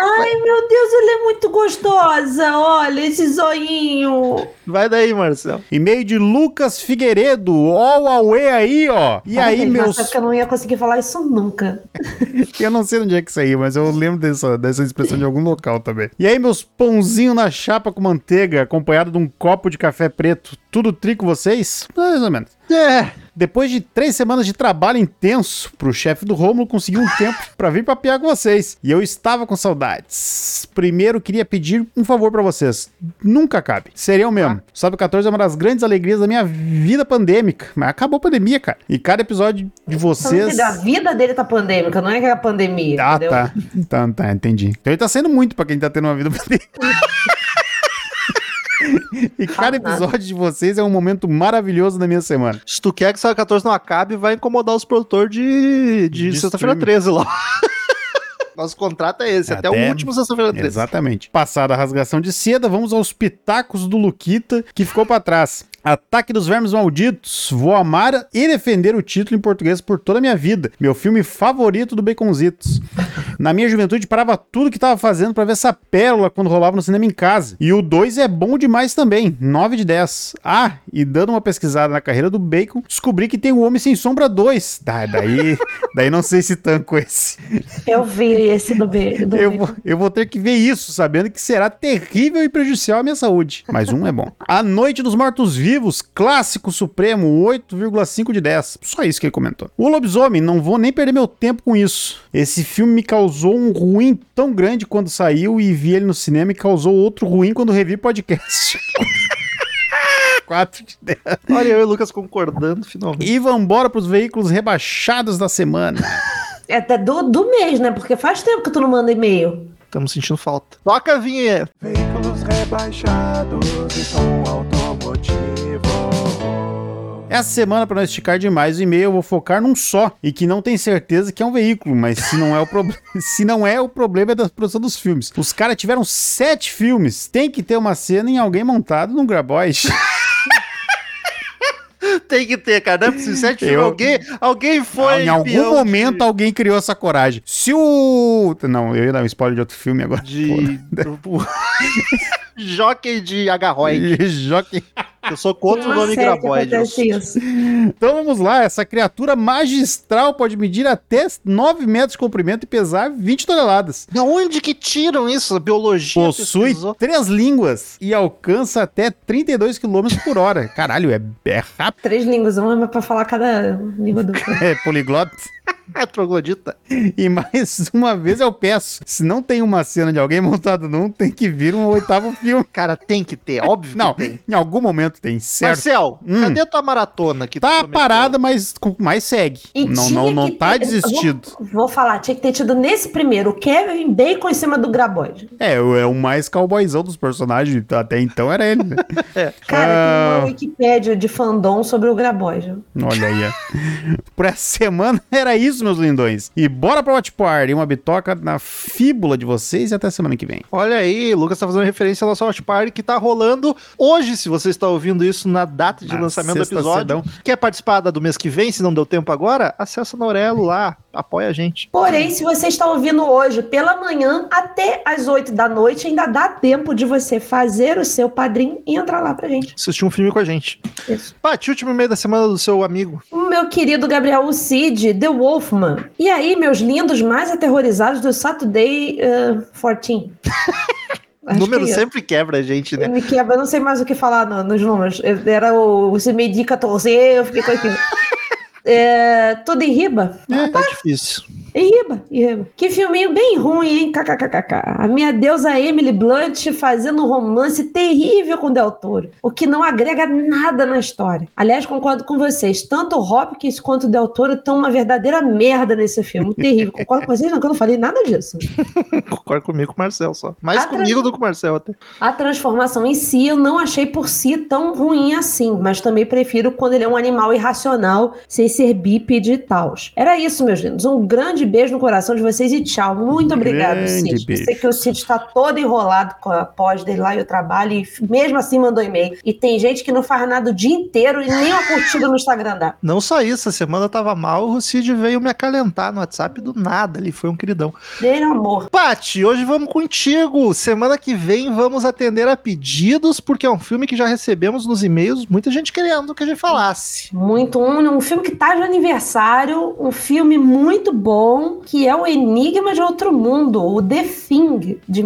[SPEAKER 3] Ai, meu Deus, ela é muito gostosa! Olha esse zoinho!
[SPEAKER 1] Vai daí, Marcelo.
[SPEAKER 2] E-mail de Lucas Figueiredo. Ó, o Aue aí, ó.
[SPEAKER 3] Tá
[SPEAKER 2] E aí, meus.
[SPEAKER 3] Nossa, que eu não ia conseguir falar isso nunca.
[SPEAKER 2] Eu não sei onde é que isso aí, mas eu lembro dessa, dessa expressão de algum local também. E aí, meus pãozinhos na chapa com manteiga, acompanhado de um copo de café preto. Tudo tri com vocês? Mais ou menos.
[SPEAKER 1] É,
[SPEAKER 2] Depois de três semanas de trabalho intenso, pro chefe do Rômulo conseguir um tempo pra vir papear com vocês. E eu estava com saudades. Primeiro, queria pedir um favor pra vocês. Nunca cabe. Seriam mesmo. Sabe, 14 é uma das grandes alegrias da minha vida pandêmica. Mas acabou a pandemia, cara. E cada episódio de vocês...
[SPEAKER 3] A vida dele tá pandêmica, não é que é a pandemia.
[SPEAKER 2] Ah,
[SPEAKER 3] entendeu?
[SPEAKER 2] tá. Tá, tá, entendi. Então ele tá sendo muito pra quem tá tendo uma vida pandêmica. E cada episódio de vocês é um momento maravilhoso da minha semana.
[SPEAKER 1] se tu quer que Saga 14 não acabe, vai incomodar os produtores de, de,
[SPEAKER 2] De
[SPEAKER 1] sexta-feira
[SPEAKER 2] streaming.
[SPEAKER 1] 13 lá. Nosso contrato é esse, até,
[SPEAKER 2] Até-
[SPEAKER 1] o último sexta-feira 13.
[SPEAKER 2] Exatamente. Passada a rasgação de seda, vamos aos pitacos do Luquita, que ficou pra trás. Ataque dos Vermes Malditos. Vou amar e defender o título em português por toda a minha vida. Meu filme favorito do Baconzitos. Na minha juventude, parava tudo que tava fazendo pra ver essa pérola quando rolava no cinema em casa. E o 2 é bom demais também. 9 de 10. Ah, e dando uma pesquisada na carreira do Bacon, descobri que tem o Homem Sem Sombra 2. Tá, daí, daí não sei se tanco esse.
[SPEAKER 3] Eu vi esse do B. Do
[SPEAKER 2] Eu
[SPEAKER 3] B.
[SPEAKER 2] vou, eu vou ter que ver isso, sabendo que será terrível e prejudicial à minha saúde. Mas um é bom. A Noite dos Mortos-Vivos, clássico supremo, 8,5 de 10. Só isso que ele comentou. O Lobisomem, não vou nem perder meu tempo com isso. Esse filme me causou um ruim tão grande quando saiu e vi ele no cinema e causou outro ruim quando revi podcast. 4 de 10.
[SPEAKER 1] Olha eu e o Lucas concordando finalmente.
[SPEAKER 2] E vambora pros veículos rebaixados da semana.
[SPEAKER 3] É até do, do mês, né? Porque faz tempo que tu não manda e-mail.
[SPEAKER 1] Estamos sentindo falta. Toca a vinheta.
[SPEAKER 4] Veículos rebaixados e som automotivo.
[SPEAKER 2] Essa semana, para não esticar demais o e-mail, eu vou focar num só, e que não tem certeza que é um veículo, mas se não é o problema, se não é o problema é da produção dos filmes. Os caras tiveram sete filmes, tem que ter uma cena em alguém montado num graboide.
[SPEAKER 1] Tem que ter, cara. Não é possível. Sete
[SPEAKER 2] Eu-
[SPEAKER 1] filmes. Alguém, alguém foi.
[SPEAKER 2] em algum
[SPEAKER 1] peão de-
[SPEAKER 2] momento alguém criou essa coragem. Se o não, eu ia dar um spoiler de outro filme agora.
[SPEAKER 1] De.
[SPEAKER 2] né?
[SPEAKER 1] do- Jockey de Agarroy.
[SPEAKER 2] Joque.
[SPEAKER 1] Eu sou contra o
[SPEAKER 3] Não
[SPEAKER 1] nome
[SPEAKER 3] sei é que
[SPEAKER 1] Graboid. eu
[SPEAKER 3] acontece
[SPEAKER 1] sou-
[SPEAKER 3] isso.
[SPEAKER 2] Então vamos lá, essa criatura magistral pode medir até 9 metros de comprimento e pesar 20 toneladas.
[SPEAKER 1] Da onde que tiram isso? A biologia
[SPEAKER 2] Possui
[SPEAKER 1] pesquisou?
[SPEAKER 2] três línguas e alcança até 32 km por hora. Caralho, é, é rápido.
[SPEAKER 3] Três línguas, uma é pra falar cada língua do.
[SPEAKER 2] É poliglota.
[SPEAKER 1] É troglodita.
[SPEAKER 2] E mais uma vez eu peço: se não tem uma cena de alguém montado num, tem que vir um oitavo filme.
[SPEAKER 1] Cara, tem que ter. Óbvio
[SPEAKER 2] Não,
[SPEAKER 1] que tem.
[SPEAKER 2] em algum momento tem, certo?
[SPEAKER 1] Marcel,
[SPEAKER 2] Hum.
[SPEAKER 1] cadê a tua maratona que tu
[SPEAKER 2] Tá
[SPEAKER 1] prometeu?
[SPEAKER 2] parada, mas, com- mas segue.
[SPEAKER 3] E
[SPEAKER 2] Não,
[SPEAKER 3] tinha
[SPEAKER 2] não, não
[SPEAKER 3] que
[SPEAKER 2] tá
[SPEAKER 3] ter- eu vou-
[SPEAKER 2] desistido.
[SPEAKER 3] Vou falar, tinha que ter tido nesse primeiro o Kevin Bacon em cima do Graboid.
[SPEAKER 2] É, é o mais cowboyzão dos personagens. Até então era ele. né?
[SPEAKER 3] Cara,
[SPEAKER 2] Ah.
[SPEAKER 3] tem uma Wikipédia de fandom sobre o Graboid.
[SPEAKER 2] Olha aí. ó. Por essa semana era isso. isso, meus lindões. E bora pra Watch Party, uma bitoca na fíbula de vocês e até semana que vem.
[SPEAKER 1] Olha aí, Lucas tá fazendo referência ao nosso Watch Party que tá rolando hoje, se você está ouvindo isso na data de
[SPEAKER 2] Na
[SPEAKER 1] lançamento do
[SPEAKER 2] sexta
[SPEAKER 1] episódio.
[SPEAKER 2] cedão.
[SPEAKER 1] Quer participar da do mês que vem, se não deu tempo agora? Acessa na Aurelo lá, apoia a gente.
[SPEAKER 3] Porém, se você está ouvindo hoje pela manhã até as 8 da noite, ainda dá tempo de você fazer o seu padrinho e entrar lá pra gente.
[SPEAKER 1] Assistir um filme com a gente.
[SPEAKER 3] Isso.
[SPEAKER 1] Paty, último e-mail da semana do seu amigo.
[SPEAKER 3] O meu querido Gabriel Cid, The Wolfman. E aí, meus lindos mais aterrorizados do Saturday eh, 14. Acho
[SPEAKER 1] Número
[SPEAKER 3] que é
[SPEAKER 1] sempre quebra a gente, né?
[SPEAKER 3] Me quebra, eu não sei mais o que falar no- nos números. Eu- Era o, o CMD 14, eu fiquei com aquilo. É, tudo em riba?
[SPEAKER 1] tá difícil.
[SPEAKER 3] Em riba, em riba. Que filminho bem ruim, hein? KKKKK. A minha deusa Emily Blunt fazendo um romance terrível com Del Toro, o que não agrega nada na história. Aliás, concordo com vocês. Tanto o Hopkins quanto o Del Toro estão uma verdadeira merda nesse filme. Terrível. Concordo com vocês, não, que eu não falei nada disso.
[SPEAKER 1] Concordo comigo com o Marcel só. Mais
[SPEAKER 3] Atrás-
[SPEAKER 1] comigo do que com o Marcel até.
[SPEAKER 3] A transformação em si eu não achei por si tão ruim assim, mas também prefiro quando ele é um animal irracional, sem ser bípede e tal. Era isso, meus lindos. Um grande beijo no coração de vocês e tchau. Muito obrigado,
[SPEAKER 2] Grande
[SPEAKER 3] Cid.
[SPEAKER 2] beijo.
[SPEAKER 3] Eu sei que o Cid está todo enrolado com a pós dele lá e o trabalho, e mesmo assim mandou e-mail. E tem gente que não faz nada o dia inteiro e nem uma curtida no Instagram dá.
[SPEAKER 1] Não só isso, essa semana eu tava mal, o Cid veio me acalentar no WhatsApp do nada, ele foi um queridão.
[SPEAKER 3] Dele amor.
[SPEAKER 1] Pati, hoje vamos contigo. Semana que vem vamos atender a pedidos, porque é um filme que já recebemos nos e-mails, muita gente querendo que a gente falasse.
[SPEAKER 3] Muito um, um filme que tá de aniversário, um filme muito bom, que é o Enigma de Outro Mundo, o The Thing, de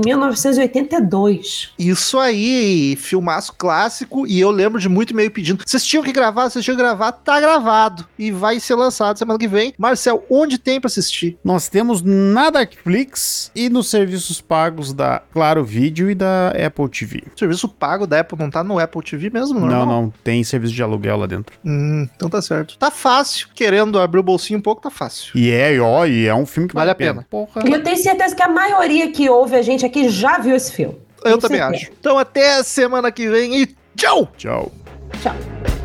[SPEAKER 3] 1982.
[SPEAKER 1] Isso aí, filmaço clássico, e eu lembro de muito e-mail pedindo. Vocês tinham que gravar, vocês tinham que gravar, tá gravado. E vai ser lançado semana que vem. Marcel, onde tem pra assistir?
[SPEAKER 2] Nós temos na Darkflix e nos serviços pagos da Claro Vídeo e da Apple TV.
[SPEAKER 1] O serviço pago da Apple não tá no Apple TV mesmo,
[SPEAKER 2] Não,
[SPEAKER 1] normal?
[SPEAKER 2] não, tem serviço de aluguel lá dentro.
[SPEAKER 1] Hum, então tá certo. Tá fácil. Querendo abrir o bolsinho um pouco, tá fácil.
[SPEAKER 2] E é, ó, e é um filme que vale,
[SPEAKER 1] Vale a
[SPEAKER 2] a pena.
[SPEAKER 1] pena.
[SPEAKER 2] Porra.
[SPEAKER 3] E eu tenho certeza que a maioria que ouve a gente aqui já viu esse filme.
[SPEAKER 1] Eu
[SPEAKER 3] Com
[SPEAKER 1] também
[SPEAKER 3] certeza.
[SPEAKER 1] acho. Então até semana que vem e tchau!
[SPEAKER 2] Tchau.
[SPEAKER 3] Tchau.